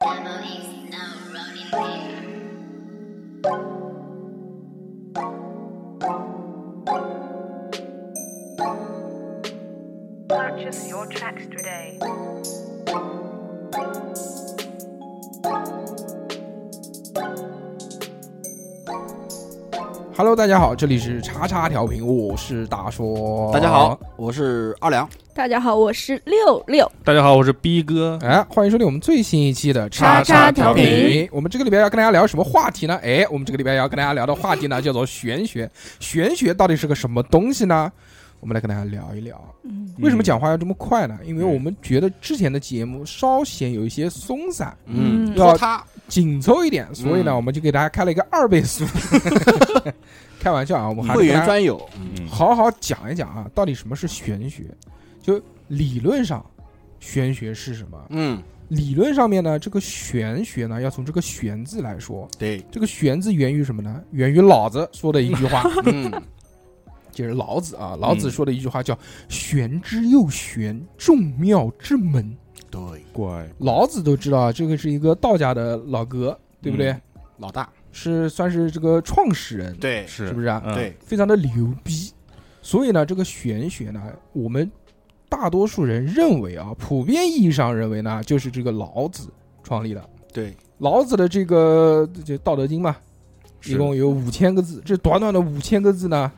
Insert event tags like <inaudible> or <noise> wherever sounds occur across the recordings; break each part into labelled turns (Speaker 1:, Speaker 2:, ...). Speaker 1: devil is now rolling there.
Speaker 2: Purchase your tracks today.
Speaker 3: Hello，大家好，这里是叉叉调频，我是大说。
Speaker 4: 大家好，，
Speaker 3: 哦
Speaker 4: 我是阿良。
Speaker 5: 大家好，我是六六，
Speaker 6: 大家好，我是逼哥。
Speaker 3: 哎，欢迎收听我们最新一期的
Speaker 5: 叉叉调频
Speaker 3: 哎我们这个礼拜要跟大家聊什么话题呢？哎，我们这个礼拜要跟大家聊的话题呢，叫做玄学。玄学到底是个什么东西呢？我们来跟大家聊一聊。
Speaker 5: 嗯，
Speaker 3: 为什么讲话要这么快呢？因为我们觉得之前的节目稍显有一些松散，
Speaker 5: 嗯
Speaker 3: 要
Speaker 4: 说他
Speaker 3: 紧凑一点，所以呢，
Speaker 4: 嗯
Speaker 3: 我们就给大家开了一个二倍速。 <laughs> 开玩笑啊，我们还是
Speaker 4: 会
Speaker 3: 跟大
Speaker 4: 员
Speaker 3: 家
Speaker 4: 专有，
Speaker 6: 嗯，
Speaker 3: 好好讲一讲啊，到底什么是玄学？就理论上，玄学是什么？
Speaker 4: 嗯，
Speaker 3: 理论上面呢，这个玄学呢，要从这个“玄”字来说，
Speaker 4: 对，
Speaker 3: 这个“玄”字源于什么呢？源于老子说的一句话，
Speaker 4: 嗯，
Speaker 3: 就是老子啊，老子说的一句话叫“玄之又玄，众妙之门
Speaker 4: 对，
Speaker 6: 怪”。
Speaker 3: 老子都知道啊，这个是一个道家的老哥，对不对？
Speaker 6: 嗯
Speaker 4: 老大，
Speaker 3: 是算是这个创始人，
Speaker 4: 对，
Speaker 6: 是
Speaker 3: 是不是啊
Speaker 6: 嗯
Speaker 4: 对，
Speaker 3: 非常的牛逼。所以呢，这个玄学呢，我们大多数人认为啊，普遍意义上认为呢，就是这个老子创立的。
Speaker 4: 对，
Speaker 3: 老子的这个就《道德经》嘛，
Speaker 6: 是
Speaker 3: 一共有五千个字，这短短的五千个字呢，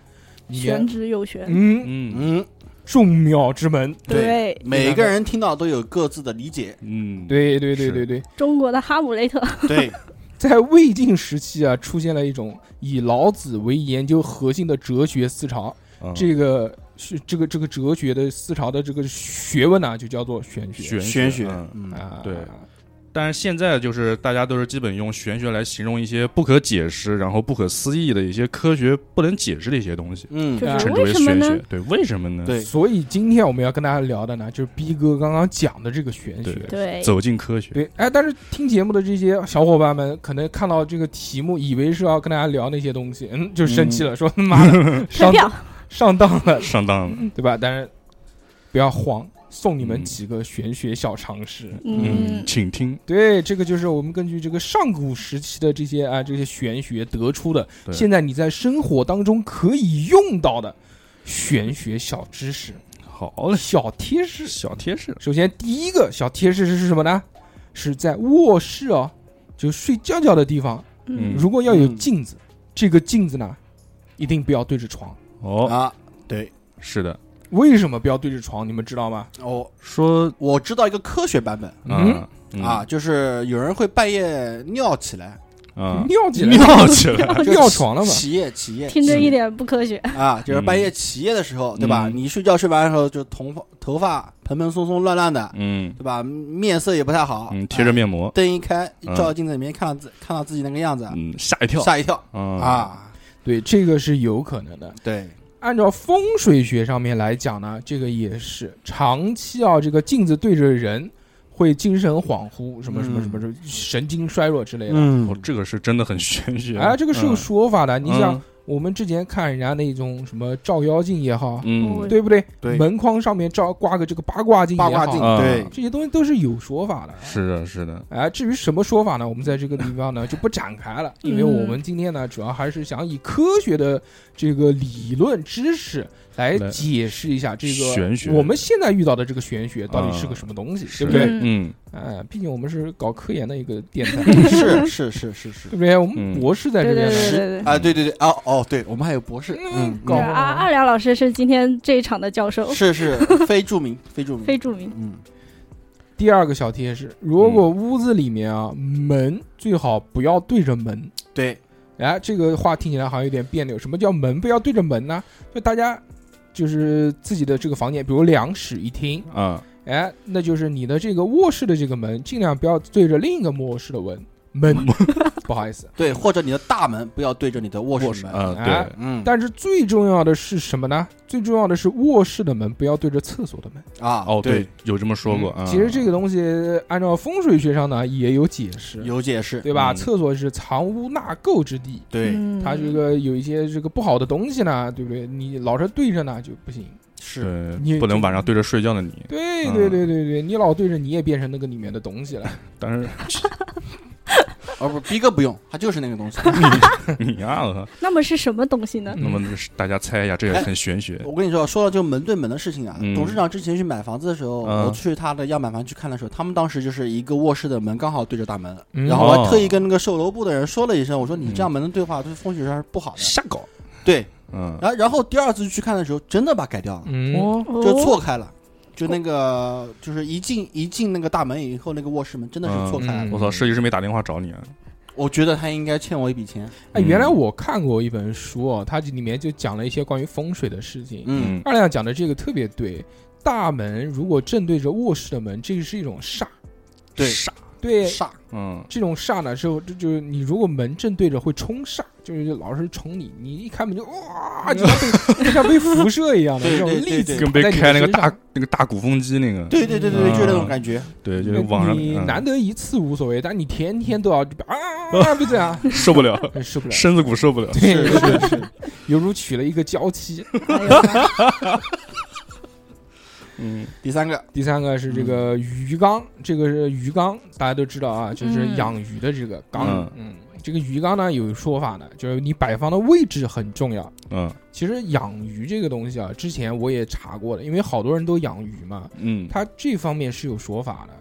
Speaker 3: 里
Speaker 5: 玄
Speaker 3: 面
Speaker 5: 之又玄，
Speaker 3: 嗯，
Speaker 6: 嗯
Speaker 4: 嗯，
Speaker 3: 众妙之门。
Speaker 5: 对，
Speaker 4: 每个人听到都有各自的理解，
Speaker 6: 嗯，
Speaker 3: 对对对
Speaker 6: 是
Speaker 3: 对对，
Speaker 5: 中国的哈
Speaker 3: <laughs>
Speaker 5: 姆雷特，
Speaker 4: 对，
Speaker 3: 在魏晋时期啊，出现了一种以老子为研究核心的哲学思潮，
Speaker 6: 嗯
Speaker 3: 这个是这个这个哲学的思潮的这个学问呢、就叫做玄学。
Speaker 6: 玄
Speaker 4: 玄
Speaker 6: 学
Speaker 4: 学，嗯，
Speaker 6: 嗯
Speaker 3: 啊，
Speaker 6: 对但是现在就是大家都是基本用玄学来形容一些不可解释，然后不可思议的一些科学不能解释的一些东西，
Speaker 4: 嗯啊
Speaker 5: 就，是
Speaker 6: 称之为
Speaker 5: 为什么
Speaker 6: 玄
Speaker 5: 呢
Speaker 6: 学？。对，为什么呢？
Speaker 4: 对
Speaker 3: 所以今天我们要跟大家聊的呢，就是逼哥刚刚讲的这个玄学。
Speaker 6: 对
Speaker 5: 对，
Speaker 6: 走进科学。
Speaker 3: 对，哎，但是听节目的这些小伙伴们，可能看到这个题目，以为是要跟大家聊那些东西，嗯，就生气了，说他妈的
Speaker 6: <laughs>
Speaker 5: 开
Speaker 3: 上
Speaker 5: 票
Speaker 3: 当上当了，
Speaker 6: 上当了，
Speaker 3: 对吧？但是不要慌，送你们
Speaker 6: 嗯
Speaker 3: 几个玄学小常识。
Speaker 5: 嗯，
Speaker 6: 请听。
Speaker 3: 对，这个就是我们根据这个上古时期的这些啊这些玄学得出的，
Speaker 6: 对
Speaker 3: 现在你在生活当中可以用到的玄学小知识、
Speaker 6: 好嘞，
Speaker 3: 小贴士。
Speaker 6: 小贴士，
Speaker 3: 首先，第一个小贴士是什么呢？是在卧室哦，就睡觉觉的地方，
Speaker 6: 嗯
Speaker 3: 如果要有镜子，这个镜子呢，一定不要对着床。
Speaker 6: 哦，
Speaker 4: 啊，对，
Speaker 6: 是的，
Speaker 3: 为什么不要对着床？你们知道吗？
Speaker 4: 哦，
Speaker 6: 说
Speaker 4: 我知道一个科学版本
Speaker 3: 嗯
Speaker 6: 啊
Speaker 4: 啊，就是有人会半夜尿起来，
Speaker 6: 啊，
Speaker 3: <laughs> 尿起来，
Speaker 6: 尿起来，
Speaker 4: 就
Speaker 3: 尿床
Speaker 6: <laughs>
Speaker 3: 了嘛？
Speaker 4: 起夜起
Speaker 3: 嗯
Speaker 4: 夜
Speaker 5: 听着一点不科学，
Speaker 4: 啊，就是半夜起夜的时候，对吧？
Speaker 6: 嗯
Speaker 4: 你睡觉睡完的时候，就头发头发蓬蓬松松乱乱的，
Speaker 6: 嗯
Speaker 4: 对吧？面色也不太好，
Speaker 6: 嗯，贴着
Speaker 4: 啊
Speaker 6: 面膜，
Speaker 4: 灯一开，一
Speaker 6: 嗯
Speaker 4: 照镜子里面看到自看到自己那个样子，
Speaker 6: 嗯，吓一跳
Speaker 4: 哎吓一跳
Speaker 6: 啊，
Speaker 4: 啊！
Speaker 3: 对，这个是有可能的。
Speaker 4: 对，
Speaker 3: 按照风水学上面来讲呢，这个也是长期啊，这个镜子对着人会精神恍惚，什么什么什么什
Speaker 6: 嗯
Speaker 3: 么，神经衰弱之类的。
Speaker 6: 哦
Speaker 4: 嗯，
Speaker 6: 这个是真的很玄学
Speaker 3: 哎，这个是有
Speaker 6: 嗯
Speaker 3: 说法的。你想
Speaker 6: 嗯，
Speaker 3: 我们之前看人家那种什么照妖镜也好，
Speaker 6: 嗯，
Speaker 3: 对不对？
Speaker 4: 对
Speaker 3: 门框上面照挂个这个八卦镜也
Speaker 4: 八
Speaker 3: 好，
Speaker 4: 卦镜，
Speaker 6: 啊
Speaker 4: 对，
Speaker 3: 这些东西都是有说法的。
Speaker 6: 是的，是的，
Speaker 3: 哎，至于什么说法呢？我们在这个地方呢就不展开
Speaker 6: 嗯
Speaker 3: 了，因为我们今天呢，主要还是想以科学的这个理论知识来
Speaker 6: 来
Speaker 3: 解释一下这个
Speaker 6: 玄学
Speaker 3: 我们现在遇到的这个玄学到底是个
Speaker 6: 啊
Speaker 3: 什么东西，
Speaker 6: 是
Speaker 3: 对不
Speaker 6: 的
Speaker 3: 对？
Speaker 5: 嗯
Speaker 6: 嗯，
Speaker 3: 哎，毕竟我们是搞科研的一个电
Speaker 6: <laughs>
Speaker 3: 台，
Speaker 4: 是是是是
Speaker 3: <laughs>
Speaker 4: 是
Speaker 3: 对不对？我们
Speaker 6: 嗯
Speaker 3: 博士在
Speaker 5: 对
Speaker 3: 这
Speaker 5: 对
Speaker 3: 边
Speaker 5: 对
Speaker 3: 呢，
Speaker 5: 对对。
Speaker 4: 啊，对对对，哦哦，对我们还有博士，
Speaker 3: 嗯
Speaker 4: 嗯，
Speaker 3: 搞
Speaker 5: 对
Speaker 3: 不
Speaker 5: 啊，
Speaker 3: 懂
Speaker 5: 阿良老师是今天这一场的教授，
Speaker 4: 是是非著名，非著
Speaker 5: 非
Speaker 4: 名，
Speaker 5: 著名。
Speaker 4: 嗯，
Speaker 3: 第二个小贴士：如果屋子里面啊，门最好不要对着门。
Speaker 4: 对，
Speaker 3: 哎，这个话听起来好像有点别扭。什么叫门不要对着门呢？就大家就是自己的这个房间，比如两室一厅，
Speaker 6: 啊，
Speaker 3: 哎，那就是你的这个卧室的这个门，尽量不要对着另一个卧室的门门。 <laughs> 不好意思，
Speaker 4: 对，或者你的大门不要对着你的卧室门，
Speaker 6: 啊，
Speaker 3: 哎
Speaker 6: 对，
Speaker 4: 嗯，
Speaker 3: 但是最重要的是什么呢？最重要的是卧室的门不要对着厕所的门。
Speaker 4: 啊，
Speaker 6: 哦，
Speaker 4: 对
Speaker 6: 对，，有这么说过啊。
Speaker 3: 嗯其实这个东西按照风水学上呢也有解释，
Speaker 4: 有解释，
Speaker 3: 对吧？
Speaker 6: 嗯
Speaker 3: 厕所是藏污纳垢之地。
Speaker 4: 对，
Speaker 5: 嗯
Speaker 3: 它这个有一些这个不好的东西呢，对不对？你老是对着呢就不行。
Speaker 4: 是，
Speaker 3: 你
Speaker 6: 对，不能晚上对着睡觉的你，
Speaker 3: 对 <laughs>
Speaker 6: 嗯
Speaker 3: 对对对对，你老对着你也变成那个里面的东西了。
Speaker 6: 但是
Speaker 4: 哦不，逼哥不用，他就是那个东西。
Speaker 6: 你呀、
Speaker 3: 嗯
Speaker 6: 我操
Speaker 5: 那么是什么东西呢？
Speaker 6: 那么大家猜一下，这
Speaker 3: 哎
Speaker 6: 也很玄学。
Speaker 4: 我跟你说，说到这个门对门的事情啊，
Speaker 6: 嗯
Speaker 4: 董事长之前去买房子的时候，
Speaker 6: 嗯
Speaker 4: 我去他的样板房去看的时候，他们当时就是一个卧室的门刚好对着大门，
Speaker 3: 嗯
Speaker 4: 然后我
Speaker 6: 哦
Speaker 4: 还特意跟那个售楼部的人说了一声，我说你这样门的对话对风水上是不好的。
Speaker 6: 瞎搞，
Speaker 4: 哦对，
Speaker 6: 嗯，
Speaker 3: 啊
Speaker 4: 然后然后第二次去看的时候，真的把改掉了，
Speaker 3: 嗯，
Speaker 4: 就
Speaker 5: 哦
Speaker 4: 错开了。就那个，就是一进一进那个大门以后，那个卧室门真的是错开了。
Speaker 3: 嗯
Speaker 6: 我操，设计师没打电话找你啊？
Speaker 4: 我觉得他应该欠我一笔钱。
Speaker 3: 哎，
Speaker 6: 嗯
Speaker 3: 原来我看过一本书哦，它里面就讲了一些关于风水的事情。
Speaker 4: 嗯，
Speaker 3: 二亮讲的这个特别对，大门如果正对着卧室的门，这个是一种煞。
Speaker 4: 对
Speaker 6: 傻，
Speaker 3: 对，
Speaker 4: 煞，
Speaker 6: 嗯，
Speaker 3: 这种煞呢是就就是你如果门正对着会冲煞，就是老是冲你，你一开门就哇，就像
Speaker 4: <laughs>
Speaker 3: 被就像被辐射一样的
Speaker 4: 对
Speaker 3: 那种
Speaker 4: 对对
Speaker 3: 粒子
Speaker 4: 对
Speaker 3: 打在
Speaker 6: 跟被
Speaker 3: 你的
Speaker 6: 开那个
Speaker 3: 身上
Speaker 6: 大那个大鼓风机那个，
Speaker 4: 对对对对对，就是那种感觉。
Speaker 6: 对，就是网上
Speaker 3: 你
Speaker 6: 嗯
Speaker 3: 难得一次无所谓，但你天天都要啊，就这样
Speaker 6: <laughs>
Speaker 3: <laughs>
Speaker 6: 受不了，
Speaker 3: 受不了。
Speaker 6: 身子骨受不了。
Speaker 3: 对，是是，犹如娶了一个娇妻。
Speaker 6: 嗯
Speaker 4: 第三个，
Speaker 3: 第三个是这个鱼缸，这个是鱼缸，大家都知道啊，就是养鱼的这个缸
Speaker 6: 嗯。
Speaker 3: 嗯，这个鱼缸呢有说法的，就是你摆放的位置很重要。
Speaker 6: 嗯
Speaker 3: 其实养鱼这个东西啊，之前我也查过的，因为好多人都养鱼嘛，
Speaker 6: 嗯，
Speaker 3: 它这方面是有说法的，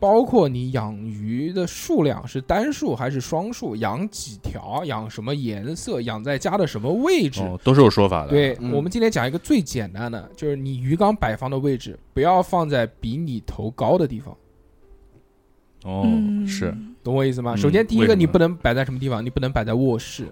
Speaker 3: 包括你养鱼的数量是单数还是双数，养几条，养什么颜色，养在家的什么位置。
Speaker 6: 哦，都是有说法的。
Speaker 3: 对、
Speaker 4: 嗯
Speaker 3: 我们今天讲一个最简单的，就是你鱼缸摆放的位置不要放在比你头高的地方，
Speaker 6: 哦，
Speaker 5: 嗯
Speaker 6: 是
Speaker 3: 懂我意思吗？
Speaker 6: 嗯
Speaker 3: 首先第一
Speaker 6: 为
Speaker 3: 个
Speaker 6: 什么
Speaker 3: 你不能摆在什么地方，你不能摆在卧室，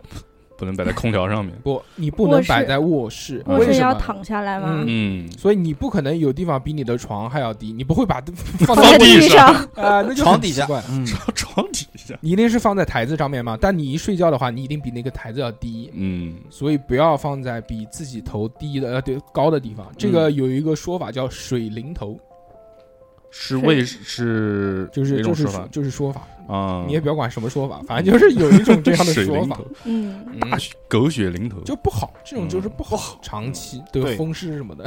Speaker 6: 不能摆在空调上面。
Speaker 3: 不，你不
Speaker 5: 卧
Speaker 3: 能
Speaker 5: 室
Speaker 3: 摆在卧室，
Speaker 5: 我
Speaker 6: 为
Speaker 5: 是
Speaker 3: 什
Speaker 5: 要
Speaker 3: 么？
Speaker 5: 躺下来吗？
Speaker 3: 嗯
Speaker 6: 嗯，
Speaker 3: 所以你不可能有地方比你的床还要低，你不会把
Speaker 5: <laughs>
Speaker 3: 放
Speaker 5: 在
Speaker 3: 在
Speaker 6: 地上
Speaker 5: 上，
Speaker 3: 啊、那就
Speaker 4: 床
Speaker 3: 很
Speaker 4: 底
Speaker 3: 奇
Speaker 4: 下
Speaker 3: 怪
Speaker 4: 嗯，
Speaker 6: 床底下。
Speaker 3: 你一定是放在台子上面嘛，但你一睡觉的话，你一定比那个台子要低，
Speaker 6: 嗯
Speaker 3: 所以不要放在比自己头低的呃对高的地
Speaker 6: 嗯
Speaker 3: 方。这个有一个说法叫“水淋头”，，
Speaker 6: 是为是
Speaker 3: 就是
Speaker 6: 一
Speaker 3: 就
Speaker 6: 种
Speaker 3: 是
Speaker 6: 说法
Speaker 3: 就是说法，
Speaker 6: 啊，
Speaker 3: 你也不要管什么说法，反正就是有一种这样
Speaker 6: <laughs>
Speaker 3: 的
Speaker 6: 水
Speaker 3: 说
Speaker 6: 淋
Speaker 3: 法
Speaker 6: 头，，
Speaker 5: 嗯，
Speaker 3: 嗯
Speaker 6: 大雪狗血淋头，
Speaker 3: 就不好，这种就是不
Speaker 6: 嗯
Speaker 3: 好，长期得
Speaker 4: 对
Speaker 3: 风湿什么
Speaker 6: <laughs>
Speaker 3: 的。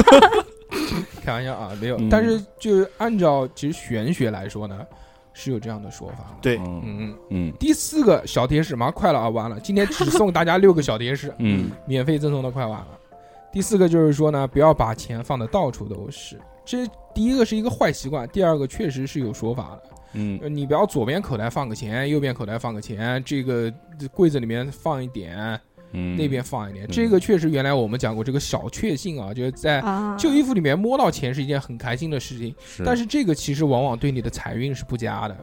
Speaker 3: <laughs> 开玩笑啊，没有
Speaker 6: 嗯，
Speaker 3: 但是就是按照其实玄学来说呢，是有这样的说法的。
Speaker 4: 对
Speaker 6: 嗯
Speaker 3: 嗯，
Speaker 6: 嗯
Speaker 3: 第四个小贴士，马上快了啊，完了，今天只送大家六个小贴士，
Speaker 6: 嗯
Speaker 3: 免费赠送的快完了。第四个就是说呢，不要把钱放的到处都是。这第一个是一个坏习惯，第二个确实是有说法的。
Speaker 6: 嗯
Speaker 3: 呃你不要左边口袋放个钱，右边口袋放个钱，这个柜子里面放一点，
Speaker 6: 嗯，
Speaker 3: 那边放一点。
Speaker 6: 嗯
Speaker 3: 这个确实原来我们讲过，这个小确幸啊，就是在
Speaker 5: 啊，
Speaker 3: 旧衣服里面摸到钱是一件很开心的事情，
Speaker 6: 是，
Speaker 3: 但是这个其实往往对你的财运是不佳的，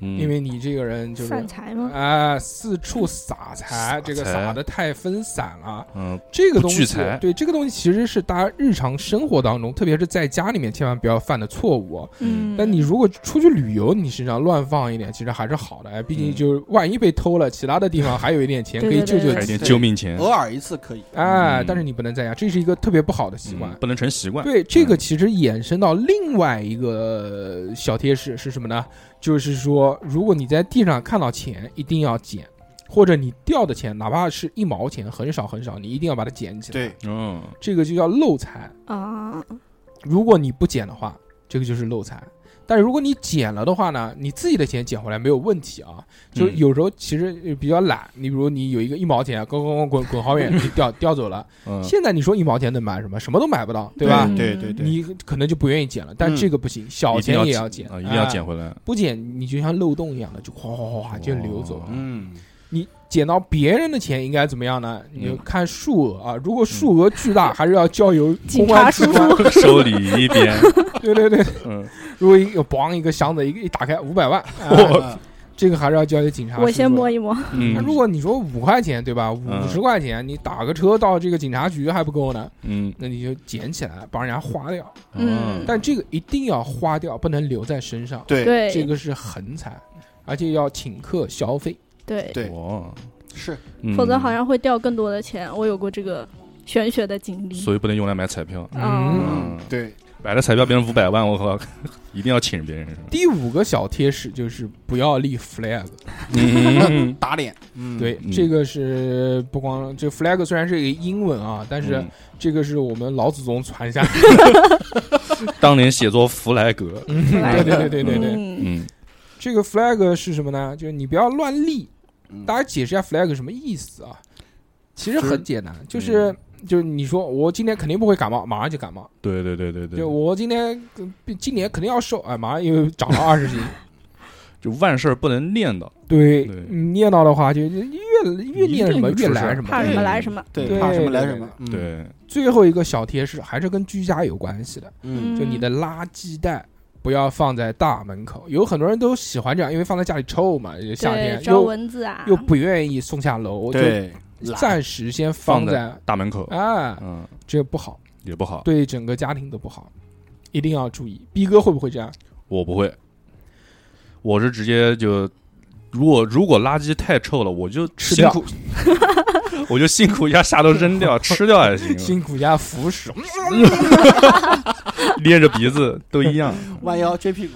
Speaker 6: 因
Speaker 3: 因为你这个人就是
Speaker 5: 散财吗？
Speaker 3: 啊、四处撒财，这个
Speaker 6: 财
Speaker 3: 撒的太分散了。
Speaker 6: 嗯
Speaker 3: 这个东
Speaker 6: 不聚
Speaker 3: 西
Speaker 6: 财，
Speaker 3: 对这个东西其实是大家日常生活当中，特别是在家里面，千万不要犯的错误哦。
Speaker 5: 嗯，
Speaker 3: 但你如果出去旅游，你身上乱放一点，其实还是好的，哎毕竟
Speaker 6: 嗯
Speaker 3: 就是万一被偷了，其他的地方还有一点钱可
Speaker 5: 对
Speaker 3: 以
Speaker 5: 对
Speaker 3: 救
Speaker 5: 对
Speaker 3: 救
Speaker 6: 还有一
Speaker 3: 自己。
Speaker 6: 点救命钱
Speaker 4: <laughs> 偶，尔一次可以。
Speaker 3: 哎
Speaker 6: 嗯，
Speaker 3: 但是你不能在家，这是一个特别不好的习惯
Speaker 6: 嗯。不嗯能成习惯。
Speaker 3: 对，这个其实衍生到另外一个小贴士是什么呢？就是说，如果你在地上看到钱，一定要捡，或者你掉的钱，哪怕是一毛钱，很少很少，你一定要把它捡起来。，
Speaker 4: 对，
Speaker 6: 嗯，
Speaker 3: 这个就叫漏财。
Speaker 5: 啊，
Speaker 3: 如果你不捡的话，这个就是漏财。但是如果你捡了的话呢，你自己的钱捡回来没有问题啊。
Speaker 6: 嗯
Speaker 3: 就是有时候其实呃比较懒，你比如你有一个一毛钱，滚滚滚滚滚好远，你掉 <laughs> 掉走了。
Speaker 6: 嗯
Speaker 3: 现在你说一毛钱能买什么？什么都买不到，对吧？
Speaker 5: 嗯
Speaker 4: 对对对，
Speaker 3: 你可能就不愿意捡了，但
Speaker 4: 嗯
Speaker 3: 这个不行，小
Speaker 6: 一定
Speaker 3: 钱也
Speaker 6: 要
Speaker 3: 捡，
Speaker 6: 啊，一定要
Speaker 3: 哎
Speaker 6: 捡，回 <laughs> 来。
Speaker 3: 不捡你就像漏洞一样的，就哗哗哗哗就流走了。
Speaker 4: 嗯，
Speaker 3: 你捡到别人的钱应该怎么样呢？你就
Speaker 6: 嗯
Speaker 3: 看数额啊，如果数额巨大，还是要交由
Speaker 5: 警
Speaker 3: 公安
Speaker 5: 察
Speaker 3: 机
Speaker 5: 叔
Speaker 3: 关。 <laughs>
Speaker 5: 叔，
Speaker 6: 手里一边，
Speaker 3: 对对对，
Speaker 6: 嗯，
Speaker 3: 如果一个咣一个箱子一个一打开五百万，
Speaker 4: 嗯 <laughs>
Speaker 3: 哎
Speaker 4: 我
Speaker 3: 这个还是要交给警察叔叔。
Speaker 5: 我先摸一摸，
Speaker 3: 那
Speaker 6: 嗯
Speaker 3: 如果你说五块钱对吧？五十块钱
Speaker 5: 嗯
Speaker 3: 你打个车到这个警察局还不够呢，
Speaker 6: 嗯
Speaker 3: 那你就捡起来帮人家花掉。
Speaker 5: 嗯
Speaker 3: 但这个一定要花掉，不能留在身上。
Speaker 4: 对
Speaker 5: 对
Speaker 3: 这个是横财，而且要请客消费。
Speaker 5: 对，
Speaker 4: 对
Speaker 6: 哇，
Speaker 4: 是
Speaker 6: 嗯
Speaker 5: 否则好像会掉更多的钱。我有过这个玄学的经历，
Speaker 6: 所以不能用来买彩票，
Speaker 5: 嗯
Speaker 6: 嗯
Speaker 4: 对，
Speaker 6: 买了彩票变成五百万，我靠， <laughs> 一定要请别人。
Speaker 3: 第五个小贴士就是不要立 flag，
Speaker 6: 嗯，
Speaker 4: 打脸，嗯，
Speaker 3: 对，
Speaker 6: 嗯
Speaker 3: 这个是不光这 flag 虽然是一个英文啊，但是
Speaker 6: 嗯
Speaker 3: 这个是我们老祖宗传下来的，
Speaker 6: 当年写作弗莱格，
Speaker 3: <laughs> 对对对对对对。
Speaker 5: 嗯，
Speaker 6: 嗯
Speaker 3: 这个 flag 是什么呢？就是你不要乱立。
Speaker 4: 嗯
Speaker 3: 大家解释一下 flag 什么意思啊？其实
Speaker 6: 就是嗯
Speaker 3: 很简单，就是就是你说我今天肯定不会感冒，马上就感冒。
Speaker 6: 对对对对对，
Speaker 3: 就我今天呃今年肯定要瘦，哎，马上又长
Speaker 6: <laughs>
Speaker 3: 了二十斤。
Speaker 6: 就万事儿不能念叨，
Speaker 3: 对
Speaker 6: 对
Speaker 3: 你念叨的话，就就越越
Speaker 6: 一
Speaker 3: 念什么
Speaker 6: 定
Speaker 3: 越
Speaker 6: 出
Speaker 3: 来
Speaker 6: 事
Speaker 3: 什么。
Speaker 5: 怕什么
Speaker 6: 对
Speaker 5: 来什么。
Speaker 3: 对
Speaker 4: 对，怕什么来什么，嗯，
Speaker 6: 对，
Speaker 3: 最后一个小贴士还是跟居家有关系的，
Speaker 4: 嗯，
Speaker 3: 就你的垃圾袋。不要放在大门口，有很多人都喜欢这样，因为放在家里臭嘛，也夏
Speaker 5: 对
Speaker 3: 天
Speaker 5: 招
Speaker 3: 又
Speaker 5: 蚊子啊，
Speaker 3: 又不愿意送下楼，就
Speaker 4: 对，
Speaker 3: 暂时先
Speaker 6: 放
Speaker 3: 在
Speaker 6: 大门口，
Speaker 3: 啊，
Speaker 6: 嗯，
Speaker 3: 这不好，
Speaker 6: 也不好。
Speaker 3: 对整个家庭都不好，一定要注意。逼哥会不会这样？
Speaker 6: 我不会，我是直接就，如果如果垃圾太臭了，我就
Speaker 3: 吃
Speaker 6: 辛
Speaker 3: 掉
Speaker 6: 苦， <laughs> 我就辛苦一下下楼
Speaker 3: <laughs>
Speaker 6: 扔掉，吃掉也行，
Speaker 3: 辛苦加服食，
Speaker 6: 嗯捏着鼻子都
Speaker 3: <laughs>
Speaker 6: 一样。嗯
Speaker 4: 弯腰撅屁股，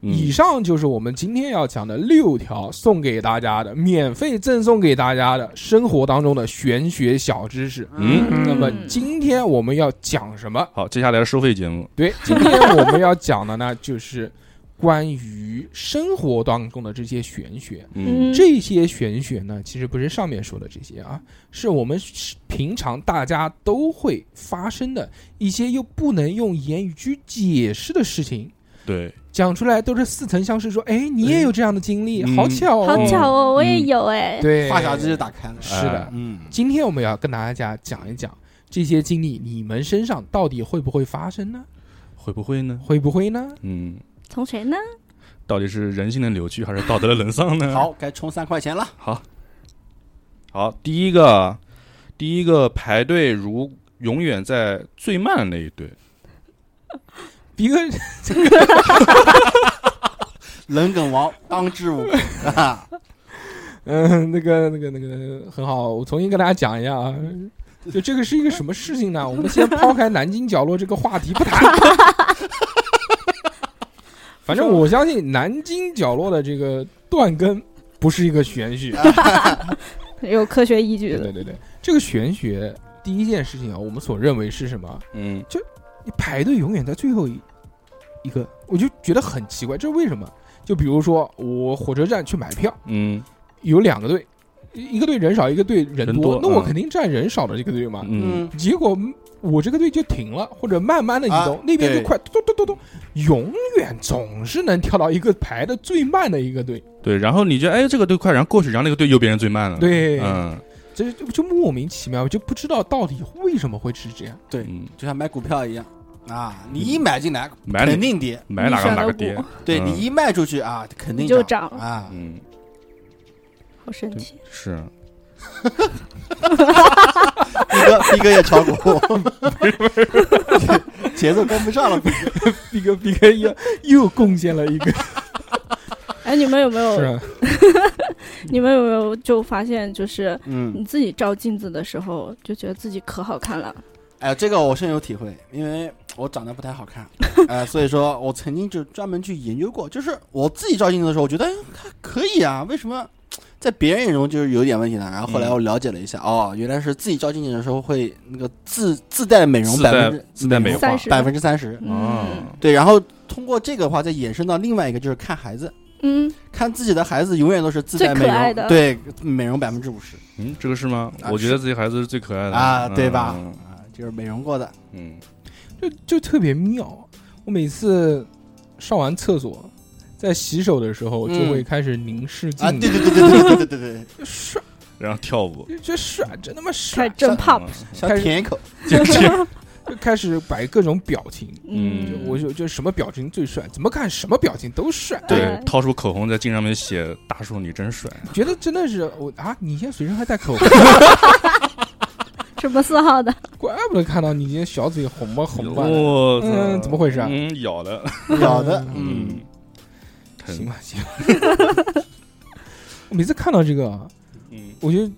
Speaker 3: 以上就是我们今天要讲的六条送给大家的，免费赠送给大家的生活当中的玄学小知识。
Speaker 6: 嗯，
Speaker 3: 那么
Speaker 5: 嗯
Speaker 3: 今天我们要讲什么？
Speaker 6: 好，接下来是收费节目， <laughs>
Speaker 3: 对，今天我们要讲的呢，就是关于生活当中的这些玄学。
Speaker 6: 嗯，
Speaker 5: 嗯
Speaker 3: 这些玄学呢，其实不是上面说的这些啊，是我们平常大家都会发生的一些又不能用言语去解释的事情，
Speaker 6: 对，
Speaker 3: 讲出来都是似曾相识。说，哎，你也有这样的经历，
Speaker 6: 嗯
Speaker 3: 好巧哦，
Speaker 5: 好巧哦，我也
Speaker 6: 嗯
Speaker 5: 有哎，
Speaker 3: 对，
Speaker 4: 发匣子就打开了，
Speaker 3: 是
Speaker 6: 哎
Speaker 3: 的。
Speaker 4: 嗯，
Speaker 3: 今天我们要跟大家讲一讲这些经历，你们身上到底会不会发生呢？
Speaker 6: 会不会呢？
Speaker 3: 会不会呢？
Speaker 6: 嗯，
Speaker 5: 从谁呢？
Speaker 6: 到底是人性的扭曲还是道德的沦丧呢？
Speaker 4: 好，该充三块钱了，
Speaker 6: 好，第一个，第一个排队如永远在最慢的那一队，
Speaker 3: 逼哥，
Speaker 4: 冷梗王当之无愧啊，
Speaker 3: 嗯， <laughs> 那个、那个、那个很好，我重新跟大家讲一下啊。就这个是一个什么事情呢？我们先抛开南京角落这个话题不谈。反正我相信南京角落的这个断根不是一个玄学。啊
Speaker 5: 有科学依据
Speaker 3: 对
Speaker 5: 的，
Speaker 3: 对对对，这个玄学第一件事情啊，我们所认为是什么？
Speaker 6: 嗯，
Speaker 3: 你排队永远在最后一一个，我就觉得很奇怪，这是为什么？就比如说我火车站去买票，
Speaker 6: 嗯
Speaker 3: 有两个队，一一个队人少，一个队人
Speaker 6: 人
Speaker 3: 多
Speaker 6: 多，
Speaker 3: 那我
Speaker 6: 嗯
Speaker 3: 肯定站人少的这个队嘛。
Speaker 6: 嗯，，
Speaker 3: 结果我这个队就停了，或者慢慢的移动，
Speaker 4: 啊
Speaker 3: 那边就
Speaker 4: 对
Speaker 3: 快咚咚咚咚，永远总是能跳到一个排的最慢的一个队。
Speaker 6: 对，然后你就哎这个队快，然后过去，然后那个队又变成最慢了，，
Speaker 3: 对，
Speaker 6: 嗯
Speaker 3: 这就就莫名其妙，就不知道到底为什么会是
Speaker 6: <laughs>
Speaker 3: 这样。
Speaker 6: 嗯，
Speaker 4: 就像买股票一样啊，你一买进来
Speaker 6: 买
Speaker 4: 肯
Speaker 6: 哪
Speaker 4: 定跌，
Speaker 6: 买
Speaker 5: 你
Speaker 6: 哪个
Speaker 5: 选
Speaker 6: 哪个
Speaker 5: 的
Speaker 6: 跌
Speaker 5: 股，
Speaker 4: 对
Speaker 6: 嗯
Speaker 4: 你一卖出去啊，肯定
Speaker 5: 你就涨
Speaker 4: 啊，
Speaker 6: 嗯，
Speaker 5: 好神奇。
Speaker 6: 是，
Speaker 4: 逼哥逼哥也
Speaker 6: <laughs>
Speaker 4: 炒股， <laughs> 节奏跟不上了，
Speaker 3: 逼哥逼哥又又贡献了一
Speaker 6: <laughs>
Speaker 3: 个，
Speaker 5: 哎，你们有没
Speaker 3: 是
Speaker 5: 有？
Speaker 3: 啊，
Speaker 5: 你们有没有就发现，就是
Speaker 4: 嗯，
Speaker 5: 你自己照镜子的时候，就觉得自己可好看了？
Speaker 4: 哎，这个我深有体会，因为我长得不太好看，哎，所以说我曾经就专门去研究过，就是我自己照镜子的时候，我觉得哎还可以啊，为什么在别人眼中就是有点问题呢？然后后来我了解了一下，哦，原来是自己照镜子的时候会那个自自带美容
Speaker 6: 自
Speaker 4: 百
Speaker 6: 带
Speaker 4: 分之
Speaker 6: 自带美
Speaker 4: 容
Speaker 6: 化
Speaker 5: 30
Speaker 4: 百分之三十，
Speaker 3: 啊
Speaker 6: 啊
Speaker 5: 嗯
Speaker 4: 对，然后通过这个的话再衍生到另外一个就是看孩子。
Speaker 5: 嗯，
Speaker 4: 看自己的孩子永远都是自带
Speaker 5: 最可
Speaker 4: 美容，
Speaker 5: 爱的
Speaker 4: 对美容百分之五十
Speaker 6: 嗯，这个是吗？
Speaker 4: 啊
Speaker 6: 我觉得自己孩子是最可爱的
Speaker 4: 啊，对吧？
Speaker 6: 嗯
Speaker 4: 啊，就是美容过的，
Speaker 6: 嗯，
Speaker 3: 就就特别妙。我每次上完厕所，在洗手的时候，就
Speaker 4: 嗯
Speaker 3: 会开始凝视
Speaker 4: 啊，
Speaker 3: 镜
Speaker 4: 对
Speaker 3: 子，
Speaker 4: 对对对对对对对对，
Speaker 3: 帅，
Speaker 6: 然后跳舞，嗯
Speaker 3: 这帅，真他妈
Speaker 5: 开
Speaker 3: 帅
Speaker 5: 始！震 pop， <laughs>
Speaker 4: 想
Speaker 3: 开始
Speaker 4: 舔一口，
Speaker 3: 就开始摆各种表情，
Speaker 6: 嗯
Speaker 5: 嗯，
Speaker 3: 我就就什么表情最帅，怎么看什么表情都帅，
Speaker 6: 对
Speaker 5: 哎，
Speaker 6: 掏出口红在镜上面写“大叔你真帅
Speaker 3: 觉得真的是我啊！你现在随身还带口红， <laughs>
Speaker 5: 什么色号的？
Speaker 3: 怪不得看到你今天小嘴红吧”，红吧的。
Speaker 6: 我操
Speaker 3: 嗯，怎么回事啊？
Speaker 6: 嗯，咬了，
Speaker 4: 咬的，嗯，
Speaker 6: 嗯，疼
Speaker 3: 行，吧，行吧。 <laughs> 我每次看到这个啊，
Speaker 6: 嗯，
Speaker 3: 我就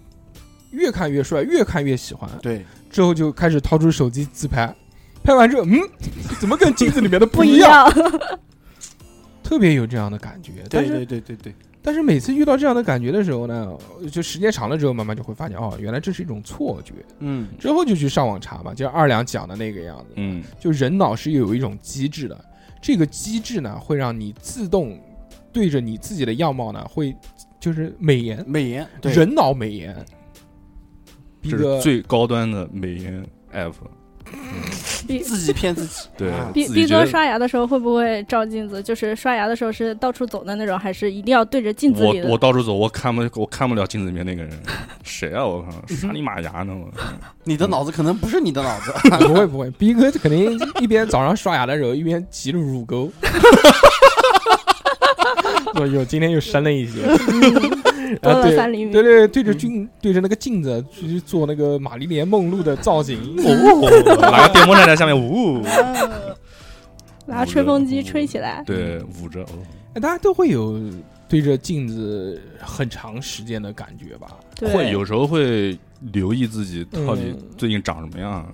Speaker 3: 越看越帅，越看越喜欢。
Speaker 4: 对，
Speaker 3: 之后就开始掏出手机自拍，拍完之后，嗯， <laughs> 怎么跟镜子里面的不一
Speaker 5: 一
Speaker 3: 样？
Speaker 5: 样， <laughs>
Speaker 3: 特别有这样的感觉。但
Speaker 4: 对
Speaker 3: 是
Speaker 4: 对对对对，
Speaker 3: 但是每次遇到这样的感觉的时候呢，就时间长了之后，慢慢就会发现哦，原来这是一种错觉。
Speaker 4: 嗯，
Speaker 3: 之后就去上网查嘛，就像二两讲的那个样子，
Speaker 6: 嗯，
Speaker 3: 就人脑是有一种机制的。这个机制呢，会让你自动对着你自己的样貌呢，会就是美颜，
Speaker 4: 美颜对
Speaker 3: 人脑美颜，逼
Speaker 6: 这
Speaker 3: 哥
Speaker 6: 是最高端的美颜 app。
Speaker 5: 逼
Speaker 4: 自己骗自
Speaker 6: <laughs>
Speaker 4: 己，
Speaker 6: 对
Speaker 4: 啊
Speaker 5: 逼
Speaker 6: 自己
Speaker 5: 逼
Speaker 6: 觉
Speaker 5: 哥
Speaker 6: 得
Speaker 5: 刷牙的时候会不会照镜子？就是刷牙的时候是到处走的那种，还是一定要对着镜子
Speaker 6: 我
Speaker 5: 里的？
Speaker 6: 我到处走，我看不我看不了镜子里面那个人，谁啊？我靠，刷你马牙呢！我
Speaker 4: 你的脑子可能不是你的脑子，
Speaker 3: <laughs> 不会不会，逼哥肯定一边早上刷牙的时候，一边挤乳沟。 <laughs> 我有今天又深了一
Speaker 5: <laughs>
Speaker 3: 些，
Speaker 5: 多
Speaker 3: 啊
Speaker 5: 了
Speaker 3: 对
Speaker 5: 三厘米
Speaker 3: 对对，对着镜对着那个镜子去做那个玛丽莲梦露的造型，
Speaker 6: 哦，拿个电风扇在下面呜，
Speaker 5: 拿吹风机吹起来，
Speaker 6: 对，捂着。哦
Speaker 3: 哎大家都会有对着镜子很长时间的感觉吧？
Speaker 5: 对，
Speaker 6: 会有时候会留意自己到底
Speaker 3: 嗯
Speaker 6: 最近长什么样。啊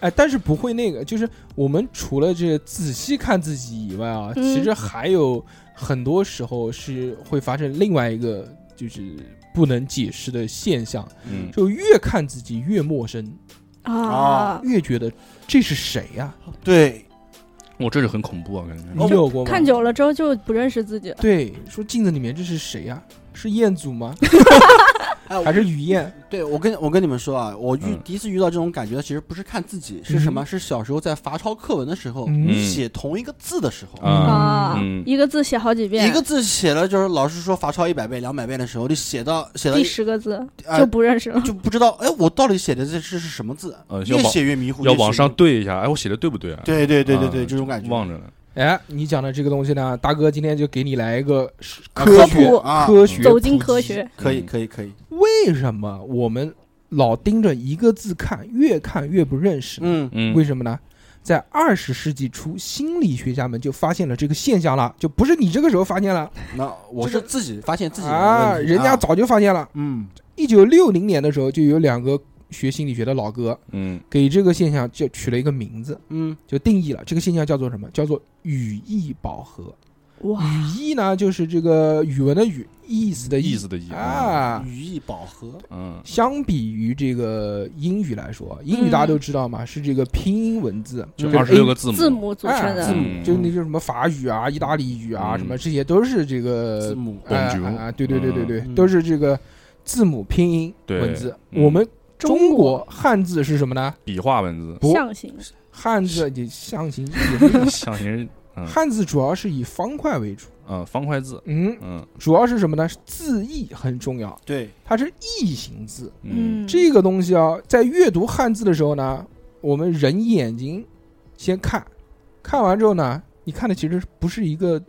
Speaker 3: 哎，但是不会那个，就是我们除了这仔细看自己以外啊，
Speaker 5: 嗯
Speaker 3: 其实还有很多时候是会发生另外一个就是不能解释的现象，
Speaker 6: 嗯，
Speaker 3: 就越看自己越陌生，
Speaker 5: 啊
Speaker 4: 啊，
Speaker 3: 越觉得这是谁呀、
Speaker 4: 对，
Speaker 6: 我这是很恐怖啊，感觉。
Speaker 3: 你有过吗？
Speaker 5: 看久了之后就不认识自己了。
Speaker 3: 对，说镜子里面这是谁呀、是彦祖吗？
Speaker 4: 哎，我
Speaker 3: 还是雨燕？
Speaker 4: 对我跟我跟你们说啊，我遇
Speaker 6: 嗯
Speaker 4: 第一次遇到这种感觉，其实不是看自己，是什么？是小时候在罚抄课文的时候，
Speaker 3: 嗯
Speaker 4: 写同一个字的时候，
Speaker 6: 啊，
Speaker 5: 啊
Speaker 6: 嗯，
Speaker 5: 一个字写好几遍，
Speaker 4: 一个字写了就是老师说罚抄一百遍、两百遍的时候，就写到写到
Speaker 5: 第十个字
Speaker 4: 啊
Speaker 5: 就不认识了。
Speaker 4: 就不知道，哎，我到底写的这是是什么字？
Speaker 6: 呃要
Speaker 4: 越
Speaker 6: 往
Speaker 4: 写越迷糊，
Speaker 6: 要
Speaker 4: 越写
Speaker 6: 往
Speaker 4: 越
Speaker 6: 上对一下，哎，我写的对不对啊？
Speaker 4: 对对对对
Speaker 6: 啊
Speaker 4: 对，这种感觉。
Speaker 6: 忘着了。
Speaker 3: 哎，你讲的这个东西呢，大哥今天就给你来一个
Speaker 4: 啊
Speaker 3: 科
Speaker 5: 学
Speaker 4: 普啊，
Speaker 3: 科学
Speaker 5: 走进
Speaker 3: 普及
Speaker 5: 科学，
Speaker 4: 可以
Speaker 6: 嗯
Speaker 4: 可以可以，
Speaker 3: 为什么我们老盯着一个字看，越看越不认识呢？
Speaker 4: 嗯
Speaker 6: 嗯，
Speaker 3: 为什么呢？在二十世纪初，心理学家们就发现了这个现象了，就不是你这个时候发现了
Speaker 4: 那我
Speaker 3: 这
Speaker 4: 是
Speaker 3: 个
Speaker 4: 自己发现自己有
Speaker 3: 啊，
Speaker 4: 问题
Speaker 3: 人家
Speaker 4: 啊
Speaker 3: 早就发现了。
Speaker 4: 嗯
Speaker 3: 一九六零年的时候，就有两个学心理学的老哥
Speaker 6: 嗯
Speaker 3: 给这个现象就取了一个名字，
Speaker 4: 嗯
Speaker 3: 就定义了这个现象叫做什么？叫做语义饱和。
Speaker 5: 哇，
Speaker 3: 语义呢，就是这个语文的语，意思的
Speaker 6: 意思的意啊，
Speaker 3: 啊。
Speaker 4: 语义饱和，
Speaker 6: 嗯
Speaker 3: 相比于这个英语来说，英语大家都知道嘛，是这个拼音文字，就
Speaker 4: 嗯
Speaker 3: 跟
Speaker 6: 二十六
Speaker 3: A-
Speaker 6: 个字母，
Speaker 5: 字母嗯组成
Speaker 3: 哎
Speaker 5: 的
Speaker 3: 字，母
Speaker 6: 嗯
Speaker 3: 就是那些什么法语啊、意大利语啊，
Speaker 6: 嗯
Speaker 3: 什么这些都是这
Speaker 6: 呃
Speaker 3: 个
Speaker 4: 字母
Speaker 3: 哎
Speaker 6: 广
Speaker 3: 哎
Speaker 6: 角
Speaker 3: 哎对对对对对，
Speaker 4: 嗯
Speaker 3: 都是这个字母拼音
Speaker 6: 对
Speaker 3: 文字。
Speaker 6: 嗯
Speaker 3: 我们中
Speaker 5: 中
Speaker 3: 国汉字是什么呢？
Speaker 6: 笔画
Speaker 5: <laughs>
Speaker 6: 文字，
Speaker 3: 不
Speaker 5: 象形
Speaker 3: 汉字也象形，也不是
Speaker 6: 象形 <laughs> 嗯
Speaker 3: 汉字主要是以方块为主。
Speaker 6: 嗯方块字，
Speaker 3: 嗯，
Speaker 6: 嗯
Speaker 3: 主要是什么呢？字义很重要，
Speaker 4: 对，
Speaker 3: 它是意形字。
Speaker 6: 嗯
Speaker 3: 这个东西啊，在阅读汉字的时候呢，我们人眼睛先看，看完之后呢，你看的其实不是一个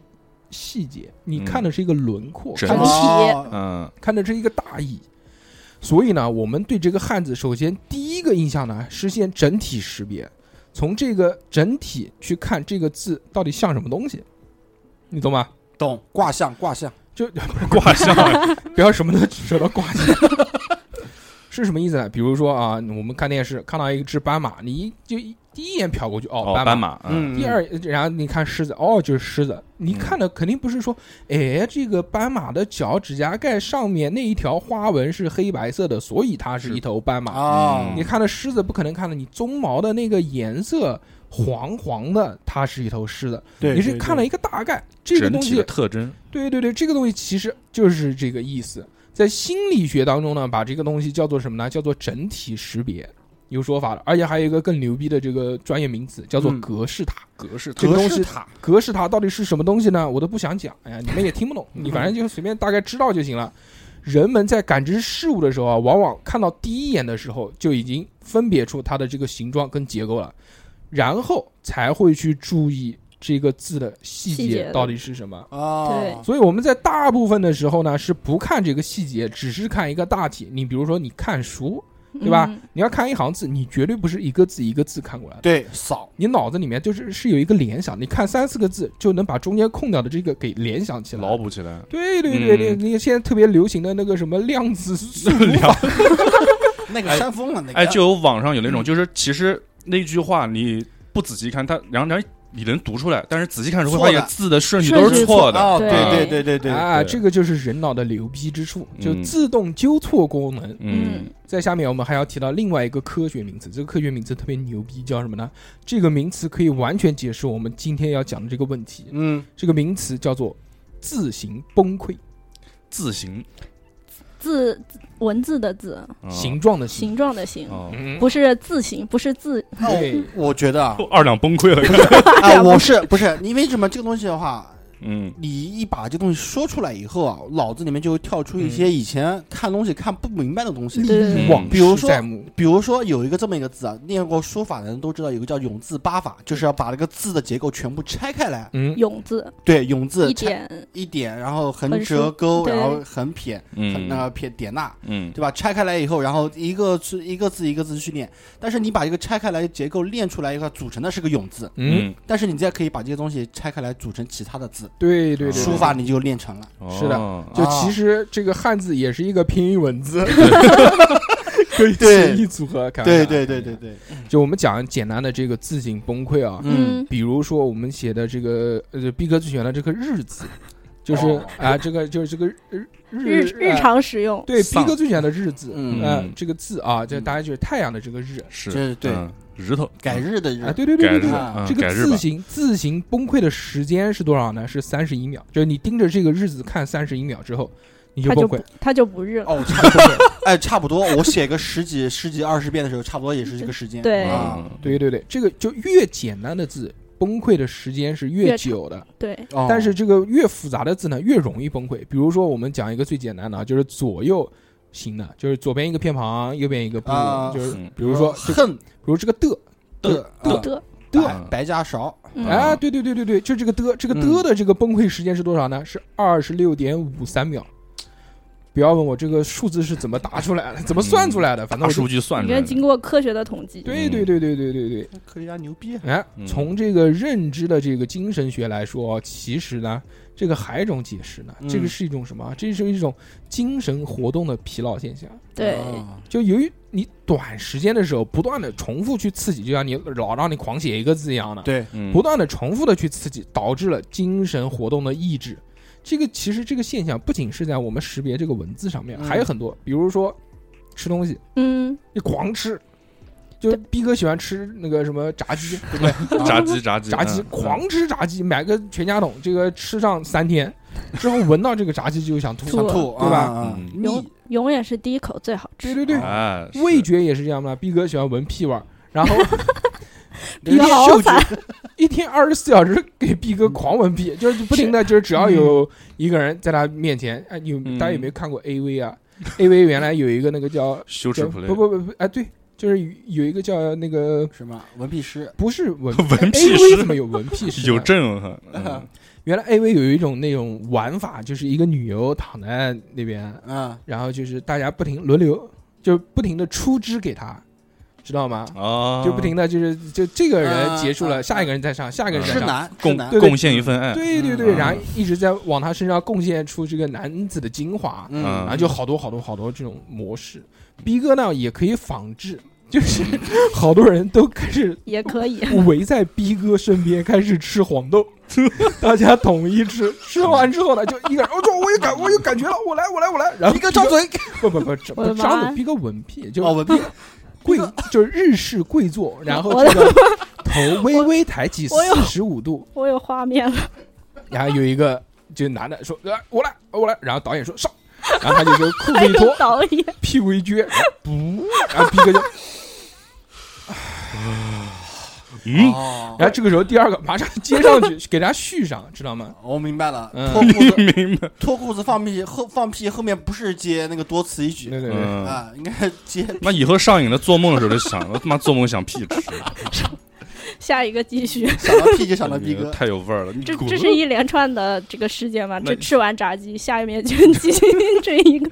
Speaker 3: 细节，你看的是一个轮廓，
Speaker 6: 整
Speaker 3: 看的
Speaker 5: 体
Speaker 4: 哦
Speaker 6: 嗯
Speaker 3: 看的是一个大意。所以呢，我们对这个汉字，首先第一个印象呢是先整体识别，从这个整体去看这个字到底像什么东西，你懂吗？
Speaker 4: 懂卦象卦象，
Speaker 3: 就 <laughs>
Speaker 6: 卦象，
Speaker 3: 不要什么都扯到挂起来。 <laughs> 是什么意思呢？比如说啊，我们看电视看到一只斑马，你一就一第一眼瞟过去，哦，
Speaker 6: 哦
Speaker 3: 斑
Speaker 6: 斑。马，嗯
Speaker 3: 第二，然后你看狮子，哦，就是狮子。你
Speaker 6: 嗯
Speaker 3: 看的肯定不是说，哎，这个斑马的脚指甲盖上面那一条花纹是黑白色的，所以它是
Speaker 6: 是
Speaker 3: 一头斑马。
Speaker 4: 啊
Speaker 6: 嗯
Speaker 3: 你看的狮子不可能看到你鬃毛的那个颜色黄黄的，它是一头狮子。
Speaker 4: 对，
Speaker 3: 你是
Speaker 4: 对
Speaker 3: 看了一
Speaker 4: 对
Speaker 3: 个大概，这个
Speaker 6: 整
Speaker 3: 东
Speaker 6: 体
Speaker 3: 西
Speaker 6: 的特征，
Speaker 3: 对对对，这个东西其实就是这个意思。在心理学当中呢，把这个东西叫做什么呢？叫做整体识别，有说法的。而且还有一个更牛逼的这个专业名词，叫做
Speaker 4: 嗯
Speaker 3: 格式塔。
Speaker 6: 格式
Speaker 3: 这个东
Speaker 4: 格
Speaker 3: 西
Speaker 4: 式塔，
Speaker 3: 格式塔到底是什么东西呢？我都不想讲，哎呀，你们也听不懂，你反正就随便大概知道就行了。人们在感知事物的时候啊，往往看到第一眼的时候就已经分别出它的这个形状跟结构了，然后才会去注意这个字的细
Speaker 5: 细
Speaker 3: 节
Speaker 5: 节
Speaker 3: 到底是什么。
Speaker 4: 哦，
Speaker 3: 所以我们在大部分的时候呢，是不看这个细节，只是看一个大体。你比如说，你看书，对吧？
Speaker 5: 嗯
Speaker 3: 你要看一行字，你绝对不是一个字一个字看过来的，
Speaker 4: 对扫
Speaker 3: 你脑子里面就是是有一个联想，你看三四个字就能把中间空掉的这个给联想起来。
Speaker 6: 脑补
Speaker 3: <laughs>
Speaker 6: 起来，
Speaker 3: 对对对对，
Speaker 6: 嗯
Speaker 3: 你现在特别流行的那个什么量子速度啊法，
Speaker 4: 那个
Speaker 6: 哎
Speaker 4: 山峰了，那个啊
Speaker 6: 哎，就有网上有那种，就是其实那句话你不仔细看它，然后然后你能读出来，但是仔细看的时候会
Speaker 4: 错
Speaker 6: 发
Speaker 4: 的
Speaker 6: 现字的顺序都
Speaker 5: 顺序
Speaker 6: 是
Speaker 5: 错
Speaker 6: 错
Speaker 5: 的
Speaker 6: 的。啊
Speaker 4: 哦，对
Speaker 5: 对
Speaker 4: 对对对对，
Speaker 3: 啊，
Speaker 6: 对
Speaker 3: 这个就是人脑的牛逼之处，就
Speaker 6: 嗯
Speaker 3: 自动纠错功能。
Speaker 6: 嗯，
Speaker 3: 在下面我们还要提到另外一个科学名词，这个科学名词特别牛逼，叫什么呢？这个名词可以完全解释我们今天要讲的这个问题。
Speaker 4: 嗯，
Speaker 3: 这个名词叫做自行崩溃，
Speaker 6: 字形
Speaker 5: 字文字的字，
Speaker 6: 啊
Speaker 3: 嗯形状的形。
Speaker 5: 形状的形，
Speaker 6: 啊，
Speaker 3: 嗯，
Speaker 5: 不是字形，不是字，
Speaker 6: 嗯
Speaker 4: 那
Speaker 3: 对
Speaker 4: 我我觉得
Speaker 3: 嗯
Speaker 4: 啊，
Speaker 6: 二两崩溃了。
Speaker 4: 啊，我是不是你为什么这个东西的话，
Speaker 6: 嗯
Speaker 4: 你一把这东西说出来以后啊，脑子里面就会跳
Speaker 3: 嗯
Speaker 4: 出一些以前看东西看不明白的东西。
Speaker 5: 对对对
Speaker 6: 嗯
Speaker 3: 往
Speaker 4: 比如说
Speaker 3: 在目，
Speaker 4: 比如说有一个这么一个字啊，念过书法的人都知道有个叫永字八法，就是要把那个字的结构全部拆开来。
Speaker 3: 嗯，
Speaker 5: 永字
Speaker 4: 对，永字
Speaker 5: 一
Speaker 4: 拆
Speaker 5: 点，
Speaker 4: 一点，然后横
Speaker 5: 横
Speaker 4: 折
Speaker 5: 竖
Speaker 4: 钩，
Speaker 5: 对
Speaker 4: 然后横撇，横那
Speaker 6: 嗯
Speaker 4: 个撇点捺，
Speaker 6: 嗯
Speaker 4: 对吧？拆开来以后，然后一个字一个字一个字去念。但是你把一个拆开来的结构练出来以后，组成的是个永字，
Speaker 3: 嗯，，
Speaker 4: 但是你再可以把这些东西拆开来组成其他的字，
Speaker 3: 对对对，对
Speaker 4: 书法你就练成了。
Speaker 3: 是的
Speaker 6: 哦
Speaker 3: 就
Speaker 4: 啊
Speaker 3: 其实这个汉字也是一个拼音文字， <laughs> 可以
Speaker 4: 对
Speaker 3: 随意组合。开玩
Speaker 4: 对
Speaker 3: 笑
Speaker 4: 对对对，对，
Speaker 3: 就我们讲简单的这个字形崩溃啊，
Speaker 4: 嗯。
Speaker 5: 嗯，
Speaker 3: 比如说我们写的这个呃逼格最喜欢的这个日字，就是
Speaker 4: 哦
Speaker 3: 啊这个就是这个日
Speaker 5: 日
Speaker 3: 日
Speaker 5: 日
Speaker 3: 啊
Speaker 5: 常使用，
Speaker 3: 对逼
Speaker 6: 丧
Speaker 3: 格最喜欢的日字，
Speaker 4: 嗯
Speaker 3: 呃
Speaker 6: 嗯
Speaker 3: 这个字啊，就
Speaker 4: 嗯
Speaker 3: 大家就是太阳的这个日
Speaker 6: 是
Speaker 4: 这对
Speaker 6: 嗯日头
Speaker 4: 改日的日
Speaker 3: 啊，，对对
Speaker 6: 改
Speaker 3: 对对对。
Speaker 6: 日嗯
Speaker 3: 这
Speaker 6: 改
Speaker 3: 个
Speaker 6: 日
Speaker 3: 字
Speaker 6: 吧
Speaker 3: 形字形崩溃的时间是多少呢？是三十一秒，就是你盯着这个日子看三十一秒之后，你就
Speaker 5: 他
Speaker 3: 崩
Speaker 5: 就
Speaker 3: 溃
Speaker 5: 不。他就不日了，
Speaker 4: <laughs> 哦，差不多，哎，差不多，我写个十几、十几、二十遍的时候，差不多也是这个时间。
Speaker 5: 对
Speaker 4: 啊，
Speaker 6: 嗯
Speaker 3: 对对对，这个就越简单的字，崩溃的时间是越
Speaker 5: 越
Speaker 3: 久的。
Speaker 5: 对，
Speaker 4: 哦
Speaker 3: 但是这个越复杂的字呢，越容易崩溃。比如说，我们讲一个最简单的，啊，就是左右型的，就是左边一个偏旁，右边一个不，
Speaker 4: 啊
Speaker 3: 就是
Speaker 6: 嗯
Speaker 3: 比如说，就比
Speaker 4: 恨
Speaker 3: 如这个的
Speaker 4: 的
Speaker 5: 不
Speaker 4: 的
Speaker 5: 得，
Speaker 4: 白白加勺，
Speaker 5: 嗯，
Speaker 3: 啊，对对对对对，就这个的，这个的的这个崩溃时间是多少呢？是二十六点五三秒。不要问我这个数字是怎么答出来的，怎么算出来的，反正
Speaker 6: 大
Speaker 3: 我就
Speaker 6: 数据算
Speaker 5: 应
Speaker 6: 出来
Speaker 5: 该
Speaker 6: 的，
Speaker 5: 经过科学的统计，
Speaker 3: 对对对对对对对。
Speaker 4: 科学家牛逼。啊
Speaker 3: 哎
Speaker 6: 嗯，
Speaker 3: 从这个认知的这个精神学来说，其实呢，这个还有一种解释呢，
Speaker 4: 嗯
Speaker 3: 这个是一种什么？这是一种精神活动的疲劳现象。
Speaker 5: 对，
Speaker 4: 哦
Speaker 3: 就由于你短时间的时候不断的重复去刺激，就像你老让你狂写一个字一样的，
Speaker 4: 对，
Speaker 6: 嗯
Speaker 3: 不断的重复的去刺激，导致了精神活动的抑制。这个其实这个现象不仅是在我们识别这个文字上面，
Speaker 4: 嗯
Speaker 3: 还有很多，比如说吃东西，
Speaker 5: 嗯，
Speaker 3: 你狂吃，就
Speaker 5: 对
Speaker 3: 逼哥喜欢吃那个什么炸鸡，对不对？
Speaker 6: 炸鸡炸鸡
Speaker 3: 炸鸡，
Speaker 6: 嗯
Speaker 3: 狂吃炸鸡，买个全家桶，这个吃上三天，之后闻到这个炸鸡就想
Speaker 5: 吐
Speaker 3: 吐。
Speaker 4: 想吐，
Speaker 3: 对吧
Speaker 4: 啊
Speaker 6: 嗯
Speaker 5: 永
Speaker 4: 腻，
Speaker 5: 永远是第一口最好
Speaker 3: 对
Speaker 5: 吃，
Speaker 3: 对对，
Speaker 6: 哎，是
Speaker 3: 味觉也是这样的。逼哥喜欢闻屁味儿，然
Speaker 5: <laughs>
Speaker 3: 后
Speaker 5: 你
Speaker 3: 一天
Speaker 5: 好
Speaker 3: 嗅
Speaker 5: 惨
Speaker 3: 觉， <laughs> 一天二十四小时给逼
Speaker 6: 嗯
Speaker 3: 哥狂闻屁，就是不停的，就是只要有一个人在他面前，哎，有
Speaker 6: 嗯
Speaker 3: 大家有没有看过 A V 啊？A
Speaker 6: <laughs>
Speaker 3: V 原来有一个那个叫
Speaker 6: 羞耻
Speaker 3: 叫
Speaker 6: play，
Speaker 3: 不不不不，哎对，就是有一个叫那个
Speaker 4: 什么文屁师？
Speaker 3: 不是
Speaker 6: <laughs>
Speaker 3: 闻哎
Speaker 6: 闻屁
Speaker 3: A V 怎么
Speaker 6: 是
Speaker 3: 有闻屁是
Speaker 6: 有
Speaker 3: 吧
Speaker 6: 证，我靠嗯
Speaker 3: 原来 AV 有一种那种玩法，就是一个女优躺在那边，
Speaker 4: 嗯，
Speaker 3: 然后就是大家不停轮流，就不停的出汁给她，知道吗？
Speaker 6: 啊，
Speaker 4: 嗯
Speaker 3: <laughs> 就不停的就是就这个人结束
Speaker 4: 啊啊
Speaker 3: 了，下一个人再上，下一个人
Speaker 6: 嗯
Speaker 3: 再
Speaker 4: 是
Speaker 3: 上，
Speaker 4: 男，是
Speaker 6: 贡
Speaker 4: 男
Speaker 3: 对，
Speaker 6: 贡献一份爱，
Speaker 3: 对对
Speaker 4: 嗯
Speaker 3: 对，
Speaker 6: 嗯
Speaker 3: 然后一直在往她身上贡献出这个男子的精华，
Speaker 4: 嗯
Speaker 3: 然后就好多好多好多这种模式。逼哥呢也可以仿制，就是
Speaker 4: 嗯
Speaker 3: <laughs> 好多人都开始
Speaker 5: 也可以，
Speaker 3: 围在逼哥身边开始吃黄豆，大家统一吃。吃完之后呢，就一个人，我说我有感，我有感觉了，我来，我来，我来。然后
Speaker 4: 逼哥张， <laughs> 嘴，
Speaker 3: 不不不，
Speaker 5: 我
Speaker 3: 不
Speaker 5: 的妈
Speaker 3: 张嘴，逼哥闻屁，就
Speaker 4: 哦，
Speaker 3: 是
Speaker 4: 文屁，
Speaker 3: 跪
Speaker 4: 逼，
Speaker 3: 就是日式跪坐，然后
Speaker 5: 我
Speaker 3: 这个头微微抬起
Speaker 5: 我有
Speaker 3: 四十五度，
Speaker 5: 我有画面了，
Speaker 3: 然后有一个就男的说来我来我来，然后导演说上，然后他就说裤
Speaker 5: 还
Speaker 3: 子一脱
Speaker 5: 有，导演，
Speaker 3: 屁股一撅，不，然后逼哥就，啊
Speaker 6: 嗯，
Speaker 4: 哦
Speaker 3: 然后这个时候第二个马上接上去给他续上，知道吗？
Speaker 4: 我明白了，
Speaker 3: 嗯
Speaker 4: 脱裤子，
Speaker 6: 明白，
Speaker 4: 脱裤子放屁后放屁后面不是接那个多此一举
Speaker 3: 对对对。
Speaker 6: 嗯，
Speaker 4: 啊，应该接
Speaker 6: 那以后上瘾了，做梦的时候就想，我他妈做梦想屁吃，
Speaker 5: 下一个继续，
Speaker 4: 想到屁就
Speaker 6: <laughs>
Speaker 4: 想到逼哥，
Speaker 6: 哎太有味儿了，你
Speaker 5: 这
Speaker 6: 滚
Speaker 5: 这是一连串的这个事件嘛？
Speaker 6: 那
Speaker 5: 这吃完炸鸡，下一面就进行这一个，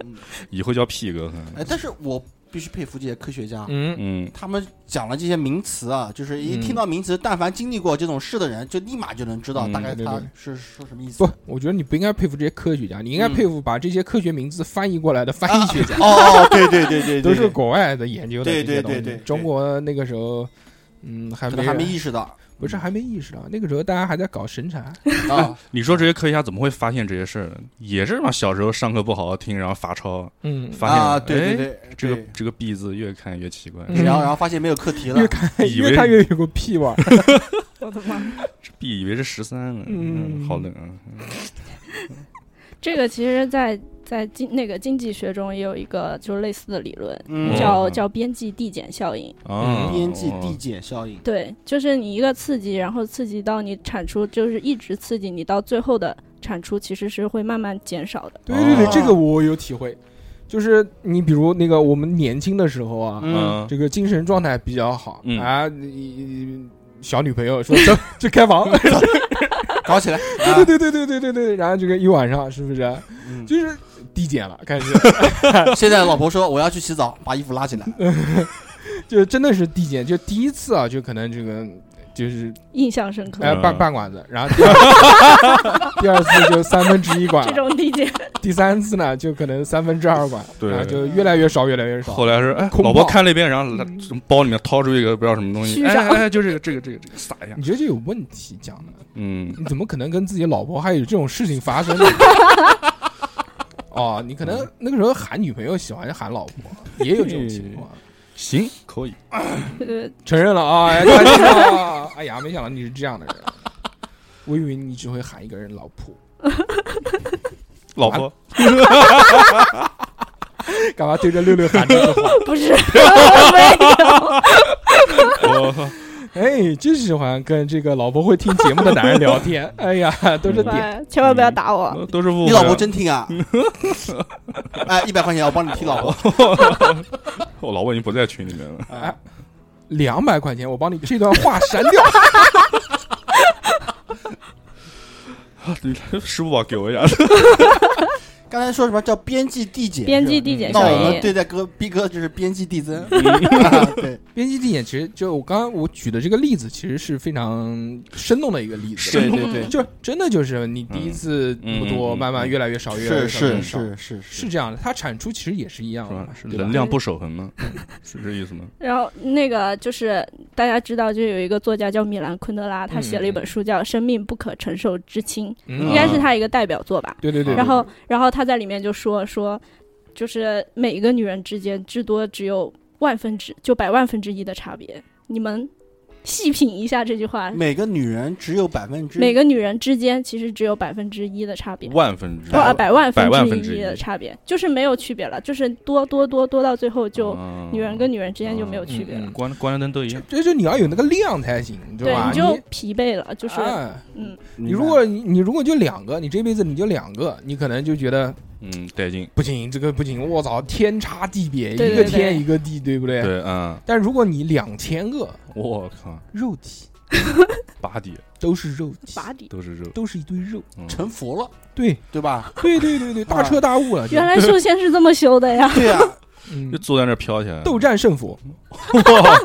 Speaker 6: 以后叫屁哥，
Speaker 4: 哎，但是我必须佩服这些科学家，
Speaker 3: 嗯，
Speaker 6: 嗯，
Speaker 4: 他们讲了这些名词啊，就是一
Speaker 6: 嗯
Speaker 4: 听到名词，但凡经历过这种事的人，就立马就能知道
Speaker 6: 嗯
Speaker 4: 大概
Speaker 3: 对
Speaker 4: 他
Speaker 3: 对
Speaker 4: 是说什么意思。
Speaker 3: 不，我觉得你不应该佩服这些科学家，你应该
Speaker 4: 嗯
Speaker 3: 佩服把这些科学名字翻译过来的翻译学家，
Speaker 4: <laughs> 哦，对对对 <laughs> 对对，
Speaker 3: 都是国外的研究的
Speaker 4: 对
Speaker 3: 这些
Speaker 4: 对
Speaker 3: 东西
Speaker 4: 对对对
Speaker 3: 中国那个时候，嗯，还
Speaker 4: 可
Speaker 3: 没
Speaker 4: 能还没
Speaker 3: 人
Speaker 4: 意识到。
Speaker 3: 不是还没意识到，那个时候大家还在搞神禅，
Speaker 4: 啊，
Speaker 6: 你说这些科学家怎么会发现这些事儿呢？也是嘛，小时候上课不好好听，然后罚抄，
Speaker 3: 嗯，
Speaker 6: 发现了
Speaker 4: 啊，对对
Speaker 6: 哎
Speaker 4: 对，
Speaker 6: 这个
Speaker 4: 对
Speaker 6: 这个 B 字越看越奇怪，
Speaker 3: 嗯
Speaker 4: 然后然后发现没有课题
Speaker 3: <laughs>
Speaker 4: 了
Speaker 3: 越，看
Speaker 6: 以为
Speaker 3: 越看越有个屁味儿。
Speaker 5: 我的妈！
Speaker 6: 这 B 以为是十三呢，
Speaker 3: 嗯
Speaker 6: 嗯，好冷啊，
Speaker 5: 这个其实在，在经那个经济学中也有一个就是类似的理论，
Speaker 4: 嗯，
Speaker 5: 叫
Speaker 6: 嗯
Speaker 5: 叫边际递减效应。
Speaker 6: 啊，
Speaker 4: 边际递减效应，
Speaker 5: 对，就是你一个刺激，然后刺激到你产出，就是一直刺激你到最后的产出其实是会慢慢减少的。
Speaker 3: 对对对，
Speaker 4: 哦
Speaker 3: 这个我有体会，就是你比如那个我们年轻的时候啊，
Speaker 6: 嗯，
Speaker 3: 这个精神状态比较好、
Speaker 6: 嗯
Speaker 3: 啊，你小女朋友说
Speaker 4: <laughs>
Speaker 3: 走去开房，
Speaker 4: 嗯搞起来，
Speaker 3: <laughs>
Speaker 4: 啊
Speaker 3: 对对对对对对对，然后这个一晚上是不是
Speaker 4: 嗯，
Speaker 3: 就是递减了，开始
Speaker 4: 现在老婆说我要去洗澡，把衣服拉起来，
Speaker 3: 就真的是递减，就第一次啊，就可能这个就是
Speaker 5: 印象深刻，
Speaker 3: 哎
Speaker 6: 嗯
Speaker 3: 半半管子，然后第二第二 <laughs> 次就三分之一管
Speaker 5: 这，种递减，
Speaker 3: 第三次呢就可能三分之二管，
Speaker 6: 对
Speaker 3: 然后就越来越少，越来越少
Speaker 5: <laughs>
Speaker 6: 后。来是哎，
Speaker 3: 空
Speaker 6: 老婆
Speaker 3: 爆嗯
Speaker 6: 看了一遍，然后来从包里面掏出一个不知道什
Speaker 4: 嗯
Speaker 6: 么东西，
Speaker 5: 虚
Speaker 6: 哎
Speaker 5: 张
Speaker 6: 哎，哎就这个这个这个这个撒一下
Speaker 3: 你，觉得这有问题讲的？
Speaker 6: 嗯，
Speaker 3: 你怎么可能跟自己老婆还有这种事情发
Speaker 6: <laughs>
Speaker 3: 生呢？哦，你可能那个时候喊女朋友喜欢喊老婆，也有这种情况。
Speaker 6: 行，可以，
Speaker 5: 呃，
Speaker 3: 承认了 <laughs> 啊，哎开心了 <laughs> 哎呀，没想到你是这样的人，我以为你只会喊一个人老婆，
Speaker 6: 老婆，
Speaker 3: 干嘛对着六六喊这句话？
Speaker 4: <laughs>
Speaker 5: 不是，没有。
Speaker 6: 我
Speaker 3: 哎，就喜欢跟这个老婆会听节目的男人聊 <laughs> 天。哎呀，都是点。
Speaker 5: 哎千万
Speaker 4: 嗯
Speaker 5: 不要打我！
Speaker 6: 我都是误会啊，
Speaker 4: 你老婆真听啊？哎，一百块钱我帮你踢老婆，
Speaker 6: 我老婆已经不在群里
Speaker 5: <laughs>
Speaker 6: 面了，
Speaker 3: 哎，两百块钱，我帮你这段话删掉。
Speaker 6: 师傅啊，给我一下，
Speaker 4: 刚才说什么叫边际递减？
Speaker 5: 边际递减
Speaker 4: 嗯那
Speaker 5: 效
Speaker 4: 我们
Speaker 5: 应，
Speaker 4: 对待哥逼哥就是边际递增，
Speaker 5: 嗯
Speaker 4: <laughs> 啊对，
Speaker 3: 编辑地点其实就我刚刚我举的这个例子，其实是非常生动的一个例子。
Speaker 6: 对
Speaker 5: 对对
Speaker 3: 就真的就是你第一次那么多，
Speaker 6: 嗯嗯嗯
Speaker 3: 慢慢越来越少，越来越
Speaker 4: 是
Speaker 3: 少，越来
Speaker 4: 是
Speaker 3: 越少
Speaker 4: 是是
Speaker 3: 是，这样的。它产出其实也是一样
Speaker 6: 是吧
Speaker 3: 的，？
Speaker 6: 是
Speaker 3: 对吧
Speaker 6: 能量不守恒吗？是这意思吗？
Speaker 5: 然后那个就是大家知道，就有一个作家叫米兰昆德拉，他写了
Speaker 4: 嗯
Speaker 5: 一本书叫《生命不可承受之轻》，
Speaker 3: 嗯
Speaker 5: 应该是他一个代表作吧。
Speaker 3: 对对对。
Speaker 5: 然后，然后他在里面就说说，就是每一个女人之间至多只有万分之就百万分之一的差别。你们细品一下这句话，
Speaker 4: 每个女人只有百分之
Speaker 5: 每个女人之间其实只有百分之一的差别。
Speaker 6: 万分之
Speaker 5: 不啊，百万
Speaker 6: 百万分
Speaker 5: 分
Speaker 6: 之
Speaker 5: 之
Speaker 6: 一
Speaker 5: 一的差别就是没有区别了，就是多多多多到最后
Speaker 6: 哦
Speaker 5: 就女人跟女人之间就没有区别啊了，
Speaker 3: 嗯
Speaker 6: 啊关关了灯都一样，
Speaker 3: 这就你要有那个量才行，对
Speaker 5: 对，
Speaker 3: 吧？
Speaker 5: 你就疲惫了，就是、
Speaker 3: 哎
Speaker 5: 嗯，
Speaker 3: 你如果你你如果就两个，你这辈子你就两个，你可能就觉得
Speaker 6: 嗯，带劲，
Speaker 3: 不行，这个不行，我操，天差地别，
Speaker 5: 对
Speaker 3: 一个
Speaker 5: 对对
Speaker 3: 天一个地，对不对？
Speaker 6: 对，嗯，
Speaker 3: 但如果你两千个
Speaker 6: 我靠，
Speaker 3: 肉体
Speaker 6: 八底
Speaker 3: 都是肉体，
Speaker 5: 打底。
Speaker 6: 都是肉，
Speaker 3: 都是一堆肉，
Speaker 6: 嗯
Speaker 4: 成佛了，
Speaker 3: 对
Speaker 4: 对
Speaker 5: <laughs>
Speaker 4: 吧？！
Speaker 3: 对对对对，大彻大悟了，就
Speaker 5: 原来修仙是这么修的呀
Speaker 4: 对呀，啊
Speaker 3: 嗯
Speaker 6: 就坐在那儿飘起来，
Speaker 3: 斗战胜佛，
Speaker 6: 哇，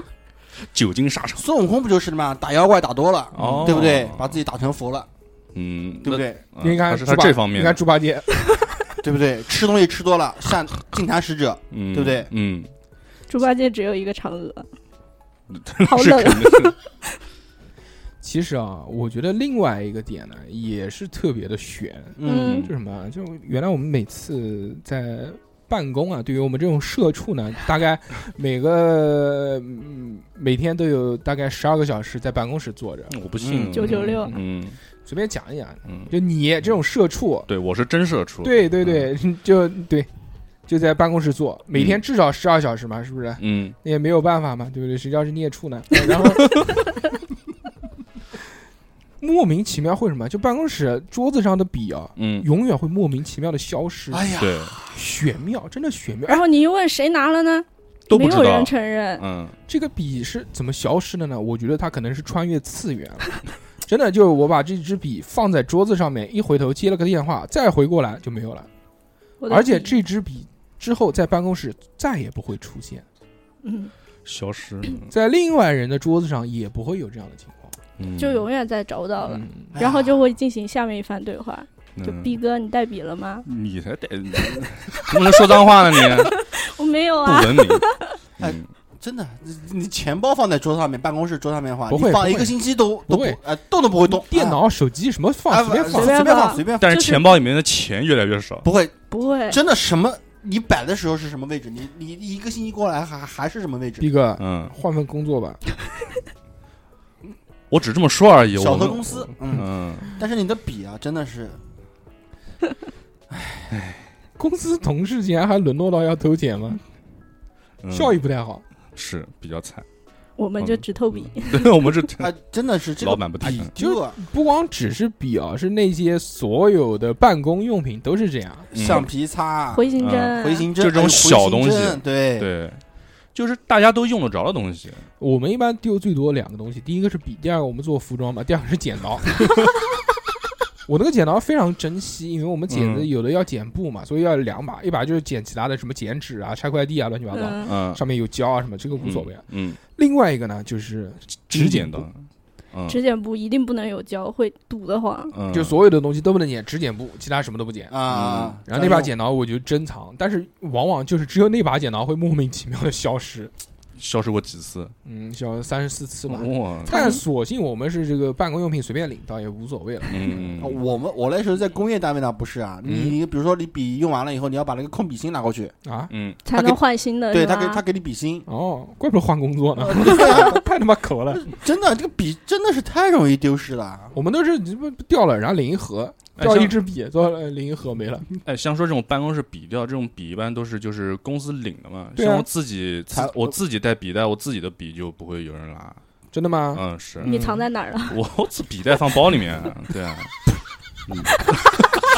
Speaker 6: 久经沙场，
Speaker 4: 孙悟空不就是嘛，打妖怪打多了
Speaker 6: 哦，
Speaker 4: 对不对？把自己打成佛了，
Speaker 6: 嗯，
Speaker 4: 对不对？
Speaker 6: 那？
Speaker 3: 你
Speaker 6: 啊
Speaker 3: 看
Speaker 6: 是
Speaker 3: 猪
Speaker 6: 他
Speaker 3: 八
Speaker 6: 这方面
Speaker 3: 你看，猪八戒， <laughs>
Speaker 4: 对不对？吃东西吃多了，善净坛使者，
Speaker 6: 嗯，
Speaker 4: 对不对
Speaker 6: 嗯，
Speaker 5: 猪八戒只有一个嫦娥，好
Speaker 6: 是
Speaker 5: 冷啊
Speaker 6: 肯定的，
Speaker 3: 其实啊，我觉得另外一个点呢，也是特别的悬，
Speaker 5: 嗯
Speaker 3: 就什么啊，就原来我们每次在办公啊，对于我们这种社畜
Speaker 6: <laughs>
Speaker 3: 呢，大概每个、嗯、每天都有大概十二个小时在办公室坐着，
Speaker 6: 我不信
Speaker 5: 啊 <laughs>
Speaker 4: 嗯
Speaker 5: 996
Speaker 6: 嗯
Speaker 3: 随便讲一讲，
Speaker 6: 嗯，
Speaker 3: 就你这种社畜，
Speaker 6: 对我是真社畜，
Speaker 3: 对对对， <laughs> 就对。就在办公室坐，每天
Speaker 6: 嗯
Speaker 3: 至少十二小时嘛，是不是？
Speaker 6: 嗯，
Speaker 3: 那也没有办法嘛，对不对？谁叫是孽畜
Speaker 6: <laughs>
Speaker 3: 呢？然后 <laughs> 莫名其妙会什么？就办公室桌子上的笔啊，
Speaker 6: 嗯嗯，
Speaker 3: 永远会莫名其妙的消
Speaker 5: 嗯
Speaker 3: 失，
Speaker 4: 哎呀，
Speaker 6: 对，
Speaker 3: 玄妙，真的玄妙。哎
Speaker 5: 然后你一问谁拿了呢？
Speaker 6: 都
Speaker 5: 没
Speaker 6: 不知
Speaker 5: 有
Speaker 6: 道
Speaker 5: 人，承认。
Speaker 6: 嗯，
Speaker 3: 这个笔是怎么消失的呢？我觉得它可能是穿越次元了。 <laughs> 真的，就是我把这支笔放在桌子上面，一回头接了个电话，再回过来就没有了。
Speaker 5: 我的
Speaker 3: 而且
Speaker 5: 笔
Speaker 3: 这支笔之后在办公室再也不会出现，
Speaker 5: 嗯，<coughs>
Speaker 6: 消失，
Speaker 3: 在另外人的桌子上也不会有这样的情况。
Speaker 6: 嗯
Speaker 5: 就永远再找不到了，
Speaker 3: 嗯，
Speaker 4: 哎呀
Speaker 5: 然后就会进行下面一番对话。就
Speaker 6: 嗯 <laughs>
Speaker 5: B 哥，你带笔了吗？<laughs>
Speaker 6: 你才带，你怎么能说脏话呢你？
Speaker 5: 我没有
Speaker 6: 不
Speaker 5: 啊。
Speaker 6: 文明。
Speaker 4: 哎
Speaker 6: 嗯
Speaker 4: 真的，你你钱包放在桌上面，办公室桌上面的话，
Speaker 3: 不
Speaker 4: 你
Speaker 3: 会
Speaker 4: 放一
Speaker 3: 不会
Speaker 4: 个星期都都
Speaker 3: 不会
Speaker 4: 呃动都不会动。
Speaker 3: 电脑、手机什么
Speaker 4: 啊
Speaker 3: 放随便
Speaker 4: 啊
Speaker 3: 放
Speaker 5: 随，便
Speaker 4: 随便
Speaker 5: 放
Speaker 4: 放随便放，
Speaker 6: 但是
Speaker 5: 就是
Speaker 6: 钱包里面的钱越来越少。
Speaker 4: 不会
Speaker 5: 不会，
Speaker 4: 真的什么？你摆的时候是什么位置？你你你一个星期过来还还是什么位置？
Speaker 3: 逼哥
Speaker 6: 嗯，
Speaker 3: 换份工作吧，
Speaker 6: 我只这么说而已。
Speaker 4: 小偷
Speaker 6: 我们
Speaker 4: 公司，嗯，
Speaker 6: 嗯，
Speaker 4: 但是你的笔啊，真的是
Speaker 3: 公司同事竟然还沦落到要偷钱吗？
Speaker 6: 嗯
Speaker 3: 效益不太好，
Speaker 6: 是比较惨。 <laughs>
Speaker 5: 我们就只透笔。
Speaker 6: 对我们这
Speaker 3: 哎
Speaker 4: 啊，真的是这个
Speaker 6: 嗯老板不提
Speaker 4: 笔，
Speaker 3: 就是
Speaker 4: 就
Speaker 3: 不光只是笔啊，是那些所有的办公用品都是这样。
Speaker 6: 嗯
Speaker 4: 橡皮擦、
Speaker 5: 回形针
Speaker 6: 嗯
Speaker 5: 啊，
Speaker 4: 回形针，
Speaker 6: 就这种
Speaker 4: 哎
Speaker 6: 小东西，
Speaker 4: 回形针对，
Speaker 6: 对，
Speaker 3: 哎
Speaker 6: 就是大家都用得着的东西。
Speaker 3: 我们一般丢最多两个东西，第一个是笔，第二个我们做服装嘛，第二个是剪
Speaker 6: <laughs>
Speaker 3: 刀。我那个剪刀非常珍惜，因为我们剪子
Speaker 6: 嗯
Speaker 3: 有的要剪布嘛，所以要两把，一把就是剪其他的什么剪纸啊、拆快递啊、乱七八糟，
Speaker 5: 嗯，
Speaker 6: 嗯，
Speaker 3: 上面有胶啊什么，这个无所谓。啊。
Speaker 6: 嗯，
Speaker 3: 另外一个呢，就是
Speaker 6: 指剪刀，嗯，
Speaker 5: 指剪布一定不能有胶，会堵得慌。
Speaker 6: 嗯
Speaker 3: 就所有的东西都不能剪，只剪布，其他什么都不剪。
Speaker 6: 嗯
Speaker 4: 啊，
Speaker 3: 然后那把剪刀我就珍藏，但是往往就是只有那把剪刀会莫名其妙的消失，
Speaker 6: 消失过几次？
Speaker 3: 嗯，消三十四次吧。
Speaker 6: 哇，
Speaker 3: 但索性我们是这个办公用品随便领，倒也无所谓了。
Speaker 6: 嗯，
Speaker 3: 哦
Speaker 4: 啊我们我那时候在工业单位那不是啊，
Speaker 3: 嗯
Speaker 4: 你比如说你笔用完了以后，你要把那个空笔芯拿过去，
Speaker 3: 啊，
Speaker 6: 嗯，
Speaker 5: 才能换新的，
Speaker 4: 对啊
Speaker 5: 是吧
Speaker 4: 他给他给你笔
Speaker 6: <laughs>
Speaker 4: 芯，
Speaker 3: 哦，怪不得换工作呢， <laughs> 太他妈抠了。
Speaker 4: 真的这个笔真的是太容易丢失
Speaker 6: 嗯
Speaker 4: 了。
Speaker 3: 我们都是不掉了，然后领一盒，
Speaker 6: 哎
Speaker 3: 掉一
Speaker 6: 像
Speaker 3: 支笔，做呃领一盒没了。
Speaker 6: 哎，像说这种办公室笔掉，这种笔一般都是就是公司领的嘛。
Speaker 3: 对啊
Speaker 6: 像我自己，自
Speaker 4: 才
Speaker 6: 我自己带笔袋，我自己的笔就不会有人拿。
Speaker 3: 真的吗？
Speaker 6: 嗯，是
Speaker 5: 你藏在哪儿了？
Speaker 6: 我自笔袋放包
Speaker 3: <laughs>
Speaker 6: 里面，对啊，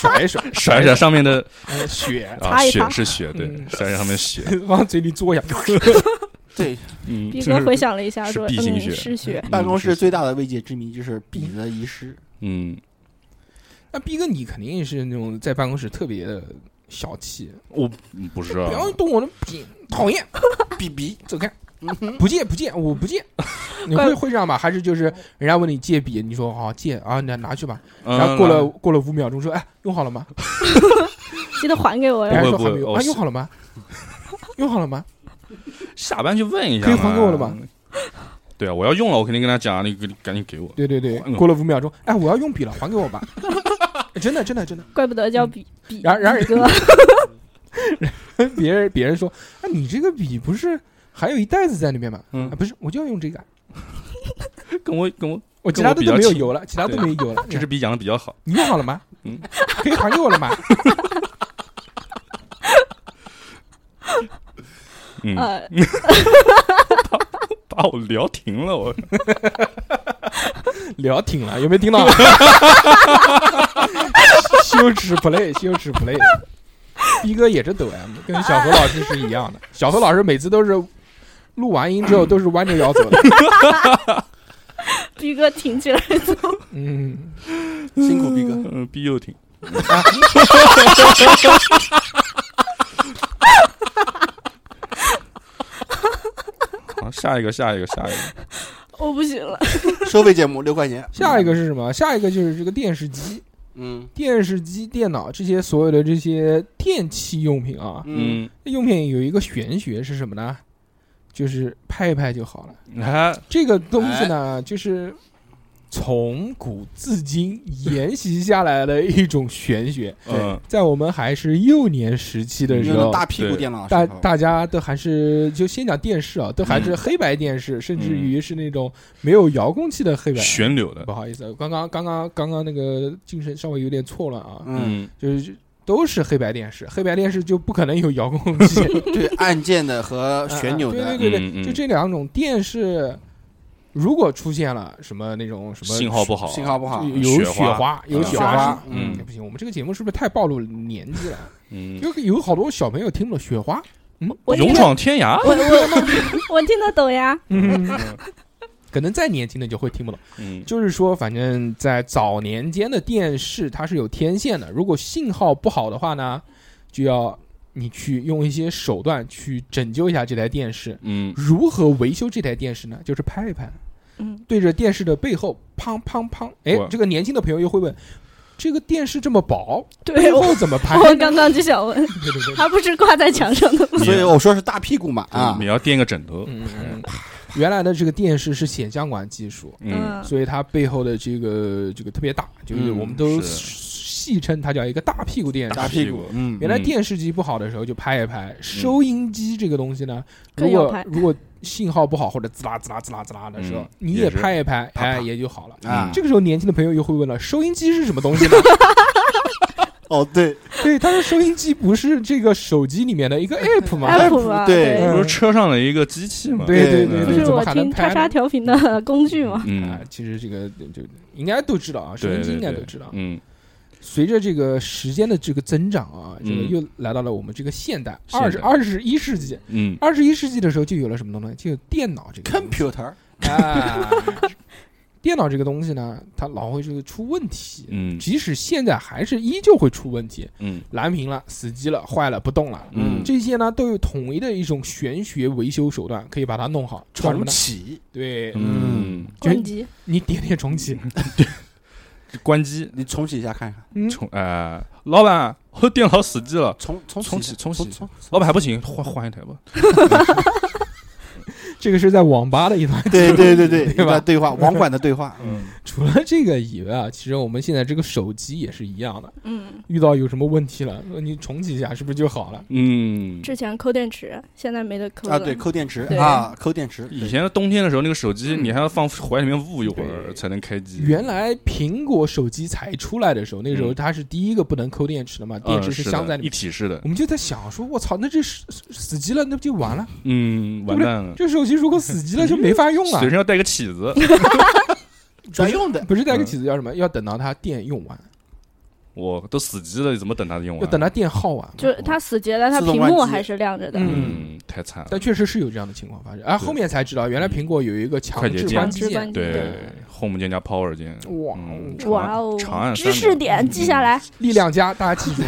Speaker 3: 甩一甩，
Speaker 6: 甩一甩上面的
Speaker 3: 呃血，
Speaker 5: <laughs>
Speaker 6: 啊
Speaker 5: 擦一
Speaker 6: 血
Speaker 5: 擦
Speaker 6: 是血，对，
Speaker 3: 嗯
Speaker 6: 甩一甩上面血，
Speaker 3: <laughs> 往嘴里嘬一下。
Speaker 4: 对，
Speaker 6: 嗯，
Speaker 5: 逼
Speaker 6: 就
Speaker 5: 哥
Speaker 6: 是
Speaker 5: 回想了一下，
Speaker 6: 是
Speaker 5: 说：“
Speaker 6: 必行
Speaker 5: 嗯，
Speaker 6: 学
Speaker 5: 是学
Speaker 4: 办公室最大的未解之谜就是笔的遗
Speaker 6: <laughs>
Speaker 4: 失。
Speaker 6: 嗯，
Speaker 3: <laughs> 那逼哥，你肯定是那种在办公室特别的小气，
Speaker 6: 我嗯不是
Speaker 3: 不
Speaker 6: 啊，
Speaker 3: 要动我的笔，讨厌，
Speaker 4: 笔笔，
Speaker 3: 走开。不借不借，我不 <laughs> 借。你会会这样吧？还是就是人家问你借笔，你说好借啊，那拿去吧。然后
Speaker 6: 嗯
Speaker 3: 过了过了五秒钟说，哎，用好了吗？
Speaker 5: 记得还给我
Speaker 3: 人
Speaker 5: 呀。
Speaker 3: 家
Speaker 6: 会
Speaker 3: 说
Speaker 6: 不会
Speaker 3: 还没有
Speaker 6: 我
Speaker 3: 啊，
Speaker 6: 是
Speaker 3: 用好了吗？ <laughs> 用好了吗？
Speaker 6: 下班去问一下
Speaker 3: 可
Speaker 6: 嘛，
Speaker 3: 以还给我了吧
Speaker 6: 对啊，我要用了，我肯定跟他讲，你你赶紧给我。
Speaker 3: 对对对
Speaker 6: 还给，我
Speaker 3: 过了五秒钟，哎，我要用笔了，还给 <laughs> 我吧。哎真的真的真的，
Speaker 5: 怪不得叫比比
Speaker 3: 然然而
Speaker 5: 比哥，
Speaker 3: 哎别人别人说，哎，你这个笔不是还有一袋子在里面吗？
Speaker 6: 嗯
Speaker 3: 啊，不是，我就要用这个，
Speaker 6: 跟我跟我
Speaker 3: 我其
Speaker 6: 跟
Speaker 3: 他
Speaker 6: 我
Speaker 3: 的
Speaker 6: 比
Speaker 3: 都
Speaker 6: 较
Speaker 3: 没有
Speaker 6: 亲
Speaker 3: 油了，其他都没有油 <laughs> 了。嗯
Speaker 6: 这支笔讲的比较好，
Speaker 3: 你用好了吗？
Speaker 6: 嗯
Speaker 3: 可以还给我了吗？
Speaker 6: 嗯，
Speaker 5: 呃， <laughs>
Speaker 6: 把我聊停了，我
Speaker 3: <laughs> 聊挺了，有没有 <laughs> 听到？羞耻 play，羞耻 play。逼哥也是抖 M，跟小何老师是一样的。小何老师每次都是录完音之 <laughs> 后都是弯着腰走的。
Speaker 5: 逼哥挺起来， <laughs>
Speaker 3: 嗯，
Speaker 4: 辛苦逼哥。
Speaker 6: 嗯，逼又停。好，下一个，下一个，下一个。
Speaker 5: 我哦不行了。
Speaker 4: 收费节目六块钱。
Speaker 3: 下一个是什么？下一个就是这个电视机、
Speaker 4: 嗯
Speaker 3: 电视机、电脑这些所有的这些电器用品啊，
Speaker 4: 嗯，
Speaker 6: 嗯，
Speaker 3: 用品有一个玄学是什么呢？就是拍一拍就好了。
Speaker 6: 啊，
Speaker 3: 这个东西
Speaker 4: 哎
Speaker 3: 呢，就是从古至今沿袭下来的一种玄学。
Speaker 6: 嗯，
Speaker 3: 在我们还是幼年时期的时
Speaker 4: 用
Speaker 3: 候
Speaker 4: 的，大屁股电脑的
Speaker 3: 大
Speaker 4: 时候，
Speaker 3: 大家都还是就先讲电视啊，都还是黑白电视，甚至于是那种没有遥控器的黑白。
Speaker 6: 呃旋钮的
Speaker 3: 不，好意思啊，刚刚刚刚刚刚那个精神稍微有点错乱啊，
Speaker 4: 嗯，
Speaker 6: 嗯，
Speaker 3: 就是都是黑白电视，黑白电视就不可能有遥控器，
Speaker 4: 对，按键的和
Speaker 3: 啊
Speaker 4: 旋钮
Speaker 3: 对
Speaker 4: 的，
Speaker 3: 对对
Speaker 6: 嗯
Speaker 3: 对，
Speaker 6: 嗯
Speaker 3: 就这两种电视，如果出现了什么那种什么
Speaker 6: 信号不好，啊
Speaker 4: 信号不好，
Speaker 3: 有有
Speaker 6: 雪
Speaker 3: 雪
Speaker 6: 花
Speaker 3: 花，有
Speaker 6: 嗯
Speaker 3: 雪
Speaker 5: 雪花
Speaker 3: 声
Speaker 4: 嗯
Speaker 3: 嗯，不行，我们这个节目是不是太暴露年纪了？
Speaker 6: 嗯，
Speaker 3: 有有好多小朋友听不懂雪花，
Speaker 5: 我听
Speaker 6: 勇
Speaker 5: 得
Speaker 6: 闯天涯，
Speaker 5: 我我我听得懂呀。
Speaker 3: 嗯，可能再年轻的就会听不懂。
Speaker 6: 嗯，
Speaker 3: 就是说，反正在早年间的电视它是有天线的，如果信号不好的话呢，就要你去用一些手段去拯救一下这台电视。
Speaker 6: 嗯，
Speaker 3: 如何维修这台电视呢？就是拍一拍，
Speaker 5: 嗯，
Speaker 3: 对着电视的背后，砰砰砰。哎
Speaker 6: 哇，
Speaker 3: 这个年轻的朋友又会问，这个电视这么薄，
Speaker 5: 对
Speaker 3: 背
Speaker 5: 我，
Speaker 3: 后怎
Speaker 5: <laughs>
Speaker 3: 么拍？嗯
Speaker 5: 我刚刚就
Speaker 3: <laughs>
Speaker 5: 想问，
Speaker 3: 对对对，
Speaker 5: 它不是挂在墙上的吗？
Speaker 4: 所以我说是大屁股嘛啊
Speaker 6: 你，要垫个枕头，
Speaker 3: 嗯嗯，嗯原来的这个电视是显像管技术，
Speaker 6: 嗯，
Speaker 3: 所以它背后的这个这个特别大，就是
Speaker 4: 嗯
Speaker 3: 我们都
Speaker 6: 是
Speaker 3: 戏称它叫一个大屁股电视。
Speaker 4: 大屁股，嗯，
Speaker 3: 原来电视机不好的时候就拍一拍，收音机这个东西呢，如
Speaker 5: 更要
Speaker 3: 果
Speaker 5: 拍
Speaker 3: 如果信号不好或者滋啦滋啦滋啦滋啦的时候
Speaker 6: 嗯，
Speaker 3: 你
Speaker 6: 也
Speaker 3: 也
Speaker 6: 是
Speaker 3: 拍一拍，
Speaker 4: 啪啪
Speaker 3: 哎，也就好了。
Speaker 6: 嗯
Speaker 4: 啊，
Speaker 3: 这个时候，年轻的朋友又会问了：收音机是什么东西呢？
Speaker 4: 哦对，
Speaker 3: 对，他说收音机不是这个手机里面的一
Speaker 5: <laughs>
Speaker 3: 个 app 吗？
Speaker 4: 哎
Speaker 5: app 啊，
Speaker 4: 对
Speaker 5: 对
Speaker 3: 嗯
Speaker 6: 不是车上的一个机器嘛，
Speaker 3: 对对
Speaker 4: 对
Speaker 3: 对
Speaker 5: 不
Speaker 3: 对，
Speaker 5: 是
Speaker 3: 怎么
Speaker 5: 我
Speaker 3: 还能
Speaker 5: 听
Speaker 3: 拍
Speaker 5: 叉
Speaker 3: 呢
Speaker 5: 叉调频的工具吗？
Speaker 3: 啊
Speaker 6: 嗯，，
Speaker 3: 其实这个就应该都知道啊，收
Speaker 6: 对
Speaker 3: 音机
Speaker 6: 对
Speaker 3: 应该
Speaker 6: 对，
Speaker 3: 都知道。
Speaker 6: 嗯，
Speaker 3: 随着这个时间的这个增长啊，这个
Speaker 6: 嗯
Speaker 3: 又来到了我们这个现代
Speaker 6: 现代
Speaker 3: 二十二十一世纪。
Speaker 6: 嗯，
Speaker 3: 二十一世纪的时候就有了什么东西？就有电脑这个东西
Speaker 4: computer
Speaker 3: 啊。电脑这个东西呢，它老会这个出问题，
Speaker 6: 嗯，
Speaker 3: 即使现在还是依旧会出问题，
Speaker 6: 嗯，
Speaker 3: 蓝屏了、死机了、坏了、不动了。
Speaker 6: 嗯
Speaker 3: 这些呢都有统一的一种玄学维修手段，可以把它弄好。叫什么
Speaker 4: 重
Speaker 3: 呢？
Speaker 4: 启，
Speaker 3: 对，
Speaker 6: 嗯，
Speaker 5: 关机，
Speaker 3: 你点点重启，
Speaker 6: 关机，
Speaker 4: 你重启一下看看，
Speaker 3: 嗯，
Speaker 6: 重，哎，老板，我电脑死机了，
Speaker 4: 重重
Speaker 6: 重启
Speaker 4: 启
Speaker 6: 重
Speaker 4: 重
Speaker 6: 启
Speaker 4: 重，
Speaker 6: 老板还不行，换换一台吧，
Speaker 3: 这个是在网吧的一段。
Speaker 4: 对对对对，一
Speaker 3: <laughs> 对吧嗯
Speaker 4: 段对话，网管的对话，
Speaker 3: 除了这个以外啊，其实我们现在这个手机也是一样的，
Speaker 5: 嗯，
Speaker 3: 遇到有什么问题了，呃你重启一下是不是就好了？
Speaker 6: 嗯，
Speaker 5: 之前抠电池，现在没得抠
Speaker 4: 啊，
Speaker 5: 了
Speaker 4: 对，抠电池
Speaker 5: 对
Speaker 4: 啊，抠电池，
Speaker 6: 以前的冬天的时候，那个手机你还要放怀里面捂一会儿才能开机。
Speaker 3: 嗯原来苹果手机才出来的时候，那个时候它是第一个不能抠电池的嘛，电池
Speaker 6: 嗯是
Speaker 3: 镶在
Speaker 6: 的
Speaker 3: 里
Speaker 6: 一
Speaker 3: 面。
Speaker 6: 体式的
Speaker 3: 我，们就在想说，我操，那这死死机了，那不就完了？
Speaker 6: 嗯，完蛋了，
Speaker 3: 这手机如果死机了就没法用啊了
Speaker 6: 随。身要带个起子，
Speaker 4: 专用的，
Speaker 3: 不是带个起子要什么？要等到它电用完，
Speaker 6: 我都死机了，怎么等它用啊
Speaker 3: 要
Speaker 6: 完？
Speaker 3: 等它电耗完嘛。
Speaker 5: 就是它死结了，它
Speaker 4: 自动
Speaker 5: 屏
Speaker 4: 关
Speaker 5: 幕
Speaker 4: 机
Speaker 5: 还是亮着的。
Speaker 3: 嗯
Speaker 6: 嗯，太惨了
Speaker 3: 但。确实是有这样的情况发生。哎，
Speaker 6: 对
Speaker 3: 后面才知道，原来苹果有一个强制关机
Speaker 5: 快捷键
Speaker 3: 键。
Speaker 6: 对，Home
Speaker 3: 嗯
Speaker 6: 键加 Power 键，
Speaker 3: 哇
Speaker 6: 嗯
Speaker 3: 哦
Speaker 6: 长
Speaker 5: 哇哦
Speaker 6: 长按，
Speaker 5: 知识点记下来。
Speaker 3: 力量加，大家记住。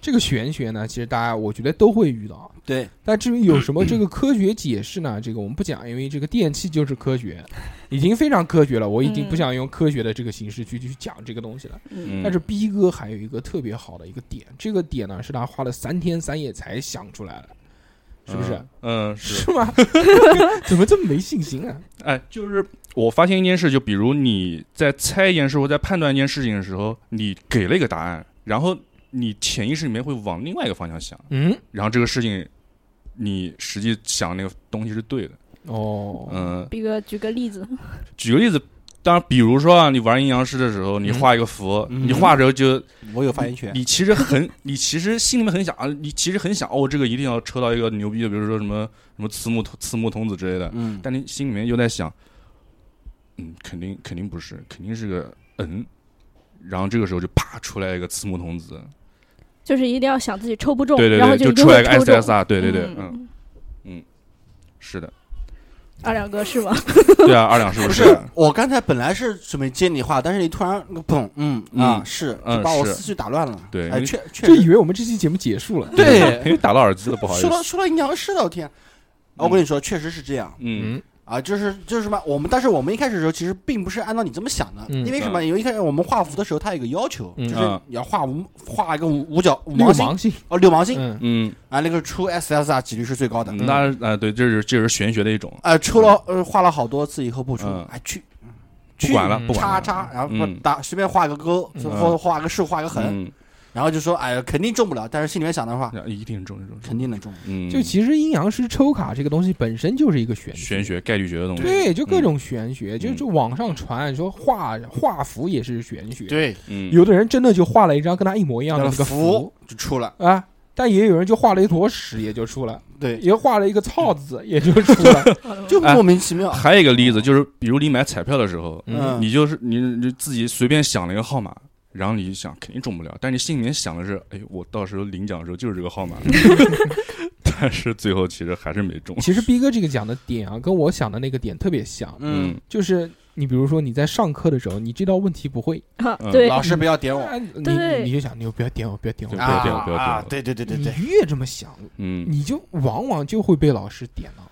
Speaker 3: 这个玄学呢，其实大家我觉得都会遇到。
Speaker 4: 对，
Speaker 3: 但至于有什么这个科学解释呢？ <coughs> 这个我们不讲，因为这个电器就是科
Speaker 6: <laughs>
Speaker 3: 学，已经非常科学了。我已经不想用科学的这个形式去去讲这个东西了。
Speaker 6: 嗯。
Speaker 3: 但是逼哥还有一个特别好的一个点，这个点呢是他花了三天三夜才想出来的，是不是？啊
Speaker 6: 嗯？嗯，是。
Speaker 3: 是
Speaker 6: <laughs>
Speaker 3: 吗？怎么这么没信心啊？
Speaker 6: 哎，就是我发现一件事，就比如你在猜一件事或在判断一件事情的时候，你给了一个答案，然后你潜意识里面会往另外一个方向想，
Speaker 3: 嗯，
Speaker 6: 然后这个事情你实际想那个东西是对的。
Speaker 3: 哦，
Speaker 6: 嗯，
Speaker 5: 逼哥举个例子，
Speaker 6: 举个例子，当然，比如说啊，你玩阴阳师的时候，你
Speaker 3: 嗯
Speaker 6: 画一个符，
Speaker 4: 嗯
Speaker 6: 你画的时候就
Speaker 4: 我有发言权，
Speaker 6: 你其实很，你其实心里面很想啊，你其实很想哦，这个一定要抽到一个牛逼的，比如说什么什么慈母慈母童子之类的，
Speaker 4: 嗯，
Speaker 6: 但你心里面又在想，嗯，肯定肯定不是，肯定是个嗯，然后这个时候就啪出来一个慈母童子，
Speaker 5: 就是一定要想自己抽不中，
Speaker 6: 对对
Speaker 5: 然后
Speaker 6: 对，就
Speaker 5: 一定
Speaker 6: 出来
Speaker 5: 会
Speaker 6: 一个
Speaker 5: 抽中。
Speaker 6: SSR，对对对，嗯，
Speaker 5: 嗯，
Speaker 6: 是的，
Speaker 5: 二两哥是吗？
Speaker 6: 对啊，二两是
Speaker 4: 不
Speaker 6: 不
Speaker 4: 是
Speaker 6: <laughs> 是？，
Speaker 4: 我刚才本来是准备接你话，但是你突然砰，嗯啊，
Speaker 6: 嗯
Speaker 4: 是，
Speaker 6: 嗯
Speaker 4: 就把我
Speaker 6: 是
Speaker 4: 思绪打乱了。
Speaker 6: 对
Speaker 4: 哎，
Speaker 6: 你
Speaker 4: 确确
Speaker 3: 就
Speaker 4: 实
Speaker 3: 以为我们这期节目结束了。
Speaker 4: 对
Speaker 6: 因为打到耳机了，不好意
Speaker 4: 说到
Speaker 6: 思，
Speaker 4: 说到阴阳师了，我天！啊我跟你说，确实是这样
Speaker 6: 嗯，
Speaker 4: 啊，就是就是什么，我们但是我们一开始的时候其实并不是按照你这么想的，
Speaker 3: 嗯
Speaker 4: 因为什么？因为一开始我们画符的时候，它有个要求，
Speaker 3: 嗯
Speaker 4: 就是
Speaker 6: 啊
Speaker 4: 你要画五画一个五五角五
Speaker 3: 六
Speaker 4: 芒星
Speaker 3: 芒星，
Speaker 4: 哦，六芒星
Speaker 3: 嗯，
Speaker 6: 嗯，
Speaker 4: 啊，那个出 SSR 几率是最高的。
Speaker 6: 那啊，对，这是这是玄学的一种，
Speaker 4: 啊，抽了呃画了好多次以后不出
Speaker 6: 嗯，
Speaker 4: 哎去
Speaker 6: 不
Speaker 4: 去
Speaker 6: 管了，
Speaker 3: 嗯
Speaker 6: 不管
Speaker 4: 叉
Speaker 6: 了，
Speaker 4: 叉，然后
Speaker 6: 嗯
Speaker 4: 打随便画个勾，
Speaker 3: 嗯
Speaker 4: 或画个竖，画个横，
Speaker 6: 嗯，
Speaker 4: 然后就说哎呀肯定中不了，但是心里面想的话
Speaker 6: 啊一定中，一定中，
Speaker 4: 肯定能中。
Speaker 6: 嗯，
Speaker 3: 就其实阴阳师抽卡这个东西本身就是一个玄学，
Speaker 6: 玄学概率学的东西，
Speaker 3: 对，就各种玄学，就
Speaker 6: 嗯
Speaker 3: 就网上传说画画符也是玄学，，
Speaker 4: 对，
Speaker 6: 嗯，
Speaker 3: 有的人真的就画了一张跟他一模一样的
Speaker 4: 那
Speaker 3: 那个
Speaker 4: 符就出了，
Speaker 3: 啊。但也有人就画了一坨屎，也就出了；
Speaker 4: 对，
Speaker 3: 也画了一个“操”字，也就出了。
Speaker 5: <laughs>
Speaker 4: 就
Speaker 6: 哎
Speaker 4: 莫名其妙。
Speaker 6: 还有一个例子就是，比如你买彩票的时候，
Speaker 4: 嗯
Speaker 6: 你就是你你自己随便想了一个号码，然后你想肯定中不了，但是你心里面想的是，哎，我到时候领奖的时候就是这个号
Speaker 4: <laughs>
Speaker 6: 码，但是最后其实还是没中。
Speaker 3: 其实逼哥这个讲的点啊，跟我想的那个点特别像，
Speaker 4: 嗯，
Speaker 3: 就是你比如说你在上课的时候，你这道问题不会，
Speaker 5: 啊
Speaker 6: 嗯
Speaker 5: 对，
Speaker 4: 老师不要点我
Speaker 3: 啊你你
Speaker 5: 对
Speaker 3: 你就想，你就不要点我，不要点我
Speaker 6: 对，
Speaker 4: 啊
Speaker 6: 不要点我不要点我
Speaker 4: 啊！对对对对
Speaker 3: 你
Speaker 4: 对，
Speaker 3: 越这么想，
Speaker 6: 嗯，
Speaker 3: 你就往往就会被老师点到。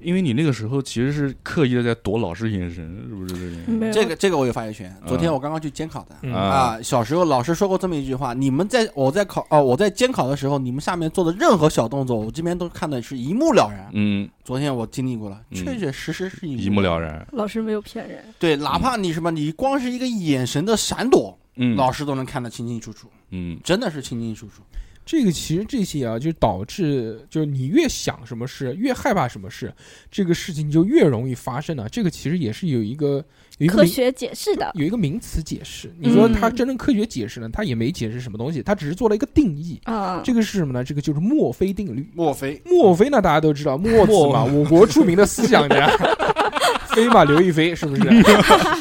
Speaker 6: 因为你那个时候其实是刻意的在躲老师眼神，是不是这个原因？
Speaker 5: 没有
Speaker 4: 这个这个我有发言权。昨天
Speaker 6: 嗯
Speaker 4: 我刚刚去监考的。
Speaker 3: 嗯
Speaker 4: 啊，小时候老师说过这么一句话：你们在我在考哦、我在监考的时候，你们下面做的任何小动作，我这边都看的是一目了然。
Speaker 6: 嗯，
Speaker 4: 昨天我经历过了，
Speaker 6: 嗯
Speaker 4: 确确实实是
Speaker 6: 一
Speaker 4: 一
Speaker 6: 目
Speaker 4: 然。
Speaker 6: 了然。
Speaker 5: 老师没有骗人，
Speaker 4: 对，哪怕你什么，你光是一个眼神的闪躲，
Speaker 6: 嗯，
Speaker 4: 老师都能看得清清楚楚，
Speaker 6: 嗯
Speaker 4: 真的是清清楚楚。
Speaker 3: 这个其实这些啊，就导致就是你越想什么事，越害怕什么事，这个事情就越容易发生啊。这个其实也是有一个有一个
Speaker 5: 科
Speaker 3: 名
Speaker 5: 学解释的，
Speaker 3: 有一个名词解释。你说
Speaker 5: 嗯
Speaker 3: 他真正科学解释呢，他也没解释什么东西，他只是做了一个定义。
Speaker 5: 啊，
Speaker 3: 这个是什么呢？这个就是墨菲定律。
Speaker 4: 莫非
Speaker 3: 墨菲呢，大家都知道，墨子嘛，我国著名的思想家，飞嘛，刘亦菲是不是？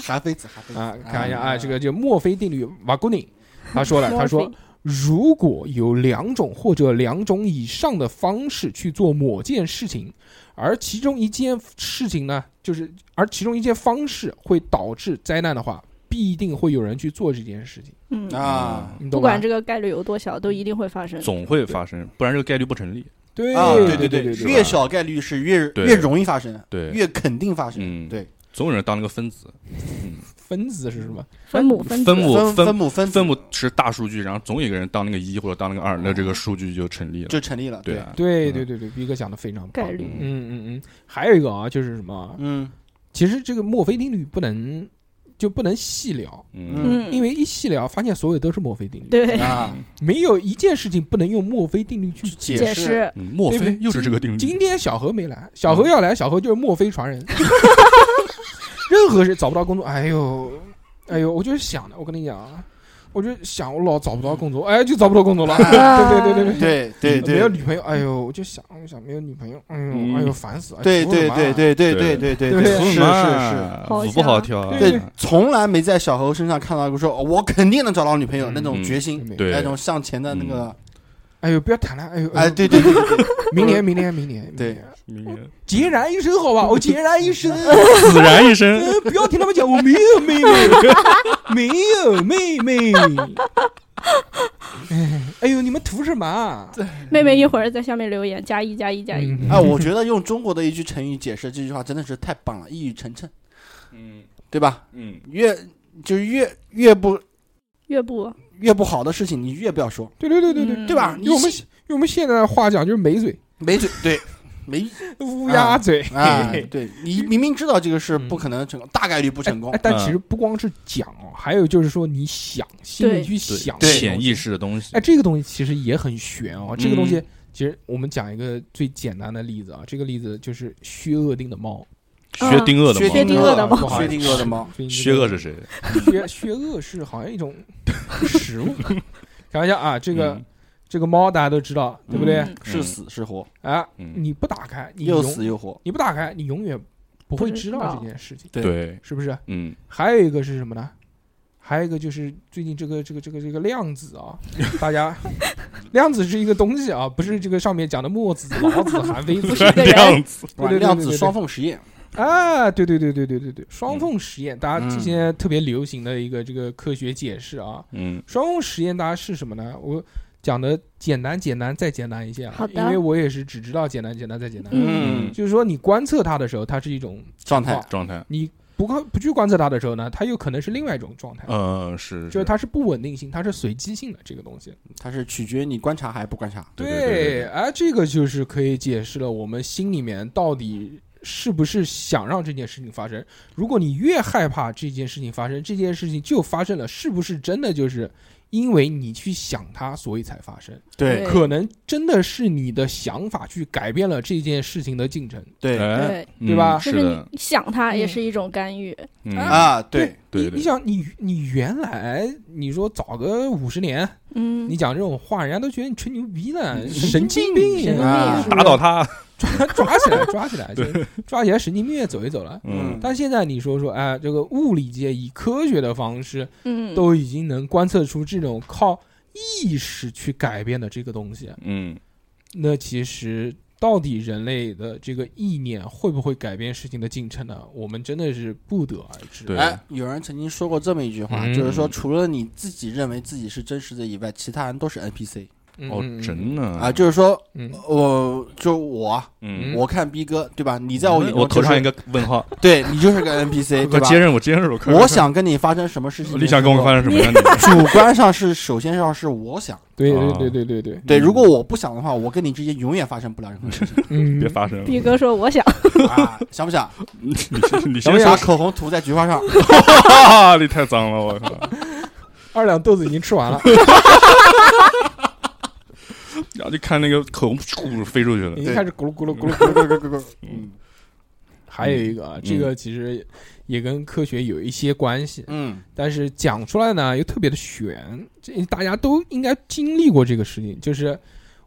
Speaker 4: 韩非子？韩非子
Speaker 3: 啊，看一下啊，这个就墨菲定律，瓦古宁他说了，他说
Speaker 5: 莫非
Speaker 3: 如果有两种或者两种以上的方式去做某件事情，而其中一件事情呢，就是而其中一件方式会导致灾难的话，必定会有人去做这件事情，
Speaker 5: 嗯，
Speaker 4: 啊，
Speaker 3: 你
Speaker 5: 不
Speaker 3: 懂吧
Speaker 5: 管？这个概率有多小，都一定会发生。
Speaker 6: 总会发生，不然这个概率不成立。
Speaker 3: 对
Speaker 4: 啊，
Speaker 3: 哎对
Speaker 4: 对
Speaker 3: 对
Speaker 4: 对，
Speaker 3: 对，
Speaker 4: 越小概率是越
Speaker 6: 对
Speaker 4: 越容易发生，
Speaker 6: 对
Speaker 4: 越肯定发生。
Speaker 6: 嗯，
Speaker 4: 对，
Speaker 6: 总有人当了个分子，
Speaker 3: 分子是什么？
Speaker 5: 分母分子
Speaker 6: 分母
Speaker 4: 分
Speaker 6: 分
Speaker 4: 分母分子
Speaker 6: 分母是大数据，然后总有一个人当那个一或者当那个二，那这个数据就成立了。
Speaker 4: 就成立了。
Speaker 6: 对
Speaker 4: 对，
Speaker 6: 啊，
Speaker 3: 对
Speaker 6: 嗯
Speaker 3: 对对对，逼哥讲的非常棒
Speaker 5: 概。率，
Speaker 6: 嗯
Speaker 3: 嗯嗯嗯，还有一个啊，就是什么啊？
Speaker 4: 嗯，
Speaker 3: 其实这个墨菲定律不能就不能细聊，
Speaker 6: 嗯
Speaker 4: 嗯
Speaker 5: 嗯，
Speaker 3: 因为一细聊发现所有都是墨菲定律。
Speaker 5: 对
Speaker 4: 啊，
Speaker 3: 没有一件事情不能用墨菲定律去解
Speaker 4: 解
Speaker 5: 解
Speaker 4: 释
Speaker 5: 释
Speaker 6: 嗯，莫
Speaker 3: 对不
Speaker 6: 非
Speaker 3: 对
Speaker 6: 又是这个定
Speaker 3: 今
Speaker 6: 律？
Speaker 3: 天小何没来，小何要来，小何就是墨菲传人。任何事找不到工作，哎呦，哎呦，我就是想的，我跟你讲啊，我就想我老找不到工作，哎，就找不到工作了。对对对对对。
Speaker 4: 对对对
Speaker 3: 没有女朋友，哎呦，我就想，我想没有女朋友，哎
Speaker 6: 嗯
Speaker 3: 呦，哎呦，烦死！哎
Speaker 4: 对
Speaker 3: 图什
Speaker 4: 对
Speaker 3: 么啊
Speaker 4: 对对对对对对
Speaker 3: 对
Speaker 4: 对，是是是。
Speaker 5: 好
Speaker 6: 舞不好跳
Speaker 3: 像
Speaker 6: 啊？
Speaker 4: 对，从来没在小猴身上看到过说，哦我肯定能找到女朋
Speaker 3: 嗯
Speaker 4: 友那种决心，
Speaker 3: 嗯
Speaker 6: 对
Speaker 4: 那种向前的那个，
Speaker 3: 哎呦，不要谈了，哎呦，
Speaker 4: 哎，
Speaker 3: 呦，
Speaker 4: 对对对对对，
Speaker 3: 明年，明年，明年，明
Speaker 4: 对
Speaker 3: 年，
Speaker 6: 明 <laughs> 年
Speaker 3: 孑然一身，
Speaker 4: <laughs>
Speaker 3: 好吧，哦
Speaker 4: 哦
Speaker 3: 我孑然一身，
Speaker 6: 自然一身，
Speaker 3: 呃不要听他们讲，我没有妹
Speaker 4: <laughs>
Speaker 3: 妹，没有妹妹。哎哎呦，你们图什么啊？
Speaker 5: 妹妹一会儿在下面留言加一加一加一，
Speaker 3: 嗯
Speaker 4: 哎，我觉得用中国的一句成语解释这句话真的是太棒了，一语成谶，
Speaker 6: 嗯
Speaker 4: 对吧？
Speaker 6: 嗯，
Speaker 4: 越就是越越不
Speaker 5: 乐部
Speaker 4: 越不好的事情，你越不要说，
Speaker 3: 对对对对对，
Speaker 5: 嗯
Speaker 4: 对吧？你
Speaker 3: 用我们用我们现在的话讲就是没嘴，
Speaker 4: 没嘴对， <laughs> 没
Speaker 3: 乌鸦嘴
Speaker 4: 啊
Speaker 3: 嘿嘿，
Speaker 4: 对你明明知道这个事
Speaker 3: 嗯
Speaker 4: 不可能成功，大概率不成功
Speaker 3: 哎，但
Speaker 6: 嗯
Speaker 3: 其实不光是讲哦，还有就是说你想心里
Speaker 5: 对
Speaker 3: 去
Speaker 6: 对
Speaker 3: 想，
Speaker 4: 对
Speaker 6: 潜意。识的东西
Speaker 3: 哎，，这个东西其实也很玄哦。这个东西
Speaker 6: 嗯
Speaker 3: 其实我们讲一个最简单的例子啊，这个例子就是薛厄定的猫，
Speaker 6: 薛定谔的
Speaker 4: 薛
Speaker 6: 猫
Speaker 4: 定
Speaker 5: 定
Speaker 4: 谔
Speaker 5: 谔
Speaker 4: 的
Speaker 5: 的
Speaker 4: 猫
Speaker 5: 猫
Speaker 3: 不好意思
Speaker 4: 薛定谔的猫，
Speaker 3: 所以那个
Speaker 6: 薛厄是谁？
Speaker 3: 薛薛厄是好像一种食物， <laughs> 开玩笑啊，这个、
Speaker 6: 嗯
Speaker 3: 这个猫大家都知道，对不对？
Speaker 5: 嗯
Speaker 4: 是死是活，
Speaker 3: 啊，
Speaker 6: 嗯，
Speaker 3: 你不打开，你
Speaker 4: 又
Speaker 3: 永
Speaker 4: 死又活。
Speaker 3: 你不打开，你永远不会
Speaker 5: 不知
Speaker 3: 知道
Speaker 5: 道
Speaker 3: 这件事情，
Speaker 4: 对
Speaker 6: 对，
Speaker 3: 是不是？
Speaker 6: 嗯，
Speaker 3: 还有一个是什么呢？还有一个就是最近这个这个这个这个量子啊， <laughs> 大家量子是一个东西啊，不是这个上面讲的墨子、老子、韩
Speaker 5: <laughs>
Speaker 3: 非子，
Speaker 5: 不是一个人，
Speaker 6: 量子，
Speaker 3: 对对对
Speaker 4: 量
Speaker 3: 对
Speaker 4: 子
Speaker 3: 对
Speaker 4: 双缝实验，
Speaker 3: 啊，对对对对对对对，双缝实验，大家
Speaker 4: 嗯
Speaker 3: 之前特别流行的一个这个科学解释啊，
Speaker 6: 嗯
Speaker 3: 双缝实验大家是什么呢？我讲的简单简单再简单一些啊，
Speaker 5: 好的
Speaker 3: 因为我也是只知道简单简单再简单，
Speaker 5: 嗯
Speaker 6: 嗯
Speaker 3: 就是说你观测它的时候，它是一种
Speaker 4: 状
Speaker 3: 态
Speaker 4: 态，
Speaker 6: 状态，
Speaker 3: 你不观不去观测它的时候呢，它有可能是另外一种状态，
Speaker 6: 嗯是，
Speaker 3: 就是它是不稳定性，它是随机性的这个东西。
Speaker 4: 它是取决于你观察还是不观察。
Speaker 6: 对对对对
Speaker 3: 哎，这个就是可以解释了我们心里面到底是不是想让这件事情发生。如果你越害怕这件事情发生，这件事情就发生了，是不是真的就是因为你去想它，所以才发生？
Speaker 5: 对
Speaker 3: 可能真的是你的想法去改变了这件事情的进程。
Speaker 4: 对
Speaker 6: 哎，
Speaker 5: 对，
Speaker 6: 嗯
Speaker 3: 对吧
Speaker 5: 就是
Speaker 6: 的，
Speaker 5: 你想它也
Speaker 3: 嗯
Speaker 5: 是一种干预，
Speaker 6: 嗯
Speaker 4: 啊，对，
Speaker 6: 对
Speaker 3: 你，
Speaker 6: 对
Speaker 3: 你想你你原来你说早个五十年，
Speaker 5: 嗯
Speaker 3: 你，讲这种话，人家都觉得你吹牛逼呢，神
Speaker 5: 神
Speaker 3: 经
Speaker 5: 经
Speaker 3: 病，
Speaker 5: 神
Speaker 3: 是
Speaker 4: 病
Speaker 5: 经
Speaker 3: 不是
Speaker 6: 打倒他，
Speaker 3: 抓抓起来，抓起 <laughs> 来，就是抓起来，神经病也走一走了。
Speaker 6: 嗯
Speaker 3: 但现在你说说，哎，这个物理界以科学的方式
Speaker 5: 嗯，
Speaker 3: 都已经能观测出这种靠意识去改变的这个东西，
Speaker 6: 嗯
Speaker 3: 那其实到底人类的这个意念会不会改变事情的进程呢？我们真的是不得而知。
Speaker 6: 对
Speaker 4: 哎，有人曾经说过这么一句话，
Speaker 3: 嗯
Speaker 4: 就是说，除了你自己认为自己是真实的以外，其他人都是 NPC。
Speaker 6: 哦，真的
Speaker 4: 啊，就是说，
Speaker 3: 嗯
Speaker 4: 我就我，
Speaker 6: 嗯，
Speaker 4: 我看逼哥，对吧？你在我眼中
Speaker 6: 我头
Speaker 4: 就
Speaker 6: 上
Speaker 4: 是
Speaker 6: 一个问号，
Speaker 4: 对你就是个 NPC，
Speaker 6: <laughs> 我
Speaker 4: 对吧
Speaker 6: 接？任务，接任务，快
Speaker 4: 我，想跟你发生什么事情，
Speaker 6: 你想跟我发生什么样的？
Speaker 4: 主观上是首先要是我想，
Speaker 3: 对
Speaker 6: 啊
Speaker 3: 对对对对对， <laughs>
Speaker 4: 对，如果我不想的话，我跟你之间永远发生不了任何
Speaker 6: <laughs>
Speaker 4: 事情
Speaker 3: 嗯
Speaker 6: 别发生，
Speaker 5: 毕哥说：“我想，
Speaker 4: 啊，想不想？
Speaker 6: 你你你
Speaker 4: 想
Speaker 6: 先
Speaker 4: 不
Speaker 6: 说
Speaker 4: 想，口红涂在菊花
Speaker 6: <laughs>
Speaker 4: 上？
Speaker 6: 啊，你太脏了，我靠！
Speaker 3: 二两豆子已经吃完 <laughs> 了，
Speaker 6: 然后就看那个口红噗飞出去了
Speaker 3: 已，经开始咕噜咕噜咕噜。
Speaker 4: 咕噜咕噜咕噜咕噜
Speaker 6: 嗯
Speaker 3: 还有一个，啊，这个其实也跟科学有一些关系，
Speaker 4: 嗯
Speaker 3: 但是讲出来呢又特别的悬，这大家都应该经历过这个事情。就是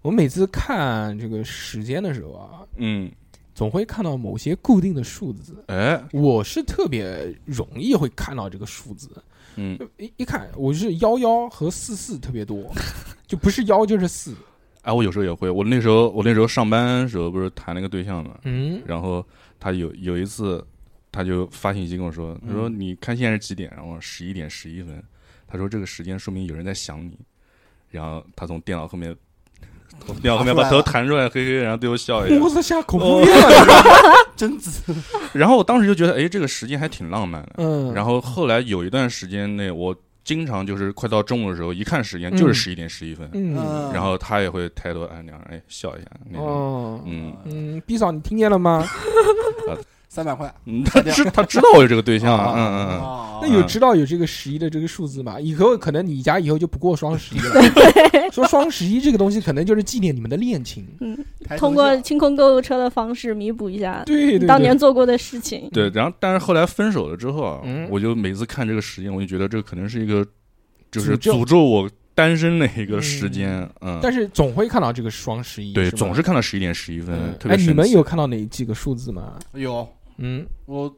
Speaker 3: 我每次看这个时间的时候啊，
Speaker 6: 嗯，
Speaker 3: 总会看到某些固定的数字，
Speaker 6: 哎，
Speaker 3: 我是特别容易会看到这个数字，
Speaker 6: 嗯，
Speaker 3: 一一看我是幺幺和四四特别多，就不是幺就是
Speaker 6: <laughs>
Speaker 3: 四，
Speaker 6: 哎，我有时候也会，我那时候我那时候上班的时候不是谈那个对象嘛，
Speaker 3: 嗯，
Speaker 6: 然后他有有一次，他就发信息跟我说，他说你看现在是几点？然后十一点十一分。他说这个时间说明有人在想你。然后他从电脑后面，从电脑后面把头弹出来，嘿嘿，然后对我笑一
Speaker 3: 我
Speaker 6: 下。
Speaker 3: 操，下恐
Speaker 6: 哦
Speaker 3: 怖片
Speaker 6: <laughs>
Speaker 3: 了，
Speaker 4: 贞子，
Speaker 6: 然后我当时就觉得，哎，这个时间还挺浪漫的。
Speaker 3: 嗯，
Speaker 6: 然后后来有一段时间内，我经常就是快到中午的时候，一看时间就是十一点十一分，
Speaker 3: 嗯，
Speaker 6: 然后他也会抬头按两人，哎，笑一下那种。
Speaker 3: 哦，
Speaker 6: 嗯，
Speaker 3: <laughs> 嗯，B 嫂，你听见了吗？
Speaker 4: 三百块
Speaker 6: 嗯他知他知道我有这个对象啊，嗯嗯嗯。
Speaker 4: 啊
Speaker 3: 那有知道有这个十一的这个数字吗？以后可能你家以后就不过双十一了。说双十一这个东西，可能就是祭奠你们的恋情。
Speaker 5: 嗯
Speaker 4: 哦
Speaker 5: 通过清空购物车的方式弥补一下
Speaker 3: 对对对，
Speaker 5: 呃当年做过的事情。
Speaker 6: 对，然后但是后来分手了之后啊，
Speaker 3: 嗯
Speaker 6: 我就每次看这个时间，我就觉得这可能是一个就是
Speaker 3: 诅咒
Speaker 6: 诅咒我单身的一个时间，嗯，
Speaker 3: 但是总会看到这个双十一。
Speaker 6: 对，
Speaker 3: 吧
Speaker 6: 总是看到十一点十一分，
Speaker 3: 嗯
Speaker 6: 特
Speaker 3: 哎，
Speaker 6: 别
Speaker 3: 你
Speaker 6: 神
Speaker 3: 们
Speaker 6: 奇
Speaker 3: 有看到哪几个数字吗？
Speaker 4: 有
Speaker 3: 嗯，
Speaker 4: 我，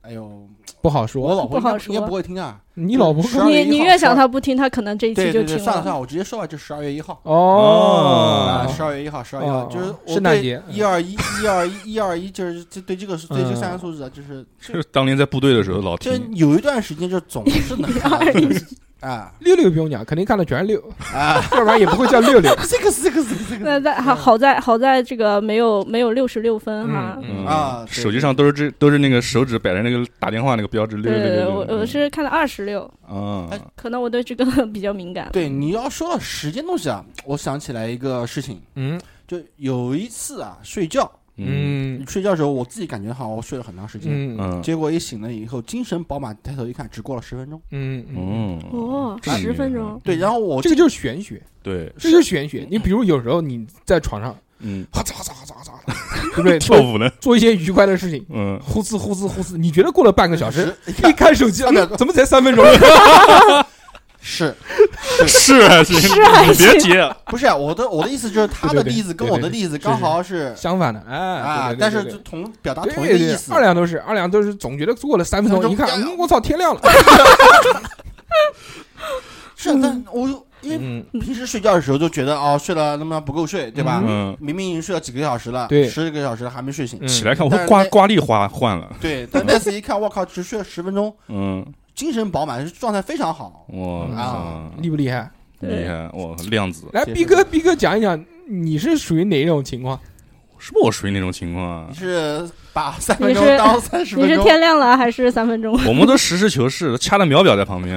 Speaker 4: 哎呦，
Speaker 3: 不好说。
Speaker 4: 我老婆
Speaker 5: 不好
Speaker 4: 应该应该
Speaker 5: 说
Speaker 4: 不会听啊。
Speaker 3: 你老婆
Speaker 4: 十二
Speaker 5: 你
Speaker 4: 月一号
Speaker 5: 你越想他不听，他可能这一期
Speaker 4: 对
Speaker 5: 就
Speaker 4: 对对，
Speaker 5: 听
Speaker 4: 算了算了，我直接说吧，就十二月一号啊，
Speaker 3: 哦
Speaker 6: 哦
Speaker 4: 十二月一号，十二月一号
Speaker 3: 哦
Speaker 4: 就是我
Speaker 3: 圣诞节
Speaker 4: 一二一一二一一二一，就是就对这个对
Speaker 3: 嗯
Speaker 4: 这三个数字
Speaker 3: <laughs>
Speaker 4: 啊，就是
Speaker 6: 就是当年在部队的时候老
Speaker 4: 就
Speaker 6: 听，
Speaker 4: 有一段时间就总是能看到这个
Speaker 3: <laughs>
Speaker 4: 啊
Speaker 3: 六六不用讲，肯定看的全是六， <laughs>
Speaker 4: 啊
Speaker 3: 要不然也不会叫六六。
Speaker 4: 这个这个这
Speaker 5: <laughs>
Speaker 4: 个
Speaker 5: 那在好好在好在这个没有没有六十六分哈。
Speaker 3: 嗯
Speaker 6: 嗯
Speaker 4: 啊对
Speaker 6: 手机上都是这都是那个手指摆着那个打电话那个标志，六
Speaker 5: 对
Speaker 6: 六
Speaker 5: 对
Speaker 6: 六
Speaker 5: 对，
Speaker 6: 六
Speaker 5: 我
Speaker 6: 六，
Speaker 5: 我是看了二十六，
Speaker 6: 啊
Speaker 4: 哎
Speaker 5: 可能我对这个 <laughs> 比较敏感。
Speaker 4: 对，你要说到时间东西啊，我想起来一个事情，
Speaker 3: 嗯
Speaker 4: 就有一次啊，睡觉
Speaker 6: 嗯
Speaker 3: 嗯
Speaker 4: 睡觉的时候，我自己感觉好像我睡了很长时间，
Speaker 3: 嗯
Speaker 6: 嗯
Speaker 4: 结果一醒了以后，精神饱满，抬头一看，只过了十分钟。
Speaker 3: 嗯嗯，
Speaker 6: 嗯
Speaker 5: 哦，
Speaker 6: 这个
Speaker 5: 十分钟，
Speaker 4: 对，然后我
Speaker 3: 这个就是玄学，
Speaker 6: 对，
Speaker 3: 这就是玄学。你比如有时候你在床上， <laughs>
Speaker 6: 嗯，
Speaker 3: 哈嚓嚓嚓嚓，
Speaker 4: <laughs>
Speaker 3: 对不对？
Speaker 6: <laughs> 跳
Speaker 3: 做
Speaker 6: 舞呢，
Speaker 3: 做一些愉快的事情，
Speaker 6: 嗯，
Speaker 3: 呼哧呼哧呼哧，你觉得过了半个小时，
Speaker 4: 是
Speaker 3: 一看手机，嗯怎么才三分
Speaker 4: <laughs>
Speaker 3: 钟？
Speaker 4: 是
Speaker 6: 是 <laughs> 啊是啊，你别接啊，
Speaker 4: 不是啊我的我的意思就是他的
Speaker 3: 对对对
Speaker 4: 例子跟我的例子刚
Speaker 3: <laughs>
Speaker 4: 好是
Speaker 3: 相反的，哎，
Speaker 4: 啊，
Speaker 3: 对对对
Speaker 4: 但是
Speaker 3: 对
Speaker 4: 就同表达
Speaker 3: 对
Speaker 4: 同一
Speaker 3: 对
Speaker 4: 个
Speaker 3: 对
Speaker 4: 意
Speaker 3: 对
Speaker 4: 思
Speaker 3: 二。两都是，二两都是总觉得过了三分
Speaker 4: 三
Speaker 3: 钟，
Speaker 4: 分
Speaker 3: 一
Speaker 4: 钟
Speaker 3: 看，嗯我操，天亮了。
Speaker 4: 是啊，但我又因为
Speaker 3: 嗯，
Speaker 4: 平时睡觉的时候就觉得哦，睡了他妈不够睡，对吧？
Speaker 6: 嗯，
Speaker 4: 明明已经睡了几个小时了，
Speaker 3: 对
Speaker 4: 十几个小时了还没睡醒。
Speaker 3: 嗯
Speaker 6: 起来看，
Speaker 4: 但
Speaker 6: 我
Speaker 4: 是
Speaker 6: 挂
Speaker 4: 那
Speaker 6: 挂历换换了，
Speaker 4: 对，
Speaker 3: <laughs>
Speaker 4: 但那次一看，我靠，只睡了十分钟，
Speaker 6: 嗯。
Speaker 4: 精神饱满，状态非常好。
Speaker 6: 我
Speaker 4: 啊
Speaker 6: 操，
Speaker 3: 厉不厉害？
Speaker 6: 厉害！我量子
Speaker 3: 来，
Speaker 4: 谢谢
Speaker 3: 逼哥，逼哥讲一讲，你是属于哪种情况？
Speaker 6: 是不是我属于那种情况啊
Speaker 3: 嗯
Speaker 4: 你？是把三分
Speaker 5: 你
Speaker 4: 钟
Speaker 5: 是
Speaker 4: 当三十
Speaker 5: 你
Speaker 4: 分
Speaker 5: 是
Speaker 4: 钟？
Speaker 5: 天亮了还是三
Speaker 4: <laughs>
Speaker 5: 分钟？
Speaker 6: 我们都实事求是，掐的秒表在旁边。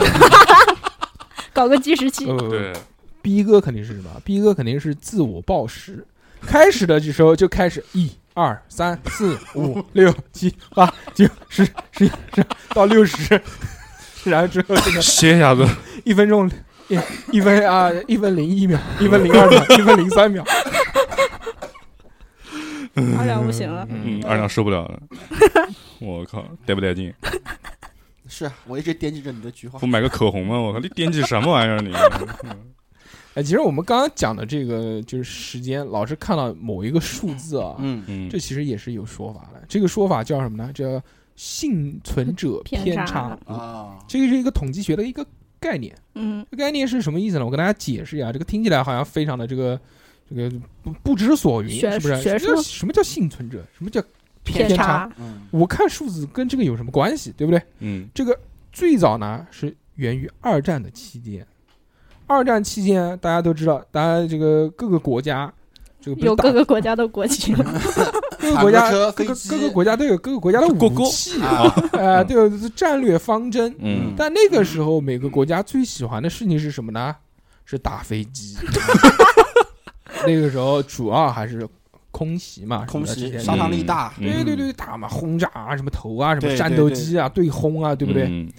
Speaker 5: 搞个计时器，
Speaker 3: 呃，
Speaker 6: 对，
Speaker 3: 逼哥肯定是什么？逼哥肯定是自我暴食。开始的时候就开始一二三四五六七八九十十一十二到六十，然后之后这个
Speaker 6: <laughs> 歇一下子，
Speaker 3: 一分钟一一分啊一分零一秒，一分零二秒，一分零三秒，
Speaker 5: 二两不行了。
Speaker 6: 嗯，二两受不了了。我靠，带不带劲？
Speaker 4: 是啊我一直惦记着你
Speaker 3: <laughs>
Speaker 4: 的菊花
Speaker 6: 不。买个口红吗？我靠，你惦记什么玩意儿你？
Speaker 3: 哎，其实我们刚刚讲的这个就是时间，老是看到某一个数字啊，
Speaker 4: 嗯，
Speaker 6: 嗯
Speaker 3: 这，其实也是有说法的。这个说法叫什么呢？叫幸存者
Speaker 5: 偏
Speaker 3: 偏
Speaker 5: 差
Speaker 3: 差。
Speaker 4: 啊，
Speaker 3: 这个是一个统计学的一个概念。
Speaker 5: 嗯，
Speaker 3: 这个概念是什么意思呢？我跟大家解释一下，这个听起来好像非常的这个这个不不知所云，
Speaker 5: 学
Speaker 3: 是不是？
Speaker 5: 学
Speaker 3: 什么叫
Speaker 5: 术
Speaker 3: 什么叫幸存者？什么叫
Speaker 5: 偏
Speaker 3: 差？
Speaker 4: 嗯，
Speaker 3: 我看数字跟这个有什么关系，对不对？
Speaker 6: 嗯，
Speaker 3: 这个最早呢是源于二战的期间，二战期间大家都知道，大家这个各个国家，这个不是
Speaker 5: 有
Speaker 3: 打
Speaker 5: 各个国家的国旗吗，
Speaker 3: 各个国家
Speaker 4: 坦克车
Speaker 3: 各个
Speaker 4: 飞机
Speaker 3: 各个国家都有各个国家的
Speaker 6: 各国
Speaker 3: 武器
Speaker 4: 啊，
Speaker 3: 啊，都有战略方针。
Speaker 6: 嗯，
Speaker 3: 但那个时候，每个国家最喜欢的事情是什么呢？是打飞 <laughs> 机。那个时候主要还是空袭嘛，
Speaker 4: 空
Speaker 3: 什么
Speaker 4: 袭
Speaker 3: 的这些嗯
Speaker 4: 杀伤力大，
Speaker 6: 嗯
Speaker 3: 对对对，打嘛，轰炸啊，什么头啊，什么战斗机啊，对轰啊，对不对？
Speaker 6: 嗯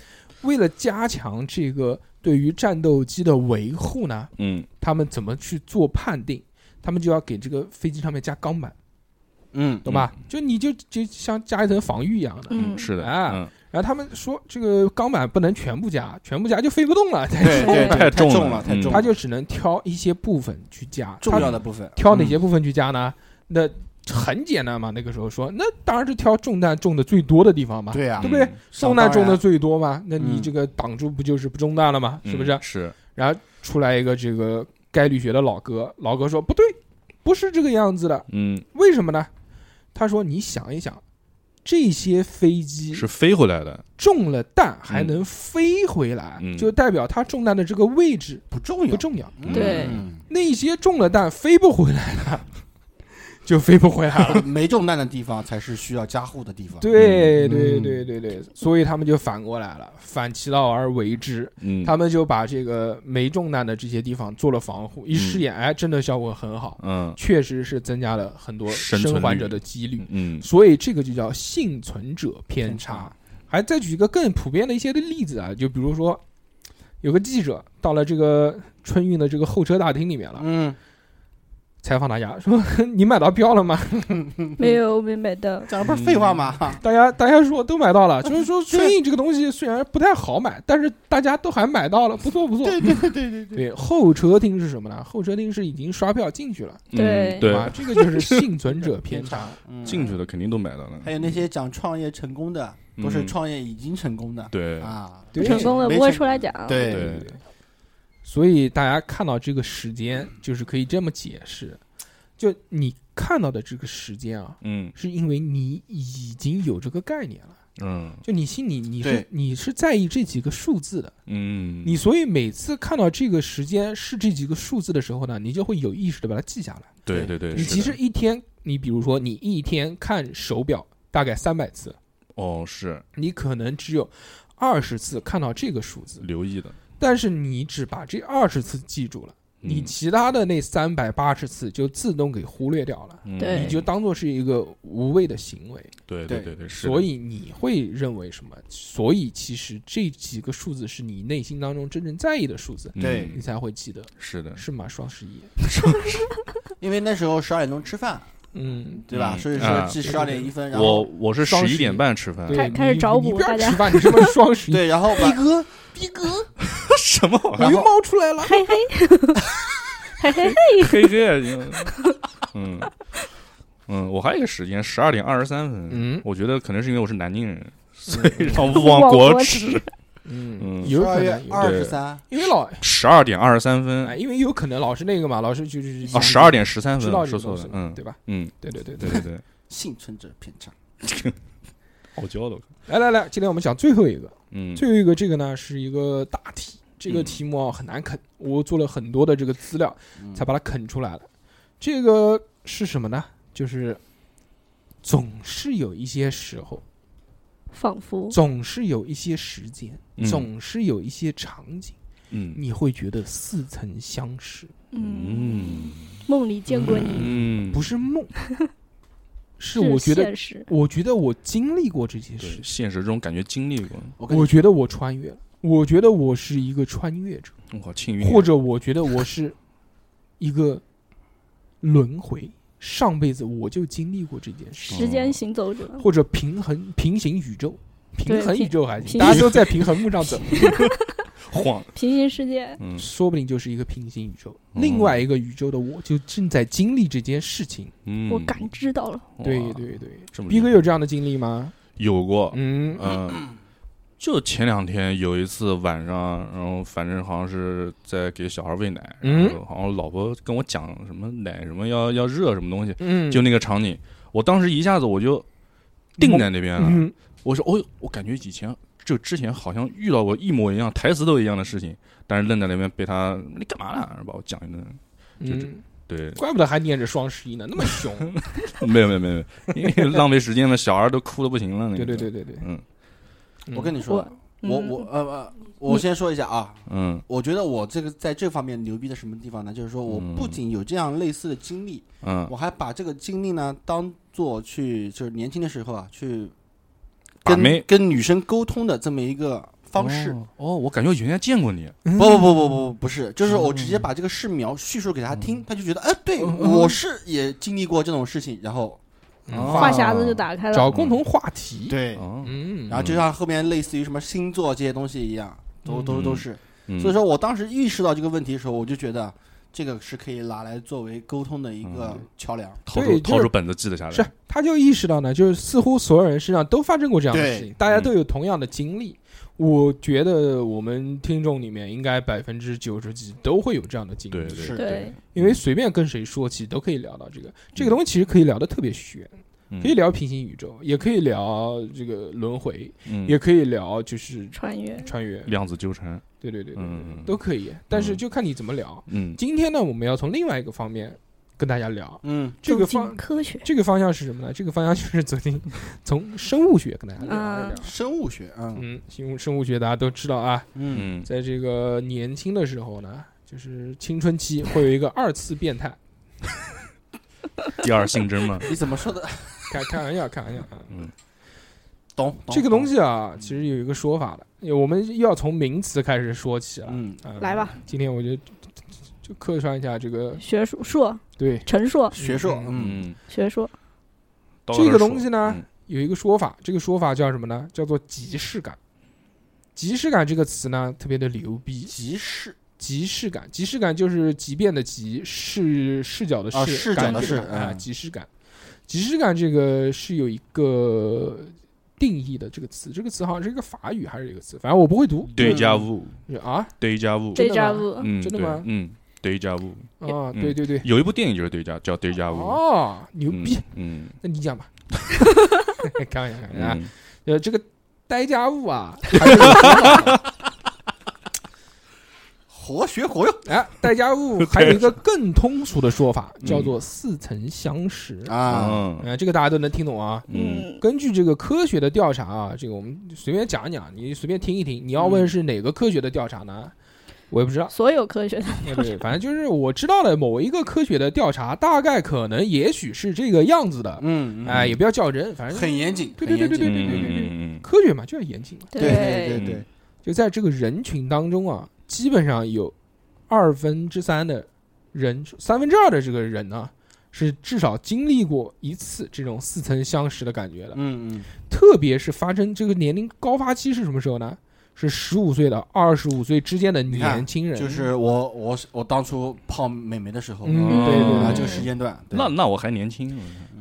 Speaker 3: 为了加强这个对于战斗机的维护呢，
Speaker 6: 嗯，
Speaker 3: 他们怎么去做判定？他们就要给这个飞机上面加钢板， <laughs>
Speaker 4: 嗯，
Speaker 3: 懂吧？就你就就像加一层防御一样的。
Speaker 5: 嗯，
Speaker 6: 是的，
Speaker 3: 啊
Speaker 6: 嗯，
Speaker 3: 然后他们说这个钢板不能全部加，全部加就飞不动了，
Speaker 4: 对对，对
Speaker 6: 太重
Speaker 4: 重
Speaker 6: 了
Speaker 4: 太重了，
Speaker 6: 嗯
Speaker 3: 他就只能挑一些部分去加。
Speaker 4: 重要
Speaker 3: 他
Speaker 4: 的部分，
Speaker 3: 挑哪些部分去加
Speaker 6: 嗯
Speaker 3: 呢？那很简单嘛，那个时候说，那当然是挑重担重的最多的地方嘛。
Speaker 4: 对呀，
Speaker 3: 对不啊对
Speaker 6: 嗯？
Speaker 3: 重担重的最多嘛，那你
Speaker 4: 嗯
Speaker 3: 这个挡住不就是不重担了吗？是不是
Speaker 6: 嗯？是，
Speaker 3: 然后出来一个这个概率学的老哥，老哥说不对，不是这个样子的，
Speaker 6: 嗯，
Speaker 3: 为什么呢？他说你想一想，这些飞机
Speaker 6: 是飞回来的，
Speaker 3: 中了弹还能飞回来，
Speaker 6: 嗯
Speaker 3: 就代表它中弹的这个位置
Speaker 4: 不重
Speaker 3: 不
Speaker 4: 要，
Speaker 3: 重要，
Speaker 4: 嗯
Speaker 5: 对
Speaker 3: 那些中了弹飞不回来的就飞不回来了。
Speaker 4: 呃没重担的地方才是需要加护的地方，
Speaker 3: 对
Speaker 4: 嗯
Speaker 3: 对对对对，所以他们就反过来了，反其道而为之，
Speaker 6: 嗯，
Speaker 3: 他们就把这个没中弹的这些地方做了防护，一试验，哎，真的效果很好，
Speaker 6: 嗯
Speaker 3: 确实是增加了很多
Speaker 6: 生存
Speaker 3: 生还
Speaker 6: 率
Speaker 3: 者的几率，
Speaker 6: 嗯
Speaker 3: 所以这个就叫幸存者偏
Speaker 4: 偏
Speaker 3: 差
Speaker 4: 差。
Speaker 3: 还再举一个更普遍的一些的例子啊，就比如说，有个记者到了这个春运的这个候车大厅里面了，
Speaker 4: 嗯，
Speaker 3: 采访大家说：“ <laughs> 你买到票了吗
Speaker 5: 没有没买到，
Speaker 4: 讲的不是废话吗？？” <laughs>
Speaker 3: 大家大家说都买 <laughs> 到了，就是说春运这个东西虽然不太好买，但是大家都还买到了，不错不错。对对对对对。候车厅是什么呢？候车厅是已经刷票进去了。
Speaker 5: 对
Speaker 6: 嗯对，
Speaker 3: 吧？这个就是幸存者 <laughs> 偏差。
Speaker 4: 嗯
Speaker 6: 进去的肯定都买到了
Speaker 4: 还，有那些讲创业成功的，都是创业已经成功的
Speaker 6: 对，
Speaker 4: 啊，
Speaker 3: 对
Speaker 5: 成功了
Speaker 4: 没
Speaker 5: 不会
Speaker 4: 成
Speaker 5: 出来讲，
Speaker 4: 对
Speaker 6: 对
Speaker 3: 所以大家看到这个时间，就是可以这么解释：就你看到的这个时间啊，
Speaker 6: 嗯
Speaker 3: 是因为你已经有这个概念了。
Speaker 6: 嗯
Speaker 3: 就你心里你是
Speaker 4: 对
Speaker 3: 你是在意这几个数字的，
Speaker 6: 嗯，
Speaker 3: 你所以每次看到这个时间是这几个数字的时候呢，你就会有意识的把它记下来。
Speaker 6: 对对对，
Speaker 3: 你
Speaker 6: 是
Speaker 3: 其
Speaker 6: 的
Speaker 3: 实一天，你比如说你一天看手表大概三百次，
Speaker 6: 哦是
Speaker 3: 你可能只有二十次看到这个数字，
Speaker 6: 留意的，
Speaker 3: 但是你只把这二十次记住了，你
Speaker 6: 嗯
Speaker 3: 其他的那三百八十次就自动给忽略掉了，
Speaker 6: 嗯
Speaker 5: 对
Speaker 3: 你就当做是一个无谓的行为，
Speaker 6: 对对
Speaker 4: 对
Speaker 6: 对对，是的
Speaker 3: 所以你会认为什么？所以其实这几个数字是你内心当中真正在意的数字，
Speaker 6: 嗯
Speaker 4: 对
Speaker 3: 你才会记得，
Speaker 6: 是的，
Speaker 3: 是吗？双十一，
Speaker 4: 因为那时候十二点钟吃饭，
Speaker 3: 嗯，
Speaker 4: 对吧？
Speaker 6: 嗯
Speaker 4: 所以
Speaker 6: 啊
Speaker 4: 说记十二点一分，然
Speaker 6: 我
Speaker 4: 后
Speaker 6: 我是
Speaker 3: 双
Speaker 6: 十
Speaker 3: 十
Speaker 6: 一
Speaker 3: 一
Speaker 6: 点半吃饭，
Speaker 3: 对，
Speaker 5: 开开始
Speaker 3: 你
Speaker 5: 找
Speaker 3: 你
Speaker 5: 补
Speaker 3: 不要
Speaker 5: 大家
Speaker 3: 吃饭，你什么双十一？
Speaker 4: 对，然后
Speaker 3: 逼
Speaker 4: 把嗯
Speaker 3: 哥，
Speaker 4: 逼哥，
Speaker 6: <laughs> 什么玩意
Speaker 3: 我
Speaker 6: 儿？
Speaker 3: 又冒出来了。
Speaker 5: 嘿嘿， <laughs> 嘿嘿嘿，
Speaker 6: <laughs> 黑黑啊，
Speaker 3: <laughs>
Speaker 6: 你嗯嗯，我还有一个时间，十二点二十三分，
Speaker 3: 嗯
Speaker 6: 我觉得可能是因为我是南
Speaker 3: <laughs>
Speaker 6: 京人，所以让亡
Speaker 5: 国
Speaker 6: 耻。
Speaker 3: 嗯，
Speaker 6: 嗯
Speaker 3: 有
Speaker 4: 十
Speaker 3: 可
Speaker 4: 二
Speaker 3: 能
Speaker 4: 月，
Speaker 3: 有
Speaker 4: 二
Speaker 6: 对
Speaker 4: 十三，
Speaker 3: 因为老
Speaker 6: 十二点二十三分，
Speaker 3: 哎，因为有可能老师那个嘛，老师就是
Speaker 6: 啊，
Speaker 3: 想
Speaker 6: 十二点十三
Speaker 3: 知
Speaker 6: 分，
Speaker 3: 道
Speaker 6: 我
Speaker 3: 这
Speaker 6: 说
Speaker 3: 个
Speaker 6: 错
Speaker 3: 东
Speaker 6: 了
Speaker 3: 西，
Speaker 6: 嗯
Speaker 3: 对吧？
Speaker 6: 嗯，
Speaker 3: 对对对对
Speaker 6: 对对对，
Speaker 4: 幸存者偏差，
Speaker 6: 傲娇的，
Speaker 3: 来来来，今天我们讲最后一个，
Speaker 6: 嗯，
Speaker 3: 最后一个这个呢是一个大题，这个
Speaker 6: 嗯
Speaker 3: 题目啊很难啃，我做了很多的这个资料
Speaker 4: 嗯
Speaker 3: 才把它啃出来了。这个是什么呢？就是总是有一些时候，
Speaker 5: <laughs> 仿佛
Speaker 3: 总是有一些时间，
Speaker 6: 嗯
Speaker 3: 总是有一些场景，
Speaker 6: 嗯
Speaker 3: 你会觉得似曾相识，
Speaker 5: 嗯，
Speaker 6: 嗯
Speaker 5: 梦里见过你，
Speaker 6: 嗯，
Speaker 3: 不是
Speaker 6: <laughs>
Speaker 3: 梦，是我觉得
Speaker 5: 现，实，
Speaker 3: 我觉得我经历过这些事
Speaker 6: 对，，现实中感觉经历过，
Speaker 4: 我跟
Speaker 3: 我
Speaker 4: 你
Speaker 3: 觉得我穿越了，我觉得我是一个穿越者。
Speaker 6: 我靠，庆余年
Speaker 3: 或者我觉得我是一个轮回，上辈子我就经历过这件事，
Speaker 5: 时间行走者，
Speaker 3: 或者平衡平行宇宙，平
Speaker 5: 嗯对
Speaker 3: 衡宇
Speaker 5: 平
Speaker 3: 宙还行，
Speaker 5: 平
Speaker 3: 大家都在平衡木上走，
Speaker 6: 晃，
Speaker 5: 平行世界，
Speaker 6: 嗯
Speaker 3: 说不定就是一个平行宇宙，
Speaker 6: 嗯
Speaker 3: 另外一个宇宙的我就正在经历这件事情。
Speaker 6: 嗯，
Speaker 5: 我感知到了，
Speaker 6: 哇
Speaker 3: 对对对
Speaker 6: 这么厉
Speaker 3: 逼
Speaker 6: 害
Speaker 3: 哥有这样的经历吗？
Speaker 6: 有过，
Speaker 3: 嗯
Speaker 6: 嗯，就前两天有一次晚上，然后反正好像是在给小孩喂奶，
Speaker 3: 嗯
Speaker 6: 然后好像老婆跟我讲什么奶什么要要热什么东西，
Speaker 3: 嗯，
Speaker 6: 就那个场景，我当时一下子我就定在那边了。啊
Speaker 3: 嗯
Speaker 6: 我说，哦，我感觉以前就之前好像遇到过一模一样、台词都一样的事情，但是愣在那边被他你干嘛呢？把我讲一顿。就这
Speaker 3: 嗯，
Speaker 6: 对，
Speaker 3: 怪不得还念着双十一呢，那么凶。
Speaker 6: 没有没有没有，因为浪费时间嘛，小孩都哭的不行了。 <laughs> 那
Speaker 3: 对
Speaker 6: 个
Speaker 3: 对，对对对，
Speaker 6: 嗯
Speaker 3: 嗯
Speaker 4: 我跟你说，
Speaker 5: 我
Speaker 4: 我
Speaker 5: 嗯
Speaker 4: 我呃呃，我
Speaker 5: 你
Speaker 4: 先说一下啊，
Speaker 6: 嗯
Speaker 4: 我觉得我这个在这方面牛逼的什么地方呢？就是说我不
Speaker 6: 嗯
Speaker 4: 仅有这样类似的经历，
Speaker 6: 嗯，
Speaker 4: 我还把这个经历呢当做去就是年轻的时候啊去
Speaker 6: 把
Speaker 4: 跟
Speaker 6: 妹
Speaker 4: 跟女生沟通的这么一个方式。
Speaker 6: 哦哦，我感觉原来见过
Speaker 3: 哎
Speaker 6: 你，
Speaker 4: 不不不不不不是，就是我直接把这个事苗叙述给他听，
Speaker 6: 嗯
Speaker 4: 他就觉得哎，对我是也经历过这种事情，然后
Speaker 3: 嗯
Speaker 6: 哦
Speaker 5: 话匣子就打开了。
Speaker 3: 找共同话题。，
Speaker 4: 对
Speaker 6: 哦，
Speaker 3: 嗯，
Speaker 4: 然后就像后面类似于什么星座这些东西一样，都都都
Speaker 6: 嗯
Speaker 4: 是。
Speaker 6: 嗯
Speaker 4: 所以说我当时意识到这个问题的时候，我就觉得这个是可以拿来作为沟通的一个
Speaker 6: 嗯
Speaker 4: 桥梁。
Speaker 6: 掏
Speaker 3: 对
Speaker 6: 出
Speaker 3: 就是
Speaker 6: 掏出本子记了下来。
Speaker 3: 是，他就意识到呢，就是似乎所有人身上都发生过这样的事情，大家都有同样的经历。我觉得我们听众里面应该百分之九十几都会有这样的经历，
Speaker 6: 对
Speaker 4: 是
Speaker 6: 对
Speaker 5: 对，
Speaker 3: 因
Speaker 6: 嗯
Speaker 3: 为随便跟谁说起都可以聊到这个。这个东西其实可以聊得特别玄，
Speaker 6: 嗯
Speaker 3: 可以聊平行宇宙，也可以聊这个轮回，
Speaker 6: 嗯
Speaker 3: 也可以聊就是
Speaker 5: 穿越
Speaker 3: 穿越。
Speaker 6: 量子纠缠，
Speaker 3: 对对对对对
Speaker 6: 嗯，
Speaker 3: 都可以。但是
Speaker 6: 嗯
Speaker 3: 就看你怎么聊。
Speaker 6: 嗯
Speaker 3: 今天呢，我们要从另外一个方面跟大家聊，
Speaker 4: 嗯，
Speaker 3: 这个
Speaker 5: 走进
Speaker 3: 方
Speaker 5: 科学，
Speaker 3: 这个方向是什么呢？这个方向就是昨
Speaker 6: <laughs>
Speaker 3: 天从生物学跟大家聊一聊。
Speaker 4: 生物学，嗯
Speaker 3: 嗯，生物生物学大家都知道啊，
Speaker 4: 嗯，
Speaker 6: 嗯，
Speaker 3: 在这个年轻的时候呢，就是青春期会有一个二次变态，
Speaker 6: 第二性
Speaker 3: <laughs>
Speaker 6: 征嘛，
Speaker 4: 你怎么说的？
Speaker 3: 开开玩笑，开玩笑啊。
Speaker 6: 嗯
Speaker 4: 懂
Speaker 3: 这个东
Speaker 4: 西，
Speaker 3: 西啊，其实有一个说法的，我们要从名词开始说起啊。
Speaker 4: 嗯，
Speaker 3: 啊
Speaker 5: 来吧，
Speaker 3: 今天我就就客串一下这
Speaker 4: 嗯
Speaker 3: 个
Speaker 5: 学术硕、
Speaker 3: 对
Speaker 5: 陈硕、
Speaker 4: 学硕，嗯，
Speaker 6: 嗯，
Speaker 5: 学硕，
Speaker 6: 到
Speaker 3: 这个
Speaker 6: 时候
Speaker 3: 东西呢
Speaker 6: 嗯
Speaker 3: 有一个说法，这个说法叫什么呢？叫做即视感。即视感这个词呢，特别的牛逼。
Speaker 4: 集市
Speaker 3: 即视感，即视感就是即便的即，视视角的视，
Speaker 4: 啊视角
Speaker 3: 感
Speaker 4: 的
Speaker 3: 觉
Speaker 4: 视
Speaker 3: 感啊，
Speaker 4: 嗯
Speaker 3: 即视感。即视感这个是有一个定义的，这个词，这个词好像是一个法语还是一个词，反正我不会读。
Speaker 6: 对
Speaker 4: 嗯
Speaker 6: 加物，
Speaker 3: 就啊
Speaker 6: 对加物，
Speaker 5: 这
Speaker 3: 真的
Speaker 5: 家
Speaker 3: 吗
Speaker 5: 务
Speaker 6: 嗯，
Speaker 3: 真的
Speaker 6: 对
Speaker 3: 吗
Speaker 6: 嗯，对加物，
Speaker 3: 啊，
Speaker 6: 嗯
Speaker 3: 对对对，
Speaker 6: 有一部电影就是对加，叫对加物，
Speaker 3: 哦，牛
Speaker 6: 嗯
Speaker 3: 逼，，
Speaker 6: 嗯
Speaker 3: 那你讲吧。开玩笑，开玩笑啊。
Speaker 6: 嗯，
Speaker 3: 呃，这个呆家务啊，还是有说法的
Speaker 4: 活学活用
Speaker 3: 哎，代家务还有一个更通俗的说法，叫做似曾相识。
Speaker 4: 啊，
Speaker 6: 嗯
Speaker 3: 呃，这个大家都能听懂啊。
Speaker 6: 嗯，
Speaker 5: 嗯，，
Speaker 3: 根据这个科学的调查啊，这个我们随便讲一讲，你随便听一听。你要问是哪个科学的调查呢？我也不知道
Speaker 5: <laughs> 所有科学的
Speaker 3: 对不对？反正就是我知道的某一个科学的调查，大概可能也许是这个样子的。
Speaker 4: 嗯，嗯
Speaker 3: 哎，也不要较真，反正
Speaker 4: 很严谨，
Speaker 3: 对
Speaker 4: 很
Speaker 3: 对
Speaker 4: 严
Speaker 3: 对对
Speaker 4: 谨
Speaker 3: 对对对对对，
Speaker 6: 嗯嗯
Speaker 3: 科学嘛就要严谨嘛。
Speaker 4: 对对
Speaker 5: 对
Speaker 4: 对对，
Speaker 3: 就在这个人群当中啊，基本上有二分之三的人，三分之二的这个人呢、是至少经历过一次这种似曾相识的感觉的。
Speaker 4: 嗯嗯，
Speaker 3: 特别是发生这个年龄高发期是什么时候呢？是十五岁到二十五岁之间的年轻人，
Speaker 4: 就是我我我当初泡美眉的时候，
Speaker 3: 嗯，
Speaker 6: 嗯
Speaker 3: 对对
Speaker 4: 啊，
Speaker 3: 对，
Speaker 4: 这个时间段，对
Speaker 6: 那那我还年轻，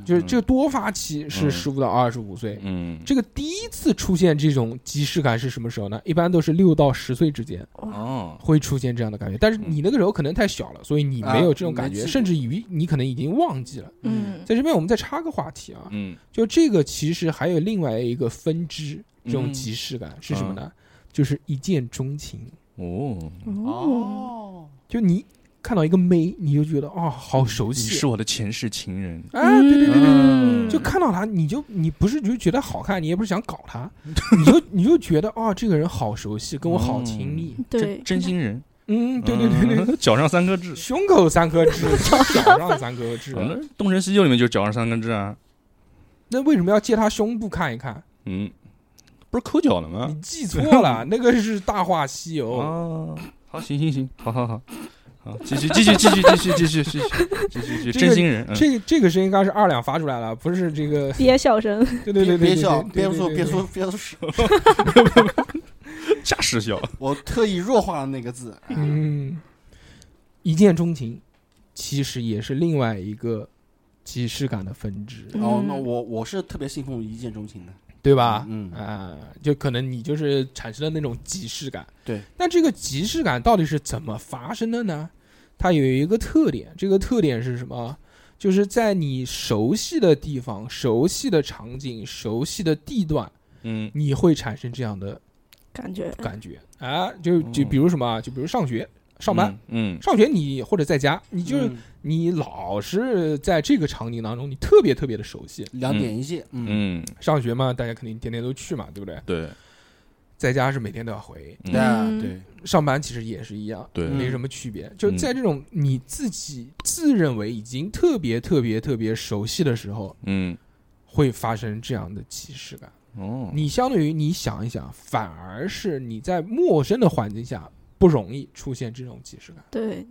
Speaker 3: 就是
Speaker 4: 嗯
Speaker 3: 这个多发期是
Speaker 6: 嗯
Speaker 3: 十五到二十五岁。
Speaker 6: 嗯，
Speaker 3: 这个第一次出现这种即视感是什么时候呢？一般都是六到十岁之间。
Speaker 6: 哦，
Speaker 3: 会出现这样的感觉，但是你那个时候可能太小了，所以你没有这种感
Speaker 4: 啊没记
Speaker 3: 觉，
Speaker 4: 住
Speaker 3: 甚至于你可能已经忘记了。
Speaker 5: 嗯，
Speaker 3: 在这边我们再插个话题啊，
Speaker 6: 嗯
Speaker 3: 就这个其实还有另外一个分支，这种
Speaker 4: 嗯
Speaker 3: 即视感是什么呢？就是一见钟情，
Speaker 6: 哦，
Speaker 5: 哦，
Speaker 4: 哦，
Speaker 3: 就你看到一个妹，你就觉得哦，好熟
Speaker 6: 你
Speaker 3: 悉
Speaker 6: 是，我的前世情人，
Speaker 3: 哎，对对对对，
Speaker 5: 嗯
Speaker 3: 就看到她，你就你不是就觉得好看，你也不是想搞她，你就你就觉得哦，这个人好熟悉，跟我好亲密，
Speaker 5: 对，
Speaker 6: 真心人，
Speaker 3: 嗯，对对对对，
Speaker 6: <laughs> 对，脚上三颗痣，
Speaker 3: 胸口三颗痣，脚上三颗痣，
Speaker 6: 嗯《东成西就》里面就是脚上三根痣啊，
Speaker 3: 那为什么要借他胸部看一看？
Speaker 6: 嗯，不是抠脚了
Speaker 4: 啊
Speaker 6: 吗
Speaker 3: 你？记错
Speaker 4: <laughs>
Speaker 3: 了，那个是《大话西游》
Speaker 6: 哦，好，行行行，好好好，好，继续继续继续继续继续继续继续继续，真心
Speaker 4: 嗯
Speaker 6: 人，
Speaker 3: 这个这个声音刚刚是二两发出来了，不是这
Speaker 4: <laughs>
Speaker 3: 个。
Speaker 5: 憋笑声，
Speaker 3: 对对对对，
Speaker 4: 别
Speaker 3: 对
Speaker 4: 笑，
Speaker 3: 对
Speaker 4: 别
Speaker 3: 对
Speaker 4: 说
Speaker 3: 对
Speaker 4: 别
Speaker 3: 对
Speaker 4: 说别说，
Speaker 6: 驾驶笑，
Speaker 4: 我特意弱化了那个字，
Speaker 3: 嗯，一见钟情，其实也是另外一个即视感的分支，
Speaker 5: 嗯
Speaker 4: 哦，那我我是特别信奉一见钟情的，
Speaker 3: 对吧？
Speaker 4: 嗯嗯
Speaker 3: 啊、就可能你就是产生了那种即视感。
Speaker 4: 对，
Speaker 3: 那这个即视感到底是怎么发生的呢？它有一个特点，这个特点是什么？就是在你熟悉的地方、熟悉的场景、熟悉的地段，
Speaker 6: 嗯
Speaker 3: 你会产生这样的
Speaker 5: 感觉
Speaker 3: 感觉啊，就就
Speaker 6: 嗯
Speaker 3: 比如什
Speaker 4: 哦
Speaker 3: 么啊，就比如上学、上班、，
Speaker 6: 嗯，
Speaker 3: 上学你或者在家，你就是
Speaker 4: 嗯
Speaker 3: 你老是在这个场景当中，你特别特别的熟悉。
Speaker 4: 两点一线，嗯，
Speaker 6: 嗯，嗯
Speaker 3: 上学嘛，大家肯定天天都去嘛，对不对？
Speaker 6: 对，
Speaker 3: 在家是每天都要回，
Speaker 6: 嗯
Speaker 4: 对啊
Speaker 5: 嗯
Speaker 4: 对，
Speaker 3: 上班其实也是一样，
Speaker 6: 对
Speaker 3: 没什么区别。就在这种你自己自认为已经特别特别特别熟悉的时候，
Speaker 6: 嗯，
Speaker 3: 会发生这样的即视感。
Speaker 6: 哦，
Speaker 3: 你相对于你想一想，反而是你在陌生的环境下不容易出现这种即视感。
Speaker 5: 对，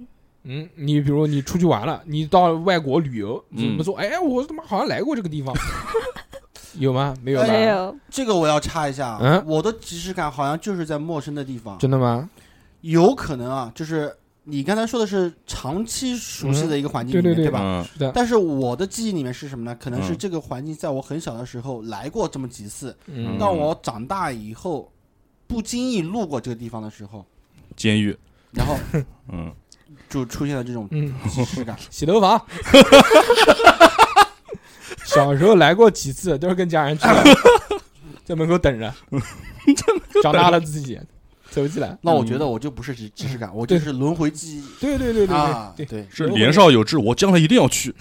Speaker 3: 嗯，你比如你出去玩了，你到外国旅游，
Speaker 6: 嗯
Speaker 3: 怎么说？哎，我他妈好像来过这个地方，有吗？没有吧？
Speaker 5: 没有，
Speaker 4: 这个我要插一下，
Speaker 3: 嗯
Speaker 4: 我的即视感好像就是在陌生的地方，
Speaker 3: 真的吗？
Speaker 4: 有可能啊，就是你刚才说的是长期熟悉的一个环境里
Speaker 3: 嗯对
Speaker 4: 面，
Speaker 3: 对对
Speaker 4: 吧？
Speaker 6: 嗯
Speaker 3: 是的，
Speaker 4: 但是我的记忆里面是什么呢？可能是
Speaker 6: 嗯
Speaker 4: 这个环境在我很小的时候来过这么几次，
Speaker 3: 嗯，
Speaker 4: 到我长大以后不经意路过这个地方的时候，
Speaker 6: 监狱，
Speaker 4: 然后
Speaker 6: 嗯，
Speaker 4: 就出现了这种
Speaker 3: 嗯，
Speaker 4: 即
Speaker 3: <laughs>
Speaker 4: 视感。
Speaker 3: 洗头房。小时候来过几次，都是跟家人去的，
Speaker 4: <laughs>
Speaker 3: 在门口等着。长大了自己走起来。
Speaker 4: 那我觉得我就不是即即视感，我就是轮回记忆
Speaker 3: 对对对对
Speaker 4: 啊，
Speaker 3: 嗯对对，
Speaker 4: 对，
Speaker 6: 是年少有志，我将来一定要去。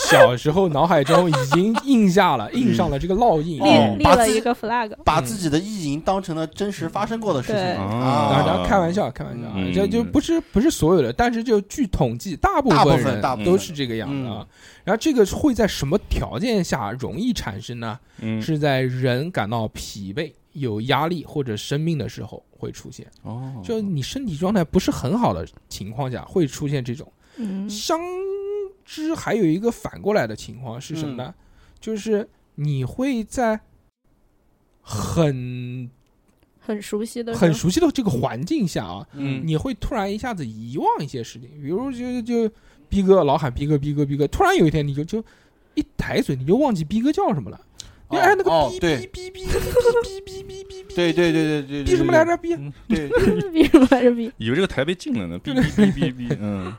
Speaker 3: 小时候脑海中已经印下了
Speaker 4: 嗯
Speaker 3: 印上了这个烙印。
Speaker 5: 立
Speaker 6: 哦
Speaker 5: 立
Speaker 4: 把
Speaker 5: 了
Speaker 4: 自
Speaker 5: 一个 flag，
Speaker 4: 把自己的意淫当成了真实发生过的事情
Speaker 5: 对
Speaker 3: 啊，
Speaker 6: 啊
Speaker 3: 然后开玩笑，开玩笑啊，
Speaker 6: 嗯
Speaker 3: 这就不是不是所有的，但是就据统计，大部
Speaker 4: 大部
Speaker 3: 分
Speaker 4: 分
Speaker 3: 人
Speaker 4: 大部
Speaker 3: 都
Speaker 4: 分嗯
Speaker 3: 是这个样的啊。然后这个会在什么条件下容易产生呢？
Speaker 6: 嗯，
Speaker 3: 是在人感到疲惫、有压力或者生病的时候会出现，
Speaker 6: 哦，
Speaker 3: 就你身体状态不是很好的情况下会出现这种。
Speaker 5: 嗯，
Speaker 3: 相之还有一个反过来的情况是什么
Speaker 6: 嗯
Speaker 3: 呢？就是你会在很
Speaker 5: 很熟悉的时候，
Speaker 3: 很熟悉的这个环境下啊，
Speaker 6: 嗯
Speaker 3: 你会突然一下子遗忘一些事情，比如就就逼哥老喊逼哥逼哥逼哥，突然有一天你就就一抬嘴你就忘记逼哥叫什么了，你
Speaker 4: 哦
Speaker 3: 哎那个
Speaker 4: 哦
Speaker 3: 逼
Speaker 4: 对
Speaker 3: 逼逼逼逼逼逼逼逼逼
Speaker 4: 对对对对对，
Speaker 3: 逼什么来？着逼，
Speaker 4: 对，
Speaker 5: 比什么来着比？
Speaker 6: 以为这个台被禁了呢，哔哔哔哔哔，嗯，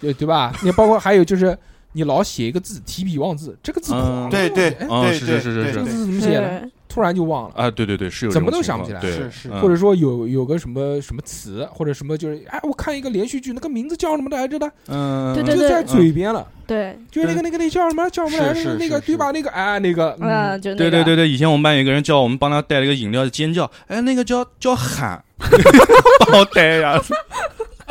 Speaker 3: 对对吧？你包括还有就是你老写一个字提笔忘字，这个字
Speaker 6: 嗯
Speaker 3: 狂
Speaker 4: 对对
Speaker 3: 哎
Speaker 6: 啊，
Speaker 4: 对
Speaker 6: 是
Speaker 4: 对
Speaker 6: 是是
Speaker 4: 对
Speaker 3: 这个
Speaker 4: 对
Speaker 6: 是，
Speaker 3: 字怎么写的，
Speaker 5: 是，
Speaker 3: 突然就忘了。
Speaker 6: 啊，对对对，是有这
Speaker 3: 怎么
Speaker 6: 种
Speaker 3: 都
Speaker 6: 情
Speaker 3: 想不
Speaker 6: 况
Speaker 3: 起来
Speaker 6: 对，
Speaker 4: 是是
Speaker 6: 嗯
Speaker 3: 或者说有有个什么什么词，或者什么就是哎，我看一个连续剧，那个名字叫什么来着的，
Speaker 6: 嗯，
Speaker 5: 对对
Speaker 3: 就在嘴边了，
Speaker 5: 对，
Speaker 3: 就是那个那个那叫什么叫什么来
Speaker 4: 是
Speaker 3: 着？
Speaker 4: 是
Speaker 3: 那个
Speaker 4: 是
Speaker 3: 对吧？那个哎那个，
Speaker 5: 嗯，
Speaker 3: 嗯，
Speaker 5: 就那
Speaker 6: 对
Speaker 5: 个
Speaker 6: 对对对，以前我们班有一个人叫我们帮他带了一个饮料，尖叫，哎，那个叫叫喊， <laughs> 帮我带呀， <laughs>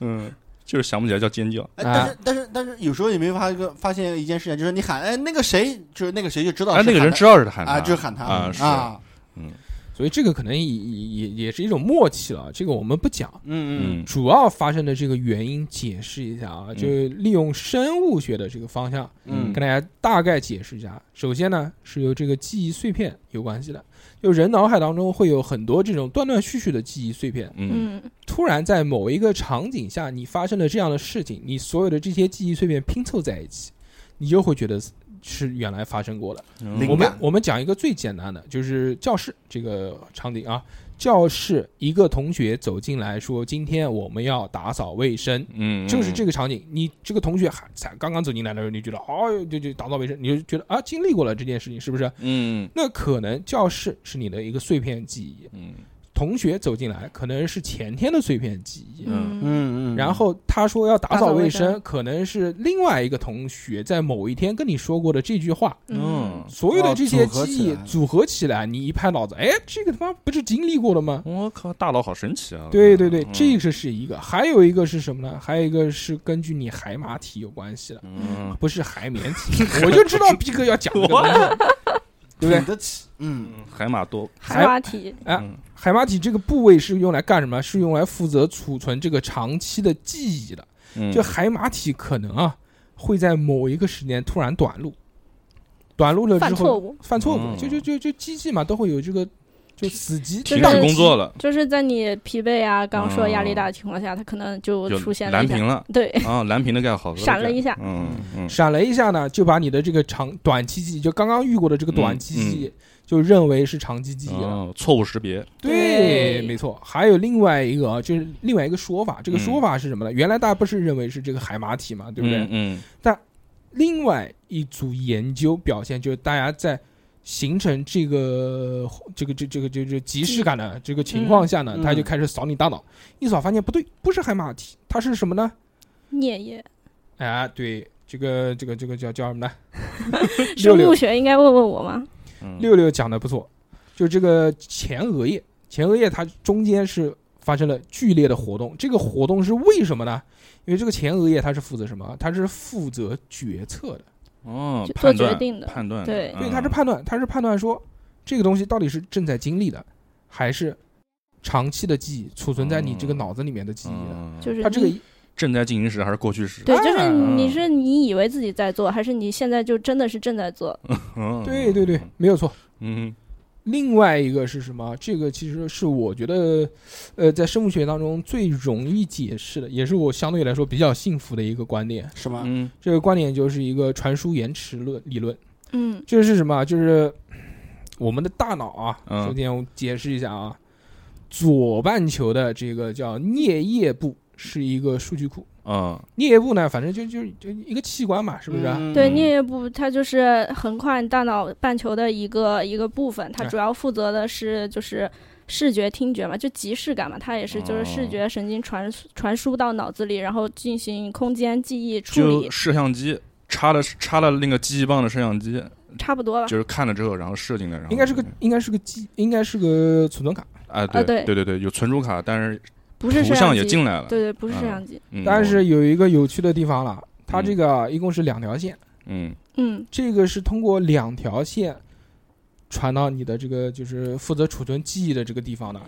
Speaker 6: 嗯，就是想不起来叫尖叫，
Speaker 4: 哎，但是但是但是有时候也没发一个发现一件事情，就是你喊哎那个谁，就是那个谁就知道
Speaker 6: 哎，
Speaker 4: 是
Speaker 6: 那个人
Speaker 4: 喊
Speaker 6: 知道是喊
Speaker 4: 他
Speaker 6: 他
Speaker 4: 啊，就是喊他
Speaker 6: 啊，是，
Speaker 4: 啊，
Speaker 3: 所以这个可能也也也也是一种默契了，这个我们不讲。
Speaker 4: 嗯嗯
Speaker 6: 嗯
Speaker 3: 主要发生的这个原因解释一下啊，就是利用生物学的这个方向
Speaker 4: 嗯
Speaker 3: 跟大家大概解释一下。首先呢，是由这个记忆碎片有关系的，就人脑海当中会有很多这种断断续续的记忆碎片，
Speaker 6: 嗯
Speaker 5: 嗯，
Speaker 3: 突然在某一个场景下，你发生了这样的事情，你所有的这些记忆碎片拼凑在一起，你就会觉得是原来发生过的。
Speaker 4: 灵
Speaker 6: 嗯
Speaker 3: 嗯我们
Speaker 4: 感
Speaker 3: 我们讲一个最简单的，就是教室这个场景啊，教室一个同学走进来说：“今天我们要打扫卫生。”
Speaker 6: 嗯，
Speaker 3: 就是这
Speaker 6: 个，
Speaker 3: 个场景，你这个同学还才刚刚走进来的时候，你觉得哦，就就打扫卫生，你就觉得啊，经历过了这件事情，是不是？
Speaker 6: 嗯
Speaker 3: 那可能教室是你的一个碎片记忆，
Speaker 6: 嗯
Speaker 3: 同学走进来可能是前天的碎片记忆，
Speaker 6: 嗯
Speaker 5: 嗯
Speaker 4: 嗯嗯，
Speaker 3: 然后他说要打
Speaker 5: 打扫
Speaker 3: 扫卫
Speaker 5: 卫生
Speaker 3: 生，可能是另外一个同学在某一天跟你说过的这句话，
Speaker 6: 嗯，
Speaker 3: 所有的
Speaker 4: 哦
Speaker 3: 这些
Speaker 4: 组合
Speaker 3: 记
Speaker 4: 起
Speaker 3: 忆
Speaker 4: 来
Speaker 3: 组合起来，你一拍脑子，哎，这个他妈不是经历过了吗？
Speaker 6: 我靠，大佬好神奇啊！
Speaker 3: 对对对，
Speaker 6: 嗯
Speaker 3: 这个是一个，还有一个是什么呢？还有一个是根据你海马体有关系的，
Speaker 6: 嗯，
Speaker 3: 不是海绵体，我就知道逼哥要讲这个东西，对不对
Speaker 4: 挺？得起，嗯，
Speaker 6: 海马多，
Speaker 5: 海马体，
Speaker 3: 哎
Speaker 6: 嗯
Speaker 3: 海马体这个部位是用来干什么？是用来负责储存这个长期的记忆的。
Speaker 6: 嗯
Speaker 3: 就海马体可能啊会在某一个时间突然短路，短路了之
Speaker 5: 犯错
Speaker 3: 后
Speaker 5: 误，
Speaker 3: 犯错误，
Speaker 6: 嗯
Speaker 3: 就就就就机器嘛都会有这个就死机
Speaker 5: 就
Speaker 6: 停
Speaker 5: 是
Speaker 3: 宕
Speaker 6: 止
Speaker 3: 机
Speaker 6: 工作了，
Speaker 5: 就是在你疲惫啊，刚刚说压力大
Speaker 6: 嗯
Speaker 5: 的情况下，它可能就
Speaker 6: 就
Speaker 5: 出现了
Speaker 6: 蓝
Speaker 5: 一下
Speaker 6: 屏，了
Speaker 5: 对，
Speaker 6: 啊，蓝屏的盖好，
Speaker 5: 闪了一下
Speaker 6: 嗯嗯，
Speaker 3: 闪了一下呢，就把你的这个长短期记忆，就刚刚遇过的这个短期记忆，
Speaker 6: 嗯
Speaker 3: 就认为是长期记忆了。
Speaker 6: 哦，错误识别，
Speaker 3: 对，
Speaker 5: 对
Speaker 3: 没错。还有另外一个啊，就是另外一个说法，这个
Speaker 6: 嗯
Speaker 3: 说法是什么呢？原来大家不是认为是这个海马体嘛，对不对？
Speaker 6: 嗯
Speaker 3: 另外一组研究表现，就是大家在形成这个这个这这个这这即视感的这个情况下呢，
Speaker 4: 嗯
Speaker 3: 他就开始扫你大脑，一扫发现不对，不是海马体，它是什么呢？
Speaker 5: 颞叶
Speaker 3: 啊，对，这个这个这个叫叫什
Speaker 6: <laughs>
Speaker 3: 么呢？六
Speaker 5: 生
Speaker 3: 六
Speaker 5: 物学应该问问我吗？
Speaker 6: 嗯
Speaker 3: 六六讲的不错，就这个前额叶，前额叶它中间是发生了剧烈的活动，这个活动是为什么呢？因为这个前额叶它是负责什么？它是负责决策的，
Speaker 6: 哦
Speaker 5: 就，
Speaker 6: 判
Speaker 5: 做决
Speaker 6: 断
Speaker 5: 定的
Speaker 6: 判断的，
Speaker 5: 对
Speaker 6: 嗯
Speaker 3: 所以它是判断，它是判断说这个东西到底是正在经历的，还是长期的记忆储存在你这个脑子里面的记忆的。
Speaker 6: 嗯
Speaker 5: 就是
Speaker 3: 它这个
Speaker 5: 你
Speaker 6: 正在进行时还是过去时？
Speaker 5: 对，就是
Speaker 3: 嗯
Speaker 5: 你是你以为自己在做，还是你现在就真的是正在做？
Speaker 6: 嗯
Speaker 3: 对对对，没有错。
Speaker 6: 嗯
Speaker 3: 另外一个是什么？这个其实是我觉得，呃，在生物学当中最容易解释的，也是我相对来说比较幸福的一个观点。
Speaker 4: 是吗？
Speaker 6: 嗯
Speaker 3: 这个观点就是一个传输延迟论理论。
Speaker 5: 嗯
Speaker 3: 这是什么？就是我们的大脑啊，
Speaker 6: 嗯
Speaker 3: 首先我解释一下啊，左半球的这个叫颞叶部是一个数据库。
Speaker 6: 嗯
Speaker 3: 颞叶部呢，反正就就就一个器官嘛，是不是啊、
Speaker 4: 嗯
Speaker 5: 对，
Speaker 6: 嗯
Speaker 5: 颞叶部它就是横跨大脑半球的一个一个部分，它
Speaker 3: 哎
Speaker 5: 主要负责的是就是视觉、听觉嘛，就即视感嘛，它也是就是
Speaker 6: 哦
Speaker 5: 视觉神经传输传输到脑子里，然后进行空间记忆处
Speaker 6: 就
Speaker 5: 理，
Speaker 6: 摄像机插了插了那个机器棒的摄像机，
Speaker 5: 差不多吧。
Speaker 6: 就是看了之后，然后射进来，然后嗯
Speaker 3: 应该是个应该是个机，应该是个储存卡。
Speaker 6: 啊，
Speaker 5: 啊
Speaker 6: 对
Speaker 5: 对
Speaker 6: 对对，有存储卡，但是
Speaker 5: 不是摄
Speaker 6: 图
Speaker 5: 像
Speaker 6: 像
Speaker 5: 机，
Speaker 6: 也进来了，
Speaker 5: 对对，不是摄
Speaker 6: 嗯
Speaker 5: 像机。
Speaker 6: 嗯
Speaker 3: 但是有一个有趣的地方了，它
Speaker 6: 嗯
Speaker 3: 这个啊一共是两条线，
Speaker 6: 嗯
Speaker 5: 嗯
Speaker 3: 这个是通过两条线传到你的这个就是负责储存记忆的这个地方的。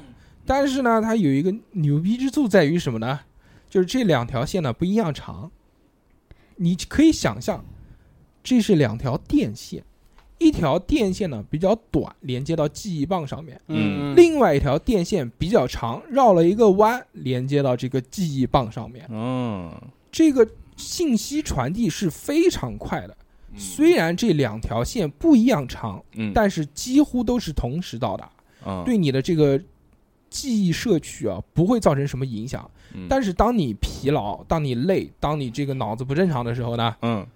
Speaker 3: 但是呢，它有一个牛逼之处在于什么呢？就是这两条线呢不一样长，你可以想象，这是两条电线，一条电线呢比较短，连接到记忆棒上面。
Speaker 6: 嗯
Speaker 4: 另
Speaker 3: 另外一条电线比较长，绕了一个弯，连接到这个记忆棒上面。
Speaker 6: 哦，
Speaker 3: 这个信息传递是非常快的。虽然这两条线不一样长，
Speaker 6: 嗯
Speaker 3: 但是几乎都是同时到达，
Speaker 6: 啊
Speaker 3: 对你的这个记忆摄取啊不会造成什么影响。
Speaker 6: 嗯
Speaker 3: 但是当你疲劳、当你累、当你这个脑子不正常的时候呢，
Speaker 6: 嗯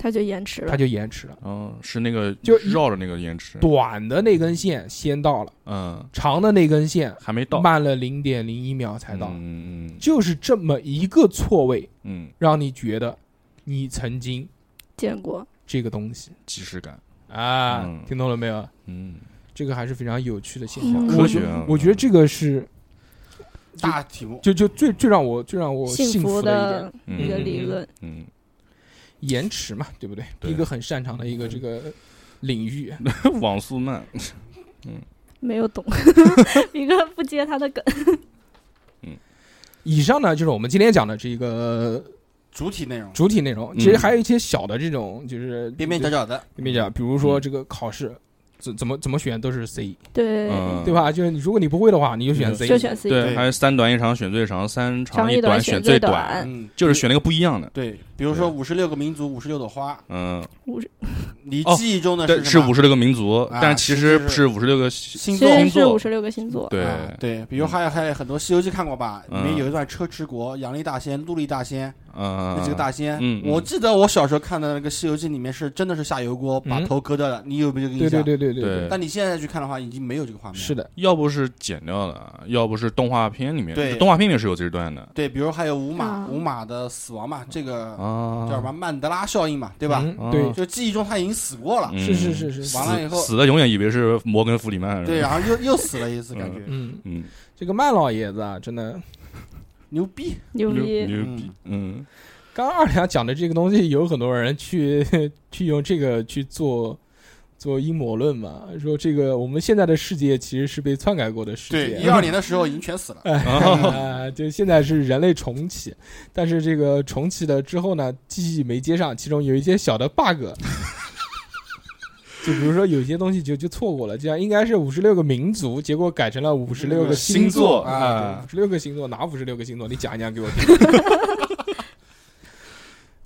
Speaker 5: 它就延迟了
Speaker 3: 它。就延迟了。
Speaker 6: 哦是那个
Speaker 3: 就一
Speaker 6: 绕着那个延迟，
Speaker 3: 短的那根线先到了，
Speaker 6: 嗯
Speaker 3: 长的那根线
Speaker 6: 还没到
Speaker 3: 慢了零点零一秒才到，
Speaker 6: 嗯嗯
Speaker 3: 就是这么一个错位，
Speaker 6: 嗯，
Speaker 3: 让你觉得你曾经
Speaker 5: 见过，
Speaker 3: 这个东西
Speaker 6: 即视感，
Speaker 3: 啊，
Speaker 6: 嗯
Speaker 3: 听懂了没有？
Speaker 6: 嗯，
Speaker 3: 这个还是非常有趣的现象。
Speaker 5: 嗯
Speaker 3: 我
Speaker 6: 科学啊，
Speaker 3: 我觉得这个是
Speaker 4: 大题目，
Speaker 3: 就就最最让我最让我
Speaker 5: 幸
Speaker 3: 福
Speaker 5: 的
Speaker 6: 嗯
Speaker 5: 一个
Speaker 3: 例
Speaker 5: 理论。
Speaker 6: 嗯，
Speaker 3: <laughs> 一点，延迟嘛，对不对？
Speaker 6: 对
Speaker 3: 一个很擅长的一个这个领域，
Speaker 6: 嗯网速慢，
Speaker 5: 没有 <laughs> 懂，一个不接他的梗。
Speaker 3: 以上呢就是我们今天讲的这个呃
Speaker 4: 主体内容
Speaker 3: 主体内容。
Speaker 6: 嗯
Speaker 3: 其实还有一些小的这种，就是
Speaker 4: 边边角角的，
Speaker 3: 边边
Speaker 6: 嗯
Speaker 3: 角，比如说这个考试怎怎么怎么选都是 C，
Speaker 5: <laughs> 对，
Speaker 6: 嗯，
Speaker 3: 对？吧？就是你如果你不会的话，你就选
Speaker 6: 嗯
Speaker 3: C。
Speaker 5: 就选 C。
Speaker 6: 对，
Speaker 4: 对
Speaker 6: 还有三短一长选最长，三
Speaker 5: 长
Speaker 6: 一
Speaker 5: 一短
Speaker 6: 选
Speaker 5: 选
Speaker 6: 最
Speaker 5: 最
Speaker 6: 短，
Speaker 5: 短
Speaker 4: 嗯，
Speaker 6: 就是选那个不一样的。
Speaker 4: 对，比如说五十六个民族，五十六朵花，
Speaker 6: 嗯，
Speaker 4: 你
Speaker 6: 哦
Speaker 4: 记忆中的
Speaker 6: 对，
Speaker 4: 是
Speaker 6: 是
Speaker 4: 什么
Speaker 6: 五十六个民族，
Speaker 4: 啊
Speaker 6: 但其
Speaker 4: 是
Speaker 6: 实
Speaker 4: 是
Speaker 6: 是五十六个星
Speaker 4: 星
Speaker 5: 虽
Speaker 4: 座。
Speaker 5: 然
Speaker 6: 星
Speaker 5: 是
Speaker 6: 座
Speaker 5: 五十六个星座，
Speaker 6: 对
Speaker 4: 啊对，比如还有还有很多《西游记》看过吧？里面
Speaker 6: 嗯
Speaker 4: 有一段车迟国，杨丽大仙、陆力大仙，
Speaker 3: 啊
Speaker 6: 嗯，
Speaker 4: 那几个大仙。
Speaker 6: 嗯嗯
Speaker 4: 我记得我小时候看的那个《西游记》里面是真的是下油锅把
Speaker 3: 嗯
Speaker 4: 头割掉了，你有没有这个
Speaker 3: 对对
Speaker 4: 印象？
Speaker 3: 对对对
Speaker 6: 对
Speaker 4: 但你现在去看的话，已经没有这个画面。
Speaker 3: 是。的，
Speaker 6: 要不是剪掉了，要不是动画片里面，
Speaker 4: 对
Speaker 6: 动画片里面是有这一段的
Speaker 4: 对，比如还有五马，
Speaker 5: 啊
Speaker 4: 五马的死亡嘛，这个
Speaker 6: 啊，
Speaker 4: 叫什么曼德拉效应嘛，对吧？
Speaker 3: 嗯
Speaker 6: 啊
Speaker 3: 对，
Speaker 4: 就记忆中他已经死过了，
Speaker 6: 嗯？
Speaker 3: 是是是是，
Speaker 6: 死
Speaker 4: 完了以后
Speaker 6: 死的永远以为是摩根弗里曼。
Speaker 4: 对，啊然
Speaker 6: 是吧
Speaker 4: 后又又死了一次，感觉
Speaker 3: 嗯，
Speaker 6: 嗯，
Speaker 3: 这个曼老爷子啊，真的
Speaker 4: 牛逼。
Speaker 5: 牛逼。
Speaker 6: 牛逼，嗯
Speaker 3: 刚刚二两讲的这个东西，有很多人去 <laughs> 去用这个去做做阴谋论嘛，说这个我们现在的世界其实是被篡改过的世
Speaker 4: 对，
Speaker 3: 界。
Speaker 4: 一二年的时候已经全死了。
Speaker 3: 啊，就现在是人类重启，但是这个重启了之后呢，记忆没接上，其中有一些小的 <laughs> bug，就比如说有些东西就就错过了，这样应该是五十六个民族，结果改成了五十六个
Speaker 4: 星
Speaker 3: 座
Speaker 4: 座啊
Speaker 3: 五十六个星座哪五十六个星座？你讲一讲给我听。 <laughs>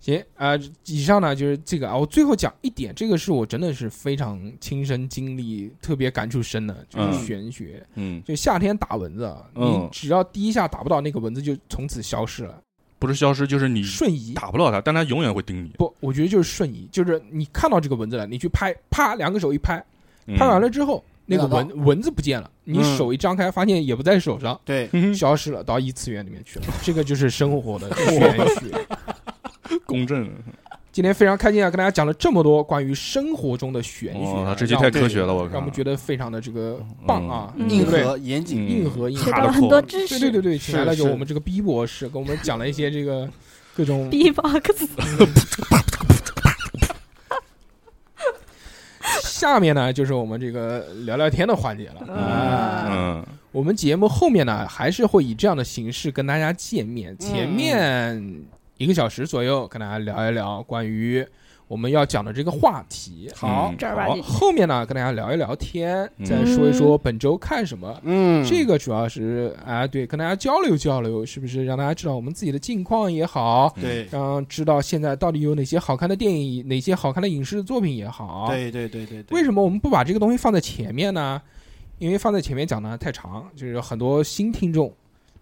Speaker 3: 行啊、以上呢就是这个啊。我最后讲一点，这个是我真的是非常亲身经历、特别感触深的，就是
Speaker 6: 嗯
Speaker 3: 玄学。
Speaker 6: 嗯，
Speaker 3: 就夏天打蚊子啊，
Speaker 6: 嗯
Speaker 3: 你只要第一下打不到那个蚊子，就从此消失了，
Speaker 6: 不是消失就是你
Speaker 3: 瞬移。
Speaker 6: 打不到他，但他永远会盯你。
Speaker 3: 不，我觉得就是瞬移，就是你看到这个蚊子了，你去拍，啪，两个手一拍，
Speaker 6: 嗯
Speaker 3: 拍完了之后，那个
Speaker 4: 没拿
Speaker 3: 蚊
Speaker 4: 到
Speaker 3: 蚊子不见了，你
Speaker 4: 嗯
Speaker 3: 手一张开，发现也不在手上，
Speaker 4: 对，
Speaker 6: 嗯，
Speaker 3: 消失了，到异次元里面去
Speaker 6: <laughs>
Speaker 3: 了。这个就是生活的玄学。
Speaker 6: 公正，
Speaker 3: 今天非常开心啊，跟大家讲了这么多关于生活中的玄学啊、
Speaker 6: 哇，这期太科学了，我
Speaker 3: 让我
Speaker 6: 靠
Speaker 3: 们，觉得非常的这个棒啊，
Speaker 5: 嗯
Speaker 3: 对
Speaker 4: 硬
Speaker 3: 不对？
Speaker 4: 核严谨，
Speaker 6: 嗯
Speaker 3: 硬核硬
Speaker 5: 学
Speaker 3: 核
Speaker 6: 卡
Speaker 5: 到
Speaker 6: 得
Speaker 5: 了很
Speaker 6: 破
Speaker 5: 多知识。
Speaker 3: 对对对对，请来了
Speaker 4: 是
Speaker 3: 就我们这个 B 博士，跟我们讲了一些这个各种
Speaker 5: B-box
Speaker 3: 下面呢，就是我们这个聊聊天的环节了。
Speaker 5: 啊，
Speaker 6: 嗯，
Speaker 3: 我们节目后面呢，还是会以这样的形式跟大家见面。前面一个小时左右，跟大家聊一聊关于我们要讲的这个话题。
Speaker 4: <laughs> 好
Speaker 6: 嗯，
Speaker 5: 正儿八
Speaker 3: 好
Speaker 5: 经，
Speaker 3: 后面呢，跟大家聊一聊天，
Speaker 6: 嗯
Speaker 3: 再说一说本周看什么。
Speaker 4: 嗯，
Speaker 3: 这个主要是啊，对，跟大家交流交流，是不是让大家知道我们自己的近况也好，
Speaker 4: 对
Speaker 3: 让知道现在到底有哪些好看的电影，哪些好看的影视作品也好。
Speaker 4: 对对对对对，
Speaker 3: 为什么我们不把这个东西放在前面呢？因为放在前面讲呢太长，就是有很多新听众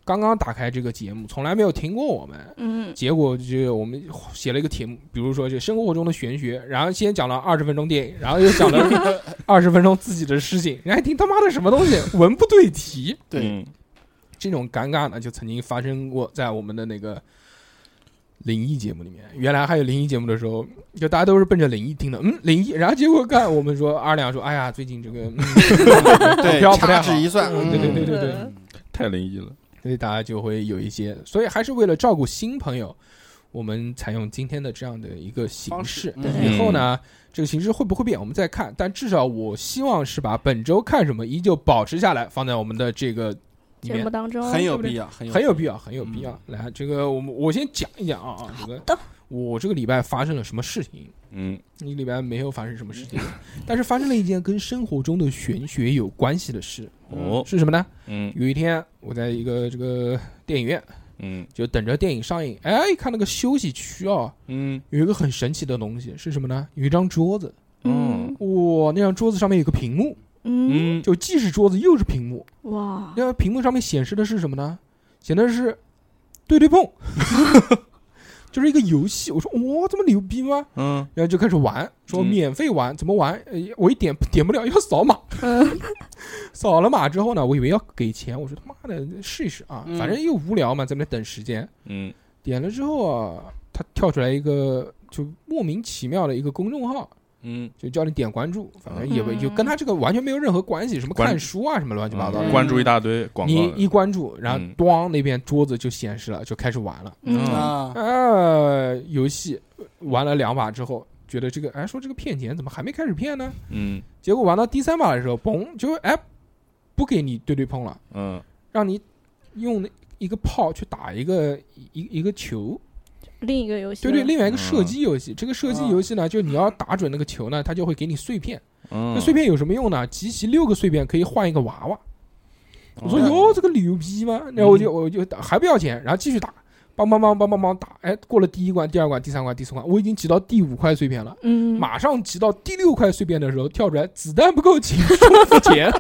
Speaker 3: 刚刚打开这个节目，从来没有听过我们。
Speaker 5: 嗯，
Speaker 3: 结果就我们写了一个题目，比如说这生活中的玄学，然后先讲了二十分钟电影，然后又讲了
Speaker 4: <laughs>
Speaker 3: 二十分钟自己的事情，人家一听他妈的什么东西，文不对题，
Speaker 4: 对，
Speaker 6: 嗯
Speaker 3: 这种尴尬呢就曾经发生过在我们的那个灵异节目里面。原来还有灵异节目的时候，就大家都是奔着灵异听的，嗯，灵异，然后结果看我们说阿亮说，哎呀，最近这个、嗯股
Speaker 4: 对，
Speaker 3: 票不太
Speaker 4: 掐
Speaker 3: 好
Speaker 4: 指，一算，
Speaker 3: 嗯对对对对对。
Speaker 5: 嗯
Speaker 6: 太灵异了，
Speaker 3: 所以大家就会有一些，所以还是为了照顾新朋友，我们采用今天的这样的一个形
Speaker 4: 方
Speaker 3: 式
Speaker 4: 式。
Speaker 6: 嗯
Speaker 3: 以后呢，这个形式会不会变，我们再看。但至少我希望是把本周看什么依旧保持下来，放在我们的这个里
Speaker 5: 节
Speaker 3: 面
Speaker 5: 目。当中
Speaker 4: 嗯很有必要，很有
Speaker 3: 很
Speaker 4: 很
Speaker 3: 有必要，很有必要。来，这个我们我先讲一讲啊啊，这个
Speaker 5: 的
Speaker 3: 我这个礼拜发生了什么事情？
Speaker 6: 嗯
Speaker 3: 一个礼拜没有发生什么事情，但是发生了一件跟生活中的玄学有关系的事，
Speaker 6: 哦，
Speaker 3: 是什么呢？
Speaker 6: 嗯
Speaker 3: 有一天我在一个这个电影院，
Speaker 6: 嗯
Speaker 3: 就等着电影上映，哎，看那个休息区啊，
Speaker 6: 嗯
Speaker 3: 有一个很神奇的东西，是什么呢？有一张桌子，
Speaker 6: 嗯
Speaker 3: 哇、那张桌子上面有个屏幕，
Speaker 5: 嗯，
Speaker 6: 嗯，
Speaker 3: 就既是桌子又是屏幕，
Speaker 5: 哇，
Speaker 3: 那屏幕上面显示的是什么呢？显示的是对对碰， <laughs> 就是一个游戏。我说哇、这么牛逼吗？
Speaker 6: 嗯
Speaker 3: 然后就开始玩，说
Speaker 6: 嗯
Speaker 3: 免费玩，怎么玩？呃，我一点点不了，要扫码。
Speaker 5: 嗯
Speaker 3: 扫了码之后呢，我以为要给钱，我说他妈的试一试啊，
Speaker 4: 嗯
Speaker 3: 反正又无聊嘛，在那等时间。
Speaker 6: 嗯
Speaker 3: 点了之后啊，他跳出来一个就莫名其妙的一个公众号，
Speaker 6: 嗯，
Speaker 3: 就叫你点关注，反正也不
Speaker 5: 嗯
Speaker 3: 就跟他这个完全没有任何关系，什么
Speaker 6: 关
Speaker 3: 看书啊，什么乱七八糟的。
Speaker 6: 关注一大堆广告
Speaker 3: 你
Speaker 6: 的，
Speaker 3: 一关注，然后
Speaker 6: 嗯
Speaker 3: 咣那边桌子就显示了，就开始玩了。
Speaker 5: 嗯，
Speaker 4: 啊，
Speaker 3: 呃，游戏玩了两把之后，觉得这个哎说这个骗钱怎么还没开始骗呢？
Speaker 6: 嗯
Speaker 3: 结果玩到第三把的时候，嘣就哎不给你对对碰了，
Speaker 6: 嗯
Speaker 3: 让你用一个炮去打一个一一个球。
Speaker 5: 另一个游戏，
Speaker 3: 对对，，另
Speaker 6: 嗯
Speaker 3: 外一个射击游戏，这个射击游戏呢，就你要打准那个球呢，它就会给你碎片。
Speaker 6: 嗯，
Speaker 3: 那碎片有什么用呢？集齐六个碎片可以换一个娃娃。
Speaker 6: 嗯
Speaker 3: 我说哟，这个牛逼吗？然后我就我就打还不要钱，然后继续打，梆梆梆梆梆梆打。哎，过了第一关、第二关、第三关、第四关，我已经集到第五块碎片了。
Speaker 5: 嗯，
Speaker 3: 马上集到第六块碎片的时候，跳出来子弹不够，请重付钱。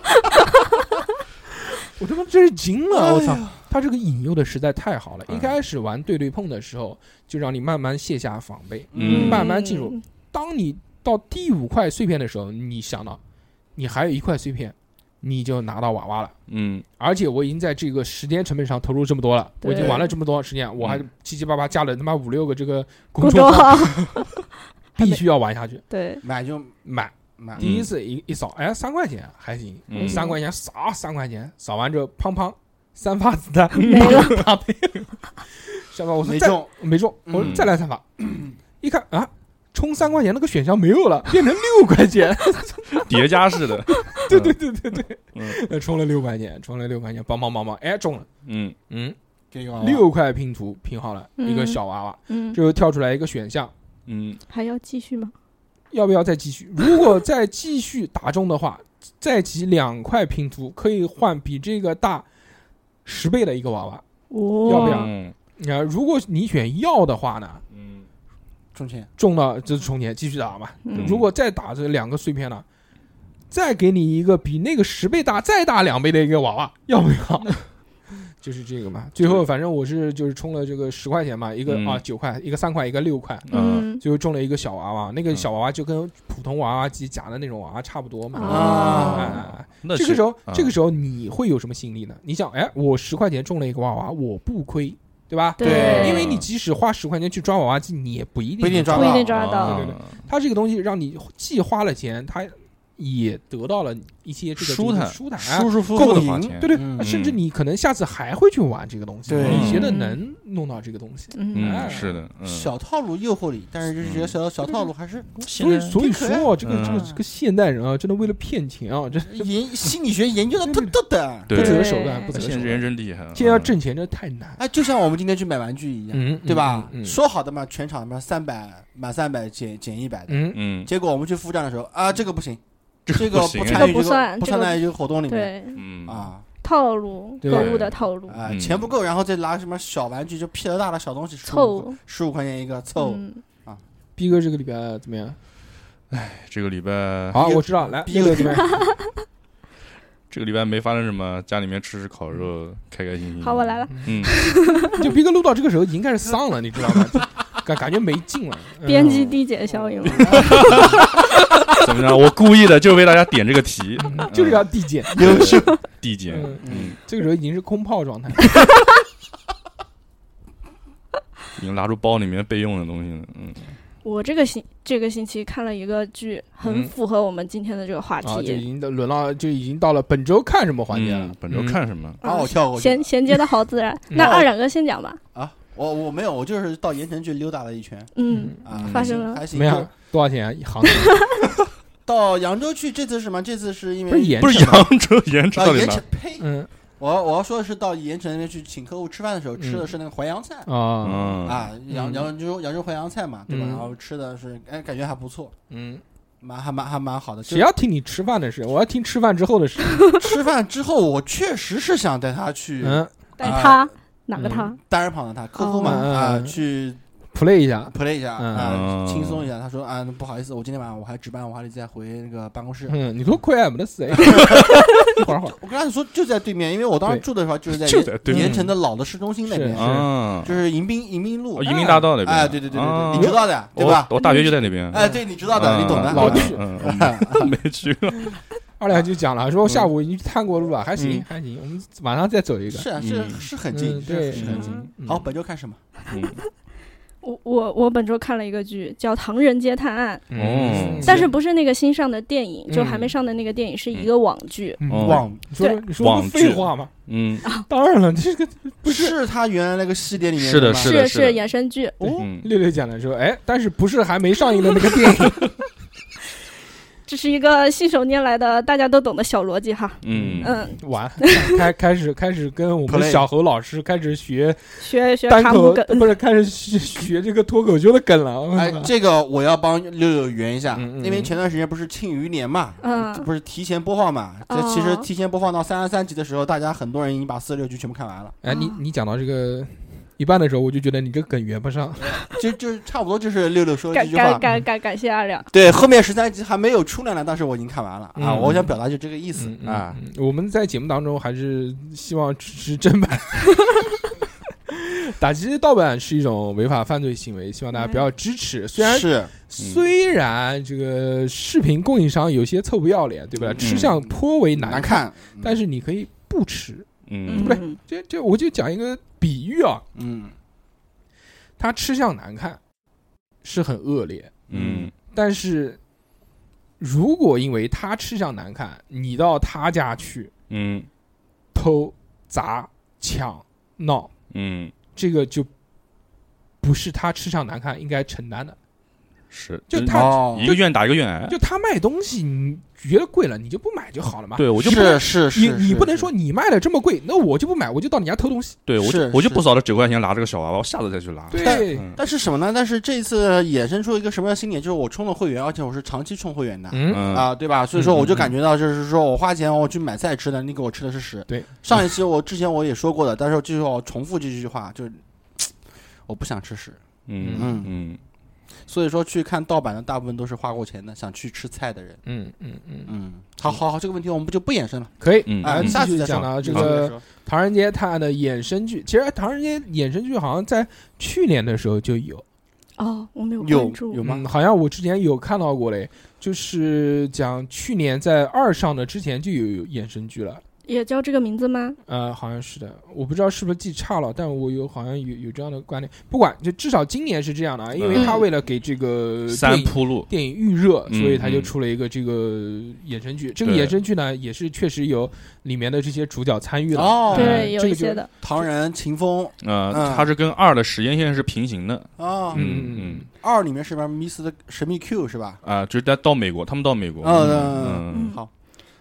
Speaker 3: <laughs> 我他妈真是惊了！我操，他这个引诱的实在太好了。一
Speaker 6: 嗯
Speaker 3: 开始玩对对碰的时候，就让你慢慢卸下防备。
Speaker 6: 嗯
Speaker 3: 慢慢进入，当你到第五块碎片的时候，你想到你还有一块碎片，你就拿到娃娃了。
Speaker 6: 嗯
Speaker 3: 而且我已经在这个时间成本上投入这么多了，我已经
Speaker 5: 对
Speaker 3: 玩了这么多时间，我还
Speaker 6: 嗯
Speaker 3: 七七八八加了他妈五六个这个公
Speaker 5: 公
Speaker 3: 众
Speaker 5: 众
Speaker 3: 号，
Speaker 5: 号，
Speaker 3: 必须要玩下去。
Speaker 5: <laughs> 对，
Speaker 4: 买就
Speaker 3: 买
Speaker 4: 买，
Speaker 3: 第一次
Speaker 5: 嗯
Speaker 3: 一一扫，哎，三块钱还行，
Speaker 6: 嗯
Speaker 3: 三块钱扫啊三块钱，扫完之后，砰砰，三发子弹
Speaker 5: 没了，
Speaker 3: 打没了。下班我说
Speaker 4: 没
Speaker 3: 再
Speaker 4: 中，
Speaker 3: 没中，我说
Speaker 6: 嗯
Speaker 3: 再来三发，一看啊，充三块钱那个选项没有了，变成六块钱， <laughs>
Speaker 6: 叠加式的，
Speaker 3: 对对对对对，
Speaker 6: 嗯
Speaker 3: 呃充了六块钱，充了六块钱，梆梆梆梆，哎中了，
Speaker 6: 嗯
Speaker 3: 嗯，
Speaker 4: 这个娃娃
Speaker 3: 六块拼图拼好了一个
Speaker 5: 嗯
Speaker 3: 小娃娃，
Speaker 5: 嗯，
Speaker 3: 这又跳出来一个选项，
Speaker 6: 嗯
Speaker 5: 还要继续吗？
Speaker 3: 要不要再继续？如果再继续打中的话，再集两块拼图可以换比这个大十倍的一个娃娃。
Speaker 5: 哇，
Speaker 3: 要不要
Speaker 6: 嗯
Speaker 3: 啊、如果你选要的话呢，
Speaker 6: 嗯
Speaker 4: 中钱，
Speaker 3: 中到就是充钱继续打嘛。
Speaker 5: 嗯
Speaker 3: 如果再打这两个碎片呢，再给你一个比那个十倍大再大两倍的一个娃娃，要不要？ <laughs> 就是这个嘛。最后反正我是就是充了这个十块钱嘛，一个
Speaker 6: 嗯
Speaker 3: 啊九块，一个三块，一个六块，
Speaker 6: 嗯
Speaker 5: 嗯，
Speaker 3: 最后中了一个小娃娃，那个
Speaker 6: 嗯
Speaker 3: 小娃娃就跟普通娃娃机夹的那种娃娃差不多嘛。
Speaker 5: 啊
Speaker 3: 哎
Speaker 6: 啊
Speaker 3: 哎哎
Speaker 6: 那
Speaker 3: 这个时候，这个
Speaker 6: 是
Speaker 3: 时候你会有什么心理呢？你想，哎，我十块钱中了一个娃娃，我不亏，对吧？
Speaker 5: 对
Speaker 3: 因为你即使花十块钱去抓娃娃机，你也不一定
Speaker 4: 不一定抓
Speaker 5: 不一
Speaker 4: 到
Speaker 5: 定抓得
Speaker 6: 啊
Speaker 5: 到
Speaker 3: 对对对它这个东西让你既花了钱，它也得到了一些这个
Speaker 6: 舒坦
Speaker 3: 舒坦啊，
Speaker 4: 舒舒服
Speaker 6: 哎够
Speaker 4: 服
Speaker 6: 的
Speaker 4: 的
Speaker 6: 花
Speaker 4: 赢
Speaker 6: 钱，
Speaker 3: 对对，
Speaker 4: 嗯
Speaker 3: 啊甚至你可能下次还会去玩这个东西，
Speaker 4: 对
Speaker 3: 你觉得
Speaker 5: 嗯
Speaker 3: 能弄到这个东西，
Speaker 5: 嗯
Speaker 6: 嗯，是的，嗯
Speaker 4: 小套路诱惑力，但是就是这些小小套路还是
Speaker 3: 所以所以
Speaker 4: 挺可爱
Speaker 3: 说啊这个这个
Speaker 6: 嗯
Speaker 3: 这个现代人啊，真的为了骗钱啊，这
Speaker 4: 研 <laughs> 心理学研究的特特的。
Speaker 3: 不择
Speaker 6: 对，
Speaker 3: 手段，不择手
Speaker 6: 现在人
Speaker 3: 段。
Speaker 6: 真厉害啊，
Speaker 3: 现在要挣钱真太难，
Speaker 4: 哎，就像我们今天去买玩具一样，
Speaker 3: 嗯，
Speaker 4: 对吧？
Speaker 3: 嗯
Speaker 4: 说好的嘛，全场嘛三百满三百减减一百的，
Speaker 3: 嗯，
Speaker 6: 嗯，
Speaker 4: 结果我们去付账的时候啊，这个不行，
Speaker 6: <laughs> 这
Speaker 4: 个
Speaker 6: 行
Speaker 4: 不
Speaker 6: 啊
Speaker 4: 参
Speaker 5: 这个
Speaker 4: 与
Speaker 5: 不算
Speaker 4: 不
Speaker 5: 这个
Speaker 4: 参与这个活动里面
Speaker 5: 对，
Speaker 6: 嗯
Speaker 4: 啊
Speaker 5: 套路
Speaker 3: 对
Speaker 5: 购物的套路，
Speaker 4: 啊，
Speaker 6: 嗯
Speaker 4: 钱不够，然后再拿什么小玩具，就屁大大的小东西，
Speaker 5: 凑
Speaker 4: 十五块钱一个凑，
Speaker 5: 嗯，
Speaker 3: 逼哥这个礼拜怎么样？
Speaker 6: 这个礼拜
Speaker 3: 好，我知道，来，
Speaker 4: 逼
Speaker 3: 六
Speaker 4: 哥
Speaker 3: 六这边，
Speaker 6: <laughs> 这个礼拜没发生什么，家里面吃吃烤肉，开开心心。
Speaker 5: 好，我来了，
Speaker 6: 嗯，
Speaker 3: 就逼哥录到这个时候已经开始丧了，你知道吗？感感觉没劲了。嗯
Speaker 5: 边际递减效应，
Speaker 6: 怎么样？我故意的就为大家点这个题，
Speaker 3: 嗯就是要递减，
Speaker 4: 优秀，
Speaker 6: 递减。嗯，
Speaker 3: 这个时候已经是空炮状态。
Speaker 6: 已经拿出包里面备用的东西了。嗯，
Speaker 5: 我这个星这个星期看了一个剧，很
Speaker 6: 嗯
Speaker 5: 符合我们今天的这个话
Speaker 3: 啊，就已
Speaker 5: 题。
Speaker 3: 经到轮到就已经到了本周看什么环节了
Speaker 6: 嗯。本周看什么？
Speaker 5: 啊
Speaker 4: 把
Speaker 5: 嗯
Speaker 4: 我跳过去
Speaker 5: 衔衔接的好自然，
Speaker 3: 嗯
Speaker 5: 那二两哥先讲吧。
Speaker 4: 啊！我我没有，我就是到盐城去溜达了一圈
Speaker 5: 嗯，
Speaker 4: 啊，
Speaker 5: 发
Speaker 4: 还
Speaker 5: 生
Speaker 4: 行
Speaker 5: 了
Speaker 4: 还
Speaker 3: 怎
Speaker 4: 行
Speaker 3: 么，样？多少钱啊？一行情
Speaker 4: 到扬州去，这次是什么？这次是因为
Speaker 3: 不是盐
Speaker 6: <laughs> 不是
Speaker 3: 城吗，
Speaker 6: 扬州，盐城
Speaker 4: 啊
Speaker 6: 到底
Speaker 4: 盐
Speaker 6: 哪
Speaker 4: 城？呸！
Speaker 3: 嗯
Speaker 4: 我我要说的是到盐城那边去请客户吃饭的时候吃的是那个淮扬菜
Speaker 3: 啊
Speaker 6: 嗯，
Speaker 4: 啊，
Speaker 3: 嗯
Speaker 4: 扬扬州扬州淮扬菜嘛，对吧？
Speaker 3: 嗯
Speaker 4: 然后吃的是哎感觉还不错，
Speaker 3: 嗯，
Speaker 4: 蛮还蛮还蛮好的。就
Speaker 3: 谁要听你吃饭的事？我要听吃饭之后的事。
Speaker 4: 吃饭之后，我确实是想带他去
Speaker 3: 嗯
Speaker 5: 带
Speaker 4: 啊
Speaker 5: 哎他哪个他？
Speaker 4: 单人旁的他客户嘛
Speaker 3: 哦
Speaker 4: 啊
Speaker 3: 嗯
Speaker 4: 去
Speaker 3: ，play 一下。
Speaker 4: play 一下
Speaker 3: 嗯
Speaker 4: 啊
Speaker 6: 嗯，
Speaker 4: 轻松一下。他说啊，不好意思，我今天晚上我还值班，我还得再回那个办公室。
Speaker 3: 嗯，你多亏啊，没得事。
Speaker 6: <laughs>
Speaker 3: 哎一会儿会儿，
Speaker 4: 我跟他说就在对面，因为我当时
Speaker 3: 对
Speaker 4: 住的时候就是在
Speaker 6: 就在对
Speaker 4: 盐
Speaker 3: 面
Speaker 4: 盐城的老的市中心那边
Speaker 3: 是，
Speaker 6: 啊，
Speaker 4: 就是迎宾迎宾路
Speaker 6: 哦迎宾大道那边
Speaker 4: 哎，对对对对
Speaker 6: 啊
Speaker 4: 对，你知道的对吧？
Speaker 6: 我我大学就在那边。
Speaker 4: 哎，对，你知道的，
Speaker 6: 嗯
Speaker 4: 你懂的。
Speaker 3: 老
Speaker 4: 对吧
Speaker 3: 去
Speaker 6: 嗯，嗯 <laughs> 没去过。
Speaker 3: <laughs> 二两就讲了，说下午已经去探过路了，还行
Speaker 6: 嗯
Speaker 3: 还行，我们晚上再走一个。
Speaker 4: <laughs> 是啊，是是很近
Speaker 3: 嗯，对，
Speaker 4: 是
Speaker 5: 很
Speaker 4: 很近。
Speaker 5: 近
Speaker 3: 嗯
Speaker 4: 好，本周看什么？
Speaker 6: 嗯
Speaker 5: 我我我本周看了一个剧叫《唐人街探案》，
Speaker 6: 哦
Speaker 5: 但是不是那个新上的电影，就还
Speaker 3: 嗯
Speaker 5: 没上的那个电影是一个网剧。
Speaker 3: 嗯
Speaker 6: 哦
Speaker 4: 网
Speaker 3: 你说
Speaker 5: 对
Speaker 3: 你说
Speaker 6: 网
Speaker 3: 个
Speaker 6: 剧
Speaker 3: 废话嘛？
Speaker 6: 嗯
Speaker 4: 哦
Speaker 3: 当然了，这个
Speaker 4: 不是他原来那个系列里面
Speaker 6: 是的
Speaker 4: 吗
Speaker 6: 是的是的
Speaker 5: 是衍生剧，
Speaker 3: 哦
Speaker 6: 嗯，
Speaker 3: 六六讲的说，哎，但是不是还没上映的那个电影？
Speaker 5: 这是一个信手拈来的，大家都懂的小逻辑哈。
Speaker 6: 嗯嗯，
Speaker 3: <laughs>
Speaker 5: 嗯，
Speaker 3: 完，开开始开始跟我们
Speaker 4: Play
Speaker 3: 小侯老师开始学
Speaker 5: 学学
Speaker 3: 单
Speaker 5: 卡姆
Speaker 3: 口，
Speaker 5: 梗，
Speaker 3: 不是开始学学这个脱口秀的梗了。我
Speaker 4: 哎
Speaker 3: 操，
Speaker 4: 这个我要帮六六圆一下，
Speaker 3: 嗯嗯
Speaker 4: 因为前段时间不是庆余年嘛，
Speaker 5: 嗯
Speaker 4: 不是提前播放嘛？这
Speaker 5: 哦
Speaker 4: 其实提前播放到三十三集的时候，大家很多人已经把四十六集全部看完了，
Speaker 3: 哎，你你讲到这个一半的时候，我就觉得你这个梗圆不上。
Speaker 4: 就就差不多就是六六说的
Speaker 5: <laughs> 感
Speaker 4: 这句
Speaker 5: 感
Speaker 4: 话。
Speaker 5: 感感感谢二两。
Speaker 4: 对，后面十三集还没有出来呢，但是我已经看完了啊！
Speaker 3: 嗯
Speaker 4: 我想表达就这个意思啊。
Speaker 3: 嗯，我们在节目当中还是希望支持正版。 <laughs> 打击盗版是一种违法犯罪行为，希望大家不要支持。虽然
Speaker 4: 是嗯
Speaker 3: 虽然这个视频供应商有些臭不要脸，对不对？
Speaker 4: 嗯
Speaker 3: 吃相颇为难
Speaker 4: 难
Speaker 3: 看，
Speaker 4: 看，
Speaker 3: 但是你可以不吃。
Speaker 6: 嗯
Speaker 3: 对
Speaker 5: 嗯，
Speaker 3: 这这，我就讲一个比喻啊，
Speaker 4: 嗯
Speaker 3: 他吃相难看是很恶劣，
Speaker 6: 嗯
Speaker 3: 但是如果因为他吃相难看，你到他家去
Speaker 6: 嗯
Speaker 3: 偷砸抢闹，
Speaker 6: 嗯，
Speaker 3: 这个就不是他吃相难看应该承担的。
Speaker 6: 是，
Speaker 3: 就他
Speaker 4: 哦
Speaker 6: 一个愿打一个愿挨。
Speaker 3: 就他卖东西，你觉得贵了，你就不买就好了嘛。
Speaker 6: 对，我就不
Speaker 4: 是是
Speaker 3: 你
Speaker 4: 是，
Speaker 3: 你
Speaker 4: 是
Speaker 3: 不能
Speaker 4: 是
Speaker 3: 说你卖的这么贵，那我就不买，我就到你家偷东西。
Speaker 6: 对我就是我就是不扫这九块钱拿这个小娃娃，我下次再去
Speaker 4: 啊
Speaker 6: 拿。
Speaker 3: 对，
Speaker 6: 嗯
Speaker 4: 但是什么呢？但是这一次衍生出一个什么样的新点，就是我充了会员，而且我是长期充会员的。
Speaker 3: 嗯，
Speaker 6: 嗯
Speaker 4: 啊，对吧？所以说我就感觉到，就是说我花钱我去买菜吃的，你给我吃的是屎。
Speaker 3: 对，
Speaker 4: 上一期我之前我也说过的，但是我
Speaker 6: 嗯
Speaker 4: 就是要重复这句话，就是我不想吃屎。
Speaker 6: 嗯嗯，
Speaker 4: 所以说去看盗版的大部分都是花过钱的，想去吃菜的人。
Speaker 3: 嗯嗯嗯，
Speaker 4: 嗯，好好好，这个问题我们不就不延伸了，
Speaker 3: 可以。
Speaker 6: 嗯，
Speaker 4: 哎，
Speaker 3: 嗯
Speaker 4: 下次
Speaker 3: 继
Speaker 4: 再
Speaker 3: 续讲
Speaker 4: 说
Speaker 3: 了这
Speaker 4: 下次
Speaker 3: 个
Speaker 4: 再说
Speaker 3: 《唐人街探案》的衍生剧，其实《唐人街》衍生剧好像在去年的时候就有，
Speaker 5: 哦，我没有关
Speaker 4: 有
Speaker 5: 注
Speaker 4: 有吗
Speaker 3: 嗯，？好像我之前有看到过嘞，就是讲去年在二上的之前就有衍生剧了，
Speaker 5: 也叫这个名字吗？
Speaker 3: 呃，好像是的，我不知道是不是记差了，但我有好像有有这样的观点，不管就至少今年是这样的啊，因为
Speaker 6: 嗯
Speaker 3: 他为了给这个电
Speaker 6: 三
Speaker 3: 影
Speaker 6: 铺路，
Speaker 3: 电影预热，
Speaker 6: 嗯
Speaker 3: 所以他就出了一个这个衍生剧，这个
Speaker 6: 对
Speaker 3: 衍生剧呢也是确实有里面的这些主角参与了，呃
Speaker 4: 哦，
Speaker 5: 对，有
Speaker 3: 这
Speaker 5: 一
Speaker 3: 个就
Speaker 5: 些的。
Speaker 4: 唐人秦风
Speaker 6: 呃
Speaker 4: 嗯，
Speaker 6: 它是跟二的时间线是平行的，
Speaker 4: 啊，
Speaker 3: 嗯
Speaker 6: 嗯
Speaker 4: 二里面是不是 Miss 的神秘 Q 是吧？
Speaker 6: 啊，就是在到美国，他们到美国，
Speaker 4: 哦
Speaker 6: 嗯
Speaker 5: 嗯
Speaker 4: 好，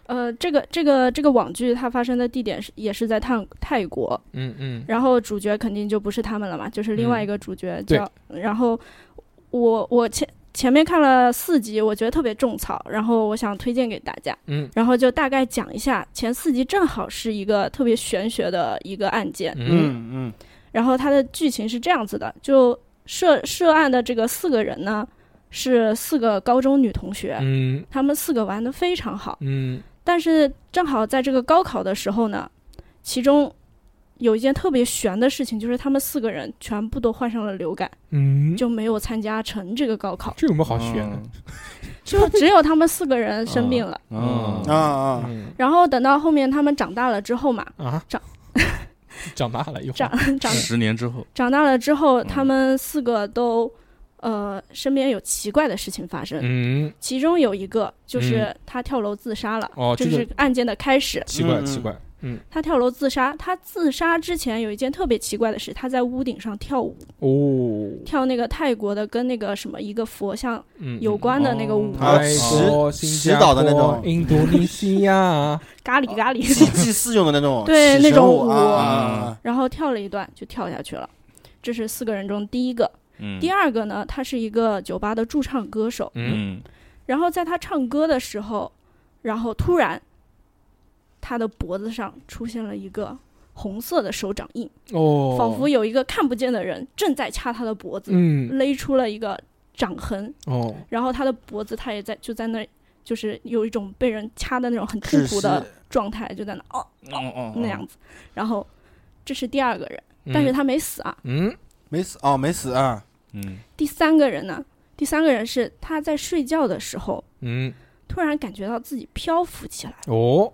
Speaker 5: 呃，这个这个这个网剧它发生的地点是也是在泰泰国，
Speaker 3: 嗯嗯，
Speaker 5: 然后主角肯定就不是他们了嘛，就是另外一个主角
Speaker 3: 对
Speaker 5: 叫。然后我我前前面看了四集，我觉得特别种草，然后我想推荐给大家。
Speaker 3: 嗯，
Speaker 5: 然后就大概讲一下前四集，正好是一个特别玄学的一个案件。
Speaker 3: 嗯
Speaker 4: 嗯嗯
Speaker 5: 然后它的剧情是这样子的：就涉涉案的这个四个人呢，是四个高中女同学，
Speaker 3: 嗯
Speaker 5: 她们四个玩的非常好。
Speaker 3: 嗯
Speaker 5: 但是正好在这个高考的时候呢，其中有一件特别悬的事情，就是她们四个人全部都患上了流感，
Speaker 3: 嗯，
Speaker 5: 就没有参加成这个高
Speaker 3: <laughs>
Speaker 5: 考，
Speaker 3: 这有什么好学的？
Speaker 5: 就只有她们四个人生
Speaker 3: <laughs>
Speaker 5: 病了。
Speaker 6: 嗯
Speaker 4: 啊啊，
Speaker 3: 嗯
Speaker 5: 然后等到后面她们长大了之后
Speaker 3: <laughs>
Speaker 5: 嘛，
Speaker 3: 啊，
Speaker 5: 长
Speaker 3: 长大了又
Speaker 5: 长长
Speaker 6: 十年之后，
Speaker 5: 长大了之后，
Speaker 6: 嗯
Speaker 5: 他们四个都，呃，身边有奇怪的事情发生。
Speaker 3: 嗯，
Speaker 5: 其中有一个就是他跳楼自杀了，
Speaker 3: 哦
Speaker 5: 这
Speaker 3: 这个
Speaker 5: 是案件的开始。
Speaker 3: 奇怪
Speaker 4: 嗯嗯
Speaker 3: 奇怪，嗯
Speaker 5: 他跳楼自杀，他自杀之前有一件特别奇怪的事，他在屋顶上跳舞，
Speaker 3: 哦，
Speaker 5: 跳那个泰国的跟那个什么一个佛像
Speaker 3: 嗯
Speaker 5: 有关的那个舞，
Speaker 4: 啊
Speaker 3: 泰
Speaker 4: 洗
Speaker 3: 国、
Speaker 4: 洗
Speaker 3: 新加
Speaker 4: 澡的那
Speaker 3: 坡
Speaker 4: 种
Speaker 3: 印度尼西亚，
Speaker 5: <laughs> 咖喱咖
Speaker 4: 祭
Speaker 3: <laughs>
Speaker 5: 喱， <laughs>
Speaker 4: 祭祀用的那种
Speaker 5: 对
Speaker 4: 起神
Speaker 5: 那种
Speaker 4: 舞啊
Speaker 5: 舞
Speaker 4: 啊啊啊
Speaker 5: 然后跳了一段就跳下去了。这是四个人中第一个，
Speaker 6: 嗯，
Speaker 5: 第二个呢，他是一个酒吧的驻唱歌手，
Speaker 3: 嗯
Speaker 6: 嗯，
Speaker 5: 然后在他唱歌的时候，然后突然，他的脖子上出现了一个红色的手掌印，
Speaker 3: 哦，
Speaker 5: 仿佛有一个看不见的人正在掐他的脖子，
Speaker 3: 嗯
Speaker 5: 勒出了一个掌痕，
Speaker 3: 哦，
Speaker 5: 然后他的脖子他也在就在那儿，就是有一种被人掐的那种很痛苦
Speaker 4: 窒
Speaker 5: 的
Speaker 4: 息
Speaker 5: 状态，就在那哦
Speaker 6: 哦哦
Speaker 5: 那样子，然后这是第二个人，
Speaker 3: 嗯
Speaker 5: 但是他没死啊。
Speaker 3: 嗯
Speaker 4: 没死哦，没死啊，
Speaker 6: 嗯
Speaker 5: 第三个人呢？第三个人是他在睡觉的时候，
Speaker 3: 嗯
Speaker 5: 突然感觉到自己漂浮起来。
Speaker 3: 哦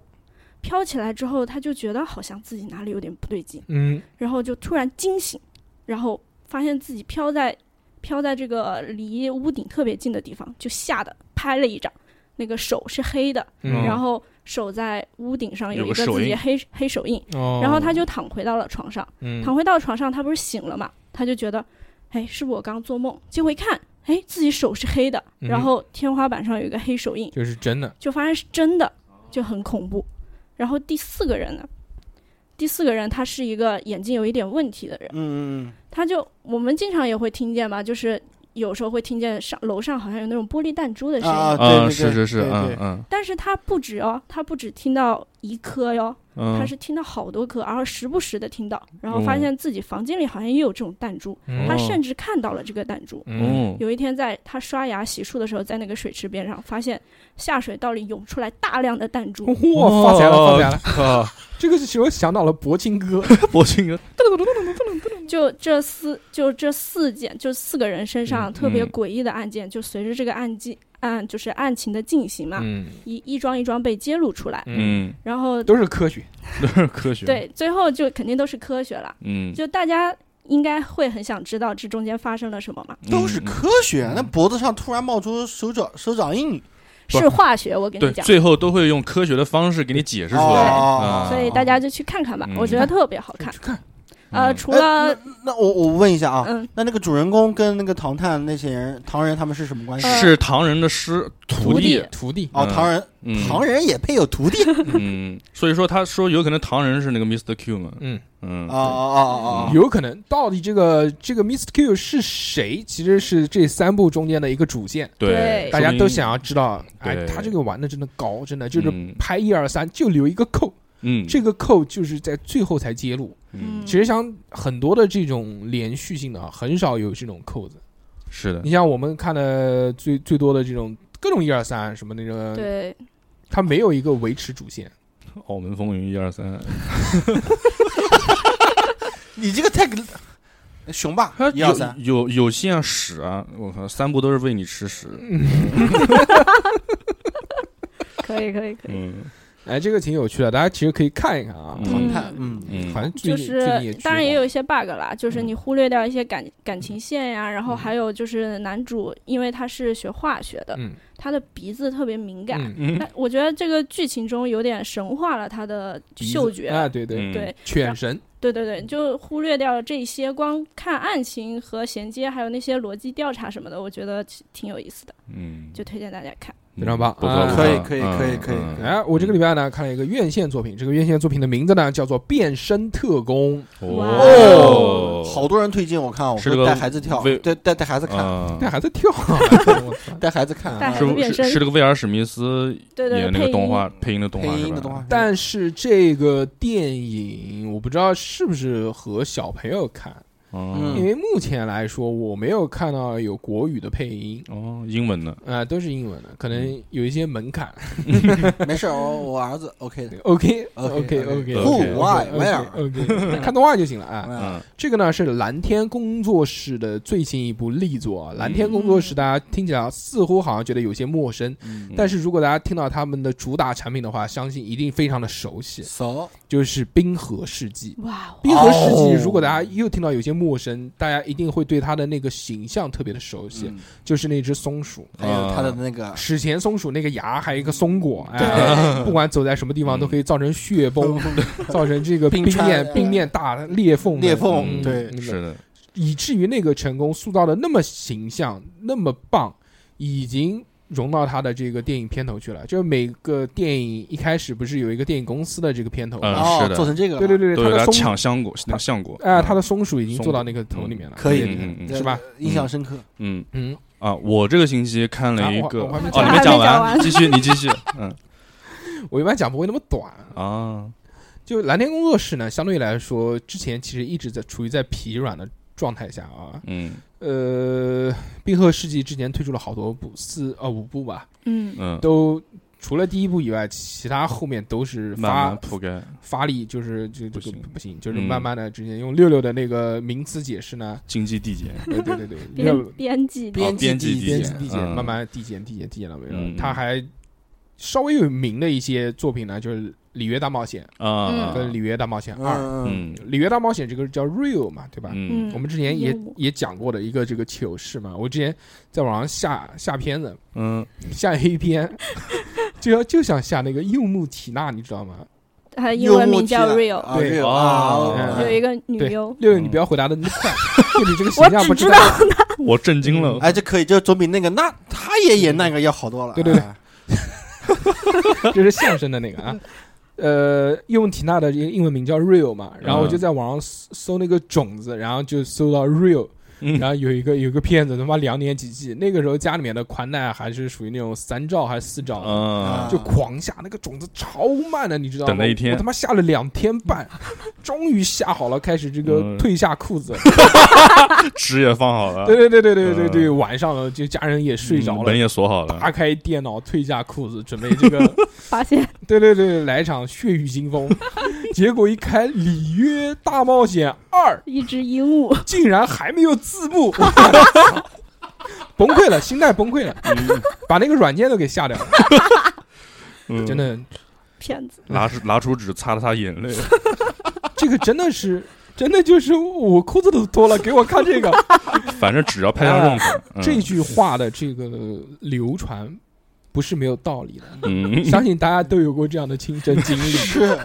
Speaker 5: 飘起来之后，他就觉得好像自己哪里有点不对劲，
Speaker 3: 嗯
Speaker 5: 然后就突然惊醒，然后发现自己飘在飘在这个离屋顶特别近的地方，就吓得拍了一掌。那个手是黑的，
Speaker 3: 嗯，
Speaker 5: 然后手在屋顶上有
Speaker 6: 有
Speaker 5: 一
Speaker 6: 个
Speaker 5: 个
Speaker 6: 手
Speaker 5: 自己
Speaker 6: 印
Speaker 5: 黑黑手印，
Speaker 3: 哦
Speaker 5: 然后他就躺回到了床上。
Speaker 3: 嗯
Speaker 5: 躺回到床上，他不是醒了嘛？他就觉得，哎，是不是我刚做梦？结果一看，哎，自己手是黑的，
Speaker 3: 嗯
Speaker 5: 然后天花板上有一个黑手印，
Speaker 3: 就是真的，
Speaker 5: 就发现是真的，就很恐怖。然后第四个人呢，第四个人他是一个眼睛有一点问题的人，
Speaker 4: 嗯嗯
Speaker 5: 他就我们经常也会听见吧，就是有时候会听见上楼上好像有那种玻璃弹珠的
Speaker 4: 嗯
Speaker 5: 声音，
Speaker 4: 啊，对对
Speaker 6: 啊，
Speaker 4: 对
Speaker 6: 是是是，
Speaker 4: 对
Speaker 6: 嗯
Speaker 4: 对
Speaker 6: 嗯
Speaker 5: 但是他不止哦，他不止听到一颗哟，
Speaker 6: 嗯，
Speaker 5: 他是听到好多颗，然后时不时的听到，然后发
Speaker 6: 哦
Speaker 5: 现自己房间里好像也有这种弹珠，
Speaker 3: 嗯
Speaker 5: 他
Speaker 6: 哦
Speaker 5: 甚至看到了这个弹珠。
Speaker 3: 嗯
Speaker 6: <laughs> 哦，
Speaker 5: 有一天，在他刷牙洗漱的时候，在那个水池边上，发现下水道里涌出来大量的弹
Speaker 6: 哦
Speaker 5: 珠，
Speaker 3: 哇，发财了发财了，
Speaker 6: 了，
Speaker 3: 这个是我想到了柏青哥，
Speaker 6: 博庆哥，
Speaker 5: 就这四就这四件，就四个人身上
Speaker 3: 嗯
Speaker 5: 特别
Speaker 6: 嗯
Speaker 5: 诡异的案件，就随着这个案件案就是案情的进行嘛，
Speaker 3: 嗯
Speaker 5: 一一桩一桩被揭露出来，
Speaker 3: 嗯，
Speaker 6: 嗯，
Speaker 5: 然后
Speaker 3: 都是科学，
Speaker 6: 都是科学，，
Speaker 5: 对最后就肯定都是科学了，
Speaker 6: 嗯，
Speaker 5: 就大家应该会很想知道这中间发生了什么
Speaker 6: 嗯
Speaker 5: 嘛，
Speaker 4: 都是科学。那脖子上突然冒出手掌手掌印，
Speaker 6: 不
Speaker 5: 是化学，我跟
Speaker 6: 对，
Speaker 5: 你讲，
Speaker 6: 最后都会用科学的方式给你解释出来，
Speaker 4: 哦
Speaker 6: 啊
Speaker 5: 所以大家就去看看吧，我觉得特别好看，
Speaker 3: 去看，哎
Speaker 5: 呃，
Speaker 6: 嗯
Speaker 5: 除了
Speaker 4: 哎那我我问一下啊，
Speaker 5: 嗯
Speaker 4: 那那个主人公跟那个唐探那些人唐人他们是什么关系？
Speaker 5: 呃
Speaker 6: 嗯是唐人的师徒弟，
Speaker 3: 徒弟，
Speaker 4: 哦，
Speaker 6: 嗯
Speaker 4: 唐人
Speaker 6: 嗯
Speaker 4: 唐人也配有
Speaker 6: <laughs>
Speaker 4: 徒弟
Speaker 6: 嗯，所以说他说有可能唐人是那个 Mr. Q 嘛，
Speaker 3: 嗯。
Speaker 6: 嗯
Speaker 4: 哦哦哦哦哦，
Speaker 3: 有可能，到底这个这个 Mr. Q 是谁，其实是这三部中间的一个主线，
Speaker 5: 对
Speaker 3: 大家都想要知道。哎，
Speaker 6: 对
Speaker 3: 他这个玩的真的高，真的就是
Speaker 6: 嗯
Speaker 3: 拍一二三就留一个扣，
Speaker 6: 嗯，
Speaker 3: 这个扣就是在最后才揭露。
Speaker 5: 嗯
Speaker 3: 其实像很多的这种连续性的啊，很少有这种扣子，
Speaker 6: 是的
Speaker 3: 你，像我们看的最最多的这种各种一二三什么那种，
Speaker 5: 对，
Speaker 3: 它没有一个维持主线。
Speaker 6: 澳门哦风云一二三，
Speaker 4: 你这个太给熊吧
Speaker 6: 它，
Speaker 4: 一二三，
Speaker 6: 有有有线屎啊！我靠，三步都是喂你吃屎。
Speaker 5: 可以可以可以，
Speaker 6: 嗯
Speaker 3: 哎，这个挺有趣的，大家其实可以看一看啊。
Speaker 6: 嗯
Speaker 4: 唐探，嗯，
Speaker 6: 嗯，
Speaker 3: 好像最
Speaker 5: 就
Speaker 3: 近最近
Speaker 5: 是
Speaker 3: 也嗯
Speaker 5: 当然也
Speaker 3: 有
Speaker 5: 有一些 bug 啦，就是你忽略掉一些感感情线呀，然
Speaker 3: 嗯
Speaker 5: 后还有就是男主，因为他是学化学的，
Speaker 3: 嗯
Speaker 5: 他的鼻子特别敏感，
Speaker 3: 嗯
Speaker 6: 嗯
Speaker 5: 那我觉得这个剧情中有点神化了他的
Speaker 3: 鼻子
Speaker 5: 嗅觉，
Speaker 3: 啊，对对
Speaker 6: 嗯
Speaker 5: 对
Speaker 3: 犬神
Speaker 5: 对对对，就忽略掉了这些，光看案情和衔接，还有那些逻辑调查什么的，我觉得其挺有意思的，
Speaker 6: 嗯，
Speaker 5: 就推荐大家看。
Speaker 3: 非常棒
Speaker 6: 不错
Speaker 3: 啊
Speaker 6: 不错
Speaker 4: 可以可以
Speaker 6: 嗯
Speaker 4: 可以可以
Speaker 6: 嗯
Speaker 3: 哎，我这个礼拜呢看了一个院线作品，这个院线作品的名字呢叫做《变身特工》。
Speaker 6: 嗯
Speaker 5: 哇
Speaker 4: 哦，好多人推荐我看，我
Speaker 6: 是
Speaker 4: 说
Speaker 6: 这个
Speaker 4: 带孩子跳
Speaker 6: 为，
Speaker 4: 带带带孩子看，
Speaker 6: 啊
Speaker 3: 但还在跳
Speaker 6: <laughs>
Speaker 3: 啊，我操
Speaker 4: 带孩子看
Speaker 5: 带
Speaker 4: 啊，
Speaker 5: 孩子
Speaker 6: 是不
Speaker 5: 变
Speaker 6: 是
Speaker 5: 身
Speaker 6: 是这个威尔史密斯
Speaker 5: 对对
Speaker 6: 演那
Speaker 5: 配
Speaker 6: 个
Speaker 5: 音
Speaker 6: 动画配音的动
Speaker 4: 配
Speaker 6: 画是
Speaker 4: 音
Speaker 6: 吧？
Speaker 4: 的动画，
Speaker 3: 但是这个电影我不知道是不是和小朋友看，因
Speaker 6: 嗯
Speaker 3: 为目前来说我没有看到有国语的配音，
Speaker 6: 哦，英文的
Speaker 3: 啊、都是英文的，可能有一些门槛。
Speaker 4: <laughs> 没事，我我儿子 OK 的，
Speaker 3: OK
Speaker 4: OK，OK，
Speaker 3: OK
Speaker 6: Who,
Speaker 4: why,
Speaker 3: OK，看动画就行了啊。
Speaker 4: 嗯
Speaker 6: 嗯
Speaker 3: 这个呢是蓝天工作室的最新一部力作啊。蓝天工作室大家听起来似乎好像觉得有些陌生，
Speaker 4: 嗯
Speaker 3: 但是如果大家听到他们的主打产品的话，相信一定非常的熟悉，
Speaker 4: ，so
Speaker 3: 就是冰河世纪。
Speaker 5: 哇哦，
Speaker 3: 冰河世纪，
Speaker 4: 哦
Speaker 3: 如果大家又听到有些陌生，大家一定会对它的那个形象特别的熟悉，
Speaker 4: 嗯
Speaker 3: 就是那只松鼠。
Speaker 4: 还有他的
Speaker 6: 啊
Speaker 4: 那个
Speaker 3: 史前松鼠那个牙，还有一个松果，哎，
Speaker 5: 对
Speaker 3: 不管走在什么地方都可以造成血崩，造成这个冰
Speaker 4: 冰川
Speaker 3: 面
Speaker 4: 对
Speaker 3: 冰面大裂缝的
Speaker 4: 裂缝
Speaker 3: 嗯
Speaker 4: 对
Speaker 3: 那个
Speaker 6: 是的，
Speaker 3: 以至于那个成功塑造的那么形象，那么棒，已经融到他的这个电影片头去了。就是每个电影一开始不是有一个电影公司的这个片头吗？
Speaker 6: 嗯
Speaker 4: 哦
Speaker 6: 是，的
Speaker 4: 做成这个，
Speaker 3: 对对对，
Speaker 6: 都
Speaker 3: 对，
Speaker 6: 有
Speaker 3: 他
Speaker 6: 他
Speaker 3: 的松
Speaker 6: 抢香果那个橡果
Speaker 3: 啊、
Speaker 6: 嗯
Speaker 3: 他的松鼠已经
Speaker 6: 松
Speaker 3: 做到
Speaker 6: 鼠
Speaker 3: 那个头里面了，
Speaker 4: 可以
Speaker 3: 厉害
Speaker 6: 嗯嗯
Speaker 4: 对
Speaker 3: 是吧？
Speaker 4: 印象深刻，
Speaker 6: 嗯
Speaker 3: 嗯，
Speaker 6: 啊，我这个星期看了一
Speaker 3: 啊
Speaker 6: 个
Speaker 3: 我我还没
Speaker 6: 哦，
Speaker 5: 讲
Speaker 6: 你没讲
Speaker 5: 还没讲完
Speaker 6: 继续你继续，嗯
Speaker 3: 我一般讲不会那么短。
Speaker 6: 啊，
Speaker 3: 就蓝天工作室呢，相对来说之前其实一直在处于在疲软的状态下啊。
Speaker 6: 嗯
Speaker 3: 呃，冰河世纪之前推出了好多部，四啊、五部吧，
Speaker 5: 嗯，
Speaker 6: 嗯，
Speaker 3: 都除了第一部以外，其他后面都是
Speaker 6: 慢
Speaker 3: 发
Speaker 6: 慢铺盖，
Speaker 3: 发力，就是就这
Speaker 6: 不
Speaker 3: 个
Speaker 6: 行
Speaker 3: 不行，就是
Speaker 6: 嗯
Speaker 3: 慢慢的之前用六六的那个名词解释
Speaker 6: <laughs>
Speaker 3: 呢，
Speaker 6: 经济递减，
Speaker 3: 对对对对，六
Speaker 5: 编编辑
Speaker 4: 编
Speaker 6: 啊编
Speaker 4: 辑
Speaker 6: 辑
Speaker 4: 递
Speaker 3: 编
Speaker 6: 减
Speaker 3: 辑递减，
Speaker 6: 嗯
Speaker 3: 慢慢递减递减递减到没有，
Speaker 6: 嗯
Speaker 3: 他还稍微有名的一些作品呢，就是《里约大冒险
Speaker 6: 啊》
Speaker 3: 跟《里约大冒险二》。
Speaker 4: 嗯，
Speaker 6: 嗯
Speaker 3: 《里约大冒险》这个叫 Real 嘛，对吧？
Speaker 6: 嗯
Speaker 5: 嗯
Speaker 3: 我们之前也
Speaker 5: 烟雾
Speaker 3: 也讲过的一个这个糗事嘛，我之前在网上下下片子， <laughs>
Speaker 6: 嗯
Speaker 3: 下 A 片，就要就想下那个柚木缇娜，你知道吗？
Speaker 5: 他英文名叫
Speaker 4: 幽默
Speaker 5: Real，、
Speaker 4: 剧啊
Speaker 3: 对
Speaker 4: ，Real
Speaker 6: 啊
Speaker 4: 啊，
Speaker 5: 有一个女
Speaker 3: 对
Speaker 5: 优，
Speaker 3: 六六，你不要回答的那么
Speaker 5: <laughs>
Speaker 3: 快，就你这个形象
Speaker 5: 我
Speaker 3: 不
Speaker 5: 只知
Speaker 3: 道
Speaker 5: 道。
Speaker 6: 我震惊了，
Speaker 4: 哎，这可以，这总比那个那他也演那个要好多了。
Speaker 3: 对对对
Speaker 4: 哎，
Speaker 3: 这是相声的那个啊。呃，用缇娜的这个英文名叫 real 嘛，然后我
Speaker 6: 嗯
Speaker 3: 就在网上搜搜那个种子，然后就搜到 real，
Speaker 6: 嗯
Speaker 3: 然后有一个有一个片子，他妈两点几 G，那个时候家里面的宽带还是属于那种三兆还是四兆的，
Speaker 6: 啊，
Speaker 3: 就狂下那个种子超慢的，你知道吗？
Speaker 6: 等了一天
Speaker 3: 我他妈下了两天半，终于下好了，开始这个
Speaker 6: 嗯
Speaker 3: 退下裤子。
Speaker 6: 纸也放好了
Speaker 3: 对，对对对对对对，
Speaker 6: 嗯
Speaker 3: 晚上了就家人也睡着了
Speaker 6: 门，也锁好了，
Speaker 3: 打开电脑，退下裤子，准备这个
Speaker 5: 发现
Speaker 3: 对对对，来场血雨腥风，结果一开《里约大冒险二
Speaker 5: 一只鹦鹉》，
Speaker 3: 竟然还没有字幕，崩溃了，心态崩溃了，把那个软件都给下掉了，
Speaker 6: 嗯
Speaker 3: 真的，
Speaker 5: 骗子，
Speaker 6: 拿出拿出纸擦了擦眼泪， <laughs>
Speaker 3: 这个真的是。真的就是我裤子都脱了，给我看这个、
Speaker 6: 反正只要拍上
Speaker 3: 哎
Speaker 6: 用场，嗯
Speaker 3: 这句话的这个流传，不是没有道理的。
Speaker 6: 嗯
Speaker 3: 相信大家都有过这样的亲身经历。
Speaker 4: 是，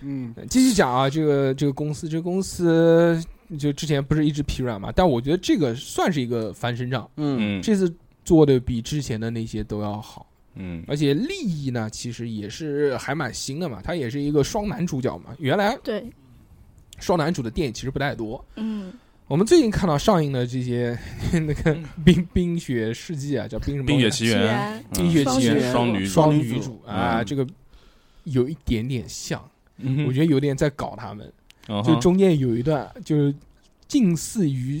Speaker 4: 嗯，
Speaker 3: 继续讲啊，这个这个公司，这个公司就之前不是一直疲软嘛，但我觉得这个算是一个翻身仗，
Speaker 4: 嗯，
Speaker 6: 嗯
Speaker 3: 这次做的比之前的那些都要好，
Speaker 6: 嗯
Speaker 3: 而且利益呢，其实也是还蛮新的嘛，他也是一个双男主角嘛，原来
Speaker 5: 对，
Speaker 3: 双男主的电影其实不太多。
Speaker 5: 嗯，
Speaker 3: 我们最近看到上映的这些那个冰冰雪世纪啊，叫冰什么？
Speaker 6: 嗯冰雪奇
Speaker 5: 既
Speaker 6: 缘，
Speaker 5: 然
Speaker 6: 嗯
Speaker 3: 冰雪奇缘
Speaker 6: 双女
Speaker 3: 双
Speaker 4: 双
Speaker 3: 女
Speaker 4: 女
Speaker 3: 主
Speaker 4: 主
Speaker 3: 啊，
Speaker 6: 嗯
Speaker 3: 这个有一点点像，
Speaker 6: 嗯
Speaker 3: 我
Speaker 6: 啊
Speaker 3: 觉得有点在搞他们。
Speaker 6: 得
Speaker 3: 就中间有一段就是近似于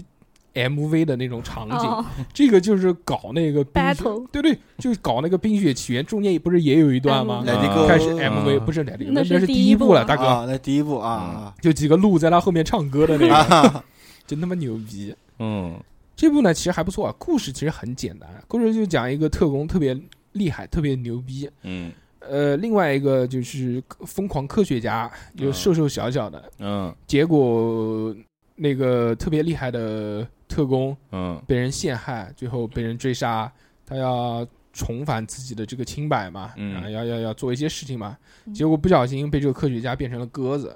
Speaker 3: MV 的那种场景，
Speaker 5: 哦，
Speaker 3: 这个就是搞那个冰雪
Speaker 5: Battle
Speaker 3: 对对，就是搞那个《冰雪奇缘》，中间不是也有一段吗？
Speaker 5: 嗯
Speaker 4: Let it go
Speaker 3: 开始哎 MV
Speaker 6: 嗯
Speaker 3: 不是哪里，
Speaker 5: 那是
Speaker 3: 是
Speaker 5: 第
Speaker 3: 第
Speaker 5: 一
Speaker 3: 部
Speaker 5: 部
Speaker 3: 了，
Speaker 5: 啊
Speaker 3: 大哥，
Speaker 4: 啊，那第一部啊
Speaker 3: 就几个鹿在他后面唱歌的那个，
Speaker 4: 啊，
Speaker 3: 真他妈牛逼！
Speaker 6: 嗯
Speaker 3: 这部呢其实还不错啊，故事其实很简单，啊故事就讲一个特工特别厉害，特别牛逼。
Speaker 6: 嗯
Speaker 3: 呃，另外一个就是疯狂科学家，就
Speaker 6: 嗯
Speaker 3: 瘦瘦小小的，
Speaker 6: 嗯
Speaker 3: 结果那个特别厉害的特工
Speaker 6: 嗯
Speaker 3: 被人陷害，最后被人追杀，他要重返自己的这个清白嘛，
Speaker 6: 嗯
Speaker 3: 然后要要要做一些事情嘛，
Speaker 5: 嗯
Speaker 3: 结果不小心被这个科学家变成了鸽子，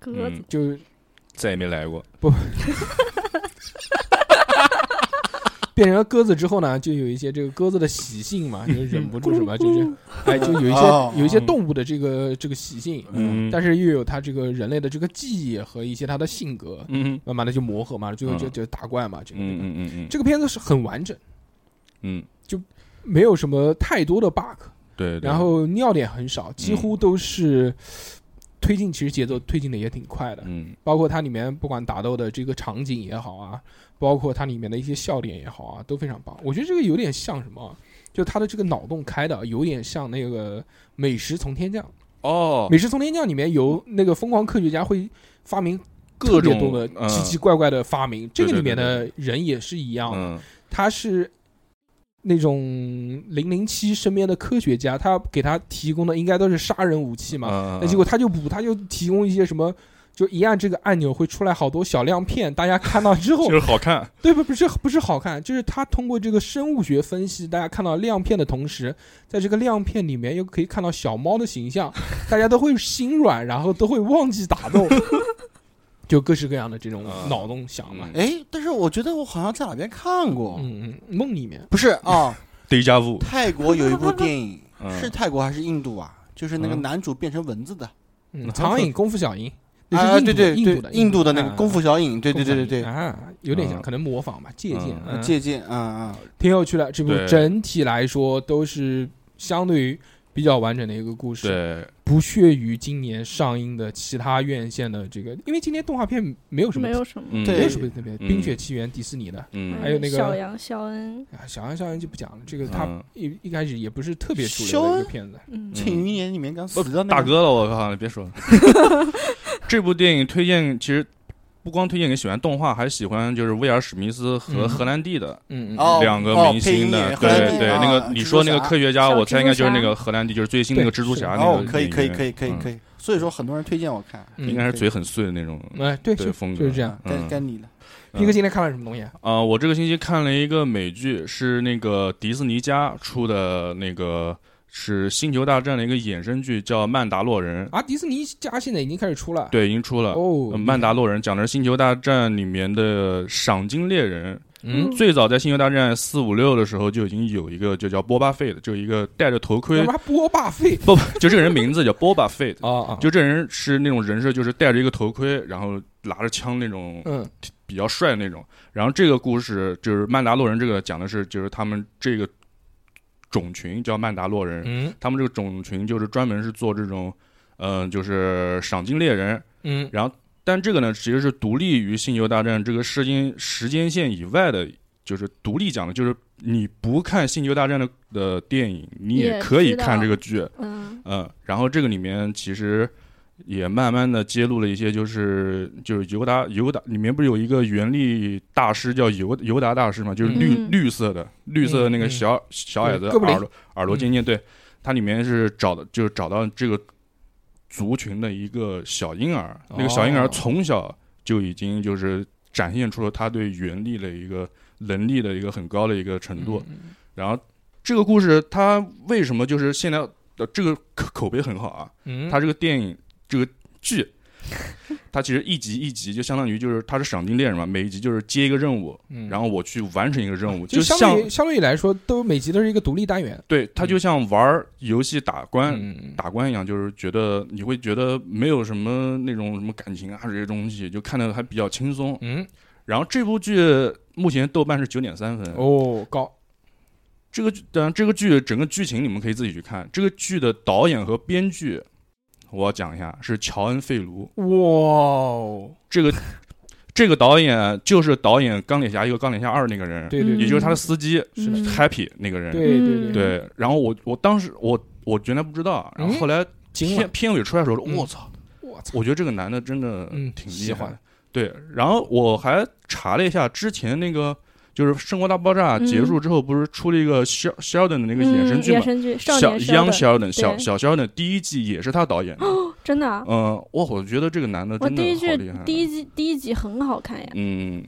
Speaker 5: 鸽子
Speaker 6: 嗯，
Speaker 3: 就
Speaker 6: 再也没来过。
Speaker 3: 变成了鸽子之后呢，就有一些这个鸽子的习性 <laughs> 嘛，就忍不住什么，就是 <laughs> 哎，就有一
Speaker 4: 哦
Speaker 3: 些有一些动物的这个这个习性，
Speaker 4: 嗯
Speaker 3: 但是又有它这个人类的这个记忆和一些它的性格，
Speaker 6: 嗯
Speaker 3: 慢慢的就磨合嘛，最后就就打怪嘛，这个这
Speaker 6: 嗯
Speaker 3: 个
Speaker 6: 嗯嗯嗯
Speaker 3: 这个片子是很完整，
Speaker 6: 嗯，
Speaker 3: 没有什么太多的 bug。
Speaker 6: 对。对
Speaker 3: 然后尿点很少，几乎都是推进，其实节奏推进的也挺快的。
Speaker 6: 嗯
Speaker 3: 包括它里面不管打斗的这个场景也好啊，包括它里面的一些笑点也好啊，都非常棒。我觉得这个有点像什么啊，就它的这个脑洞开的有点像那个《美食从天降》。
Speaker 6: 哦
Speaker 3: 《美食从天降》里面有那个疯狂科学家会发明特别多的
Speaker 6: 各种嗯
Speaker 3: 奇奇怪怪的发明，这个
Speaker 6: 对对
Speaker 3: 里面的人也是一样的。
Speaker 6: 嗯
Speaker 3: 他是那种零零七身边的科学家，他给他提供的应该都是杀人武器嘛。
Speaker 6: 嘛
Speaker 3: 那结果他就不，他就提供一些什么，就一按这个按钮会出来好多小亮片，大家看到之后
Speaker 6: <laughs> 就，是好看。
Speaker 3: 对不不是不是好看，就是他通过这个生物学分析，大家看到亮片的同时，在这个亮片里面又可以看到小猫的形
Speaker 6: <laughs>
Speaker 3: 象，大家都会心软，然后都会忘记打斗。就各式各样的这种
Speaker 6: 啊
Speaker 3: 脑洞想嘛，
Speaker 4: 哎，但是我觉得我好像在哪边看过，
Speaker 3: 嗯嗯，梦里面
Speaker 4: 不是
Speaker 3: <laughs>
Speaker 4: 啊，
Speaker 6: 对家务
Speaker 4: 泰国有一部电 <laughs> 影
Speaker 6: 嗯
Speaker 4: 是泰国还是印度啊？就是那个
Speaker 6: 嗯
Speaker 4: 男主变成蚊子的
Speaker 3: 嗯，苍蝇功夫小蝇，那是
Speaker 4: 啊，
Speaker 3: 印度
Speaker 4: 对对
Speaker 3: 印
Speaker 4: 对
Speaker 3: 度，的嗯啊
Speaker 4: 印度的那个功夫小影，对
Speaker 3: 功
Speaker 4: 对
Speaker 3: 夫小
Speaker 4: 对对
Speaker 3: 蝇
Speaker 4: 对，
Speaker 3: 啊，有点像，
Speaker 6: 嗯
Speaker 3: 可能模仿吧，借鉴
Speaker 6: 嗯，
Speaker 3: 嗯
Speaker 4: 借鉴啊啊，
Speaker 3: 挺有趣的。这部
Speaker 6: 对
Speaker 3: 整体来说都是相对于比较完整的一个故事，
Speaker 6: 对
Speaker 3: 不屑于今年上映的其他院线的这个，因为今年动画片没有什么
Speaker 5: 没，有什么。
Speaker 6: 嗯
Speaker 4: 对
Speaker 3: 没有什么特别，《
Speaker 6: 嗯
Speaker 3: 冰雪奇缘》迪士尼的
Speaker 6: 嗯
Speaker 3: 还有那个
Speaker 5: 小羊肖恩，
Speaker 3: 啊，小羊小羊就不讲了，这个它
Speaker 6: 嗯
Speaker 3: 一一开始也不是特别主流的一个片子，
Speaker 5: 嗯
Speaker 4: 《
Speaker 6: 嗯
Speaker 4: 庆余年》里面刚死的那个
Speaker 6: 大，哥了，我靠，你别说了。 <laughs> 这部电影推荐其实不光推荐给喜欢动画，还喜欢就是威尔史密斯和
Speaker 3: 嗯
Speaker 6: 荷兰弟的
Speaker 3: 嗯嗯
Speaker 4: 哦
Speaker 6: 两个明星
Speaker 4: 哦配音演
Speaker 6: 的。
Speaker 4: 员荷
Speaker 6: 对
Speaker 4: 兰
Speaker 6: 对
Speaker 4: 弟
Speaker 6: 对，
Speaker 4: 啊
Speaker 6: 那个你
Speaker 4: 蜘蛛
Speaker 6: 说那个
Speaker 4: 侠
Speaker 6: 科学家，
Speaker 5: 小
Speaker 6: 我猜应该就是
Speaker 5: 蜘蛛
Speaker 6: 那
Speaker 5: 侠
Speaker 6: 个荷兰弟，就是最新那个蜘蛛
Speaker 3: 对
Speaker 6: 侠那个
Speaker 4: 哦
Speaker 6: 演，员。
Speaker 4: 可以可以可以可以
Speaker 6: 嗯
Speaker 4: 可以，所以说很多人推荐我看，
Speaker 3: 嗯
Speaker 6: 应该是嘴很碎的那种。
Speaker 3: 哎对，
Speaker 6: 对
Speaker 3: 就
Speaker 6: 风格
Speaker 3: 就是这样。
Speaker 6: 嗯
Speaker 4: 该该你了，
Speaker 3: 皮哥今天看了什么东西啊？
Speaker 6: 啊、我这个星期看了一个美剧，是那个迪士尼家出的那个是《星球大战》的一个衍生剧，叫《曼达洛人》。
Speaker 3: 啊，迪士尼家现在已经开始出了，
Speaker 6: 对，已经出了。
Speaker 3: 哦
Speaker 6: 呃，曼达洛人讲的是《星球大战》里面的赏金猎人，
Speaker 3: 嗯，
Speaker 6: 最早在《星球大战》四五六的时候就已经有一个就叫波巴费的，就一个戴着头盔
Speaker 3: 他，妈波霸费
Speaker 6: <laughs> 不，不就这个人名字叫波巴费，
Speaker 3: 啊啊，
Speaker 6: <laughs> 就这人是那种人设，就是戴着一个头盔，然后拿着枪那种，
Speaker 3: 嗯
Speaker 6: 比较帅那种。然后这个故事就是曼达洛人，这个讲的是就是他们这个种群叫曼达洛人，
Speaker 3: 嗯
Speaker 6: 他们这个种群就是专门是做这种，嗯、就是赏金猎人。
Speaker 3: 嗯
Speaker 6: 但这个呢，其实是独立于《星球大战》这个时间时间线以外的，就是独立讲的，就是你不看《星球大战的》的电影，你也
Speaker 5: 也
Speaker 6: 可以
Speaker 5: 知道
Speaker 6: 看这个剧。
Speaker 5: 嗯，
Speaker 6: 嗯，然后这个里面其实也慢慢的揭露了一些，就是就是尤达尤达里面不是有一个原力大师叫尤尤达大师嘛，就是绿、
Speaker 5: 嗯
Speaker 6: 绿色的绿色的那
Speaker 3: 嗯
Speaker 6: 个
Speaker 3: 嗯
Speaker 6: 小、小矮子
Speaker 3: 哥布嗯林
Speaker 6: 耳朵耳朵尖尖，对，它里面是找的就是找到这个族群的一个小婴儿，那个小婴儿
Speaker 3: 哦
Speaker 6: 从小就已经就是展现出了他对原力的一个能力的一个很高的一个程度，
Speaker 3: 嗯
Speaker 6: 然后这个故事它为什么就是现在的这个口口碑很好啊？
Speaker 3: 嗯，
Speaker 6: 它这个电影这个剧，
Speaker 3: <laughs>
Speaker 6: 它其实一集一集就相当于就是它是赏金猎人嘛，每一集就是接一个任务，
Speaker 3: 嗯
Speaker 6: 然后我去完成一个任务，
Speaker 3: 就相
Speaker 6: 像
Speaker 3: 对于相对于来说，都每集都是一个独立单元。
Speaker 6: 对它就像玩游戏打关。
Speaker 3: 嗯，
Speaker 6: 打关一样，就是觉得你会觉得没有什么那种什么感情啊这些东西，就看的还比较轻松。
Speaker 3: 嗯，
Speaker 6: 然后这部剧目前豆瓣是九点三分，
Speaker 3: 哦，高，
Speaker 6: 这个剧当然这个剧整个剧情你们可以自己去看。这个剧的导演和编剧，我要讲一下是乔恩·费卢。
Speaker 3: 哇哦，
Speaker 6: 这个这个导演就是导演《钢铁侠一》和《钢铁侠二》那个人，
Speaker 3: 对对
Speaker 6: 嗯也
Speaker 3: 对
Speaker 6: 就是他的司机
Speaker 5: 是的
Speaker 6: Happy 那个人。
Speaker 3: 对嗯对对，
Speaker 6: 对然后我我当时我我原来不知道，然后后来
Speaker 3: 嗯惊了
Speaker 6: 片片尾出来的时候，
Speaker 3: 嗯
Speaker 6: 我操！
Speaker 3: 我操，
Speaker 6: 我觉得这个男的真的
Speaker 3: 嗯
Speaker 6: 挺
Speaker 3: 喜
Speaker 6: 厉害
Speaker 3: 欢
Speaker 6: 的。对，然后我还查了一下之前那个。就是《生活大爆炸》结束之后，不是出了一个 Shel- Sheldon 的那个衍生
Speaker 5: 嗯
Speaker 6: 剧
Speaker 5: 衍
Speaker 6: 嘛？
Speaker 5: 生剧，少
Speaker 6: 小
Speaker 5: 年生
Speaker 6: Young Sheldon 小
Speaker 5: 对
Speaker 6: 小 Sheldon 第一季也是他导
Speaker 5: <laughs>
Speaker 6: 演的。
Speaker 5: 真的啊，
Speaker 6: 嗯，哇，我觉得这个男的
Speaker 5: 我
Speaker 6: 真的
Speaker 5: 第一
Speaker 6: 好
Speaker 5: 剧
Speaker 6: 厉害。
Speaker 5: 第一季第一集很好看呀，
Speaker 6: 嗯，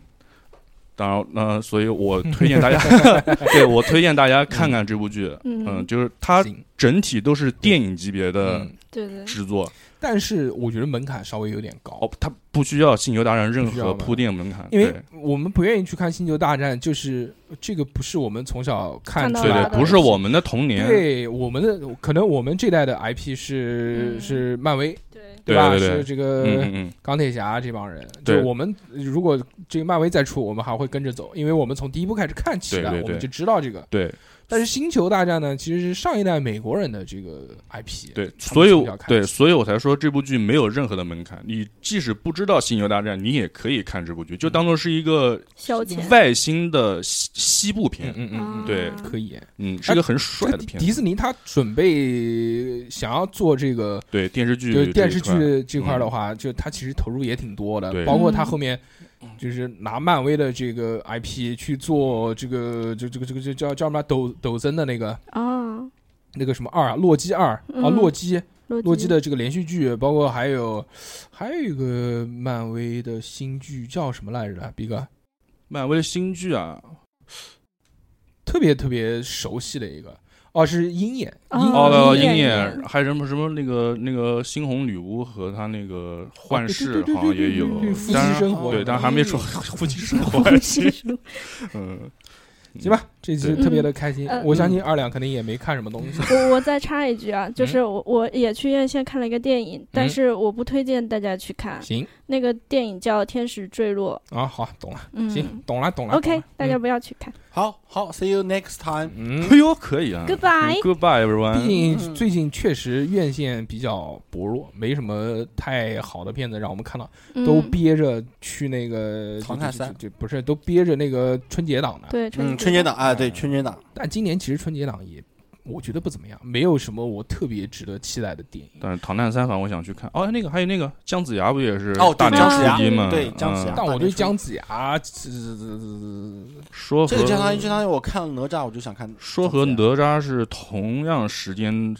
Speaker 6: 当然，那、所以我推荐
Speaker 3: <laughs>
Speaker 6: 大家，对我推荐大家看看这部剧。
Speaker 5: 嗯
Speaker 6: 嗯，就是它
Speaker 3: 行
Speaker 6: 整体都是电影级别的
Speaker 3: 嗯，
Speaker 5: 对对，
Speaker 6: 制作，
Speaker 3: 但是我觉得门槛稍微有点高，
Speaker 6: 哦，它不需要《星球大战》任
Speaker 3: 不需要
Speaker 6: 何
Speaker 3: 吧
Speaker 6: 铺垫门槛，
Speaker 3: 因为
Speaker 6: 对
Speaker 3: 我们不愿意去看《星球大战》，就是这个不是我们从小看
Speaker 5: 看到
Speaker 3: 出
Speaker 6: 对
Speaker 3: 来
Speaker 5: 大
Speaker 6: 对
Speaker 5: 的，
Speaker 6: 不是我们的童年，
Speaker 3: 对我们的可能我们这代的 IP 是
Speaker 5: 嗯
Speaker 3: 是漫威，
Speaker 5: 对
Speaker 6: 对
Speaker 3: 吧？
Speaker 6: 对对对
Speaker 3: 是这
Speaker 6: 嗯
Speaker 3: 个
Speaker 6: 嗯嗯，
Speaker 3: 钢铁侠这帮人。
Speaker 6: 对
Speaker 3: 就我们如果这个漫威再出，我们还会跟着走，因为我们从第一部开始看起
Speaker 6: 对
Speaker 3: 的
Speaker 6: 对，对
Speaker 3: 我们就知道这个。
Speaker 6: 对
Speaker 3: 但是《星球大战》呢，其实是上一代美国人的这个 IP。
Speaker 6: 对，
Speaker 3: 他们
Speaker 6: 所以
Speaker 3: 从
Speaker 6: 我
Speaker 3: 小看
Speaker 6: 对，
Speaker 3: 起
Speaker 6: 所以我才说这部剧没有任何的门槛，你即使不知道《星球大战》，你也可以看这部剧，就
Speaker 3: 嗯
Speaker 6: 当做是一个
Speaker 5: 消遣，
Speaker 6: <laughs> 外星的西西部
Speaker 3: 嗯啊
Speaker 6: 片，
Speaker 3: 嗯嗯嗯，
Speaker 6: 对
Speaker 3: 可以。
Speaker 6: 嗯，是一个很帅
Speaker 3: 这
Speaker 6: 的
Speaker 3: 个
Speaker 6: 片，
Speaker 3: 迪士尼他准备想要做这个
Speaker 6: 对电视
Speaker 3: 就
Speaker 6: 剧这
Speaker 3: 是
Speaker 6: 一
Speaker 3: 电视
Speaker 6: 块嗯
Speaker 3: 剧这块儿的话，就它其实投入也挺多的
Speaker 6: 对，
Speaker 3: 包括它
Speaker 5: 嗯
Speaker 3: 后面就是拿漫威的这个 IP 去做这个这这个这个这叫叫什么抖抖森的那个
Speaker 5: 啊，
Speaker 3: 那个什么二啊，洛基二啊，
Speaker 5: 嗯
Speaker 3: 洛基
Speaker 5: 洛
Speaker 3: 洛基的这个连续剧，包括还有还有一个漫威的新剧叫什么来着？逼哥
Speaker 6: 漫威的新剧啊，
Speaker 3: 特别特别熟悉的一个哦，是鹰眼，
Speaker 5: 哦
Speaker 3: 鹰
Speaker 6: 哦，
Speaker 5: 哦
Speaker 6: 对鹰
Speaker 5: 鹰眼
Speaker 6: 眼，还有什么什么那个那个猩红女巫和他那个幻视
Speaker 3: 哦对对对对
Speaker 6: 好像也有
Speaker 5: 对对对，
Speaker 3: 夫妻
Speaker 6: 当然
Speaker 3: 生活
Speaker 6: 对，但还没说 <laughs> 夫妻生活还
Speaker 5: 洛
Speaker 6: 行
Speaker 5: 基，书
Speaker 6: 嗯，
Speaker 3: 行吧，这期
Speaker 6: 对
Speaker 3: 特别的开心
Speaker 5: 嗯，
Speaker 3: 我相信二两肯定也没看什么东西，
Speaker 5: 我我再插一句啊，就是
Speaker 3: 嗯
Speaker 5: 我我也去院线看了一个电影，但是我不推荐大家去
Speaker 3: <laughs>
Speaker 5: 看，
Speaker 3: 行
Speaker 5: 那个电影叫《天使坠落
Speaker 3: 啊，好，懂了，》，
Speaker 5: 嗯，
Speaker 3: 行，懂了，懂了
Speaker 5: o k
Speaker 3: 懂了
Speaker 5: 大家不要去看
Speaker 4: 好好，see you next time。
Speaker 3: 嗯，
Speaker 6: 哎呦，可以啊
Speaker 5: ，Goodbye。
Speaker 6: ，Goodbye everyone，
Speaker 3: 毕
Speaker 5: 嗯
Speaker 3: 竟最近确实院线比较薄弱，没什么太好的片子让我们看到，都
Speaker 5: 嗯
Speaker 3: 憋着去那个
Speaker 4: 唐探三
Speaker 3: 就不是都憋着那个春节档呢。
Speaker 5: 对，
Speaker 4: 嗯，春节
Speaker 5: 档
Speaker 4: 档啊，对，春节档，
Speaker 3: 但今年其实春节档也，我觉得不怎么样，没有什么我特别值得期待的电影。
Speaker 6: 但是《唐探三》反正我想去看，哦，那个还有那个姜子牙不也是
Speaker 4: 哦对
Speaker 6: 大年
Speaker 5: 姜子牙
Speaker 6: 初一嘛？
Speaker 4: 对姜子牙
Speaker 6: 嗯
Speaker 3: 但我对
Speaker 4: 大年初一
Speaker 3: 姜子牙，这这这这
Speaker 6: 说
Speaker 4: 这个
Speaker 6: 和
Speaker 4: 就相当于相当于我看了哪吒，我就想看
Speaker 6: 说和哪吒是同样时间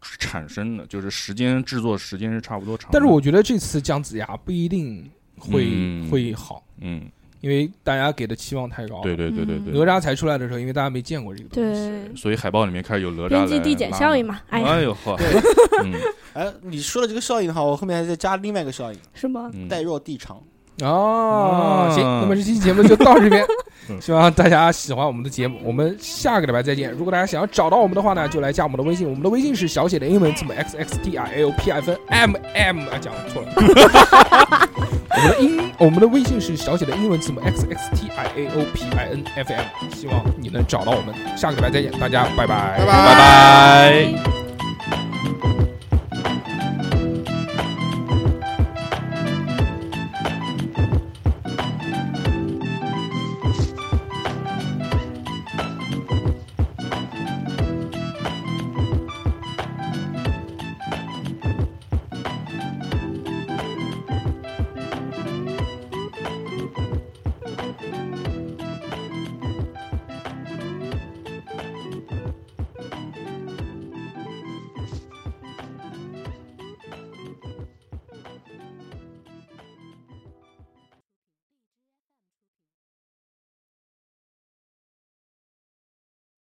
Speaker 6: 产生的，就是时间制作时间是差不多长的。
Speaker 3: 但是我觉得这次姜子牙不一定会、
Speaker 6: 嗯
Speaker 3: 会好，
Speaker 6: 嗯，
Speaker 3: 因为大家给的期望太高了。
Speaker 6: 对对对对
Speaker 5: 嗯
Speaker 6: 对，
Speaker 3: 哪吒才出来的时候，因为大家没见过这个东西，
Speaker 5: 对，
Speaker 6: 所以海报里面开始有哪吒
Speaker 5: 边际
Speaker 6: 来
Speaker 5: 递减
Speaker 6: 拉
Speaker 5: 效应
Speaker 6: 嘛。
Speaker 5: 嘛，哎呀，
Speaker 6: 哎呦呵，嗯，
Speaker 4: 哎，你说的这个效应的话，我后面还再加另外一个效应，
Speaker 5: 是吗？
Speaker 6: 嗯
Speaker 4: 代弱地长。
Speaker 3: 哦，行，
Speaker 6: 啊
Speaker 3: 那么这期节目就到这边
Speaker 6: <laughs> 嗯，
Speaker 3: 希望大家喜欢我们的节目，我们下个礼拜再见。如果大家想要找到我们的话呢，就来加我们的微信，我们的微信是小写的英文字母 x x t i l p i 分 m m 啊，讲
Speaker 6: <laughs>
Speaker 3: 错了。我们的英，我们的微信是小写的英文字母 x x t i a o p i n f m，希望你能找到我们。下个礼拜再见，大家拜拜，拜拜
Speaker 6: 拜拜。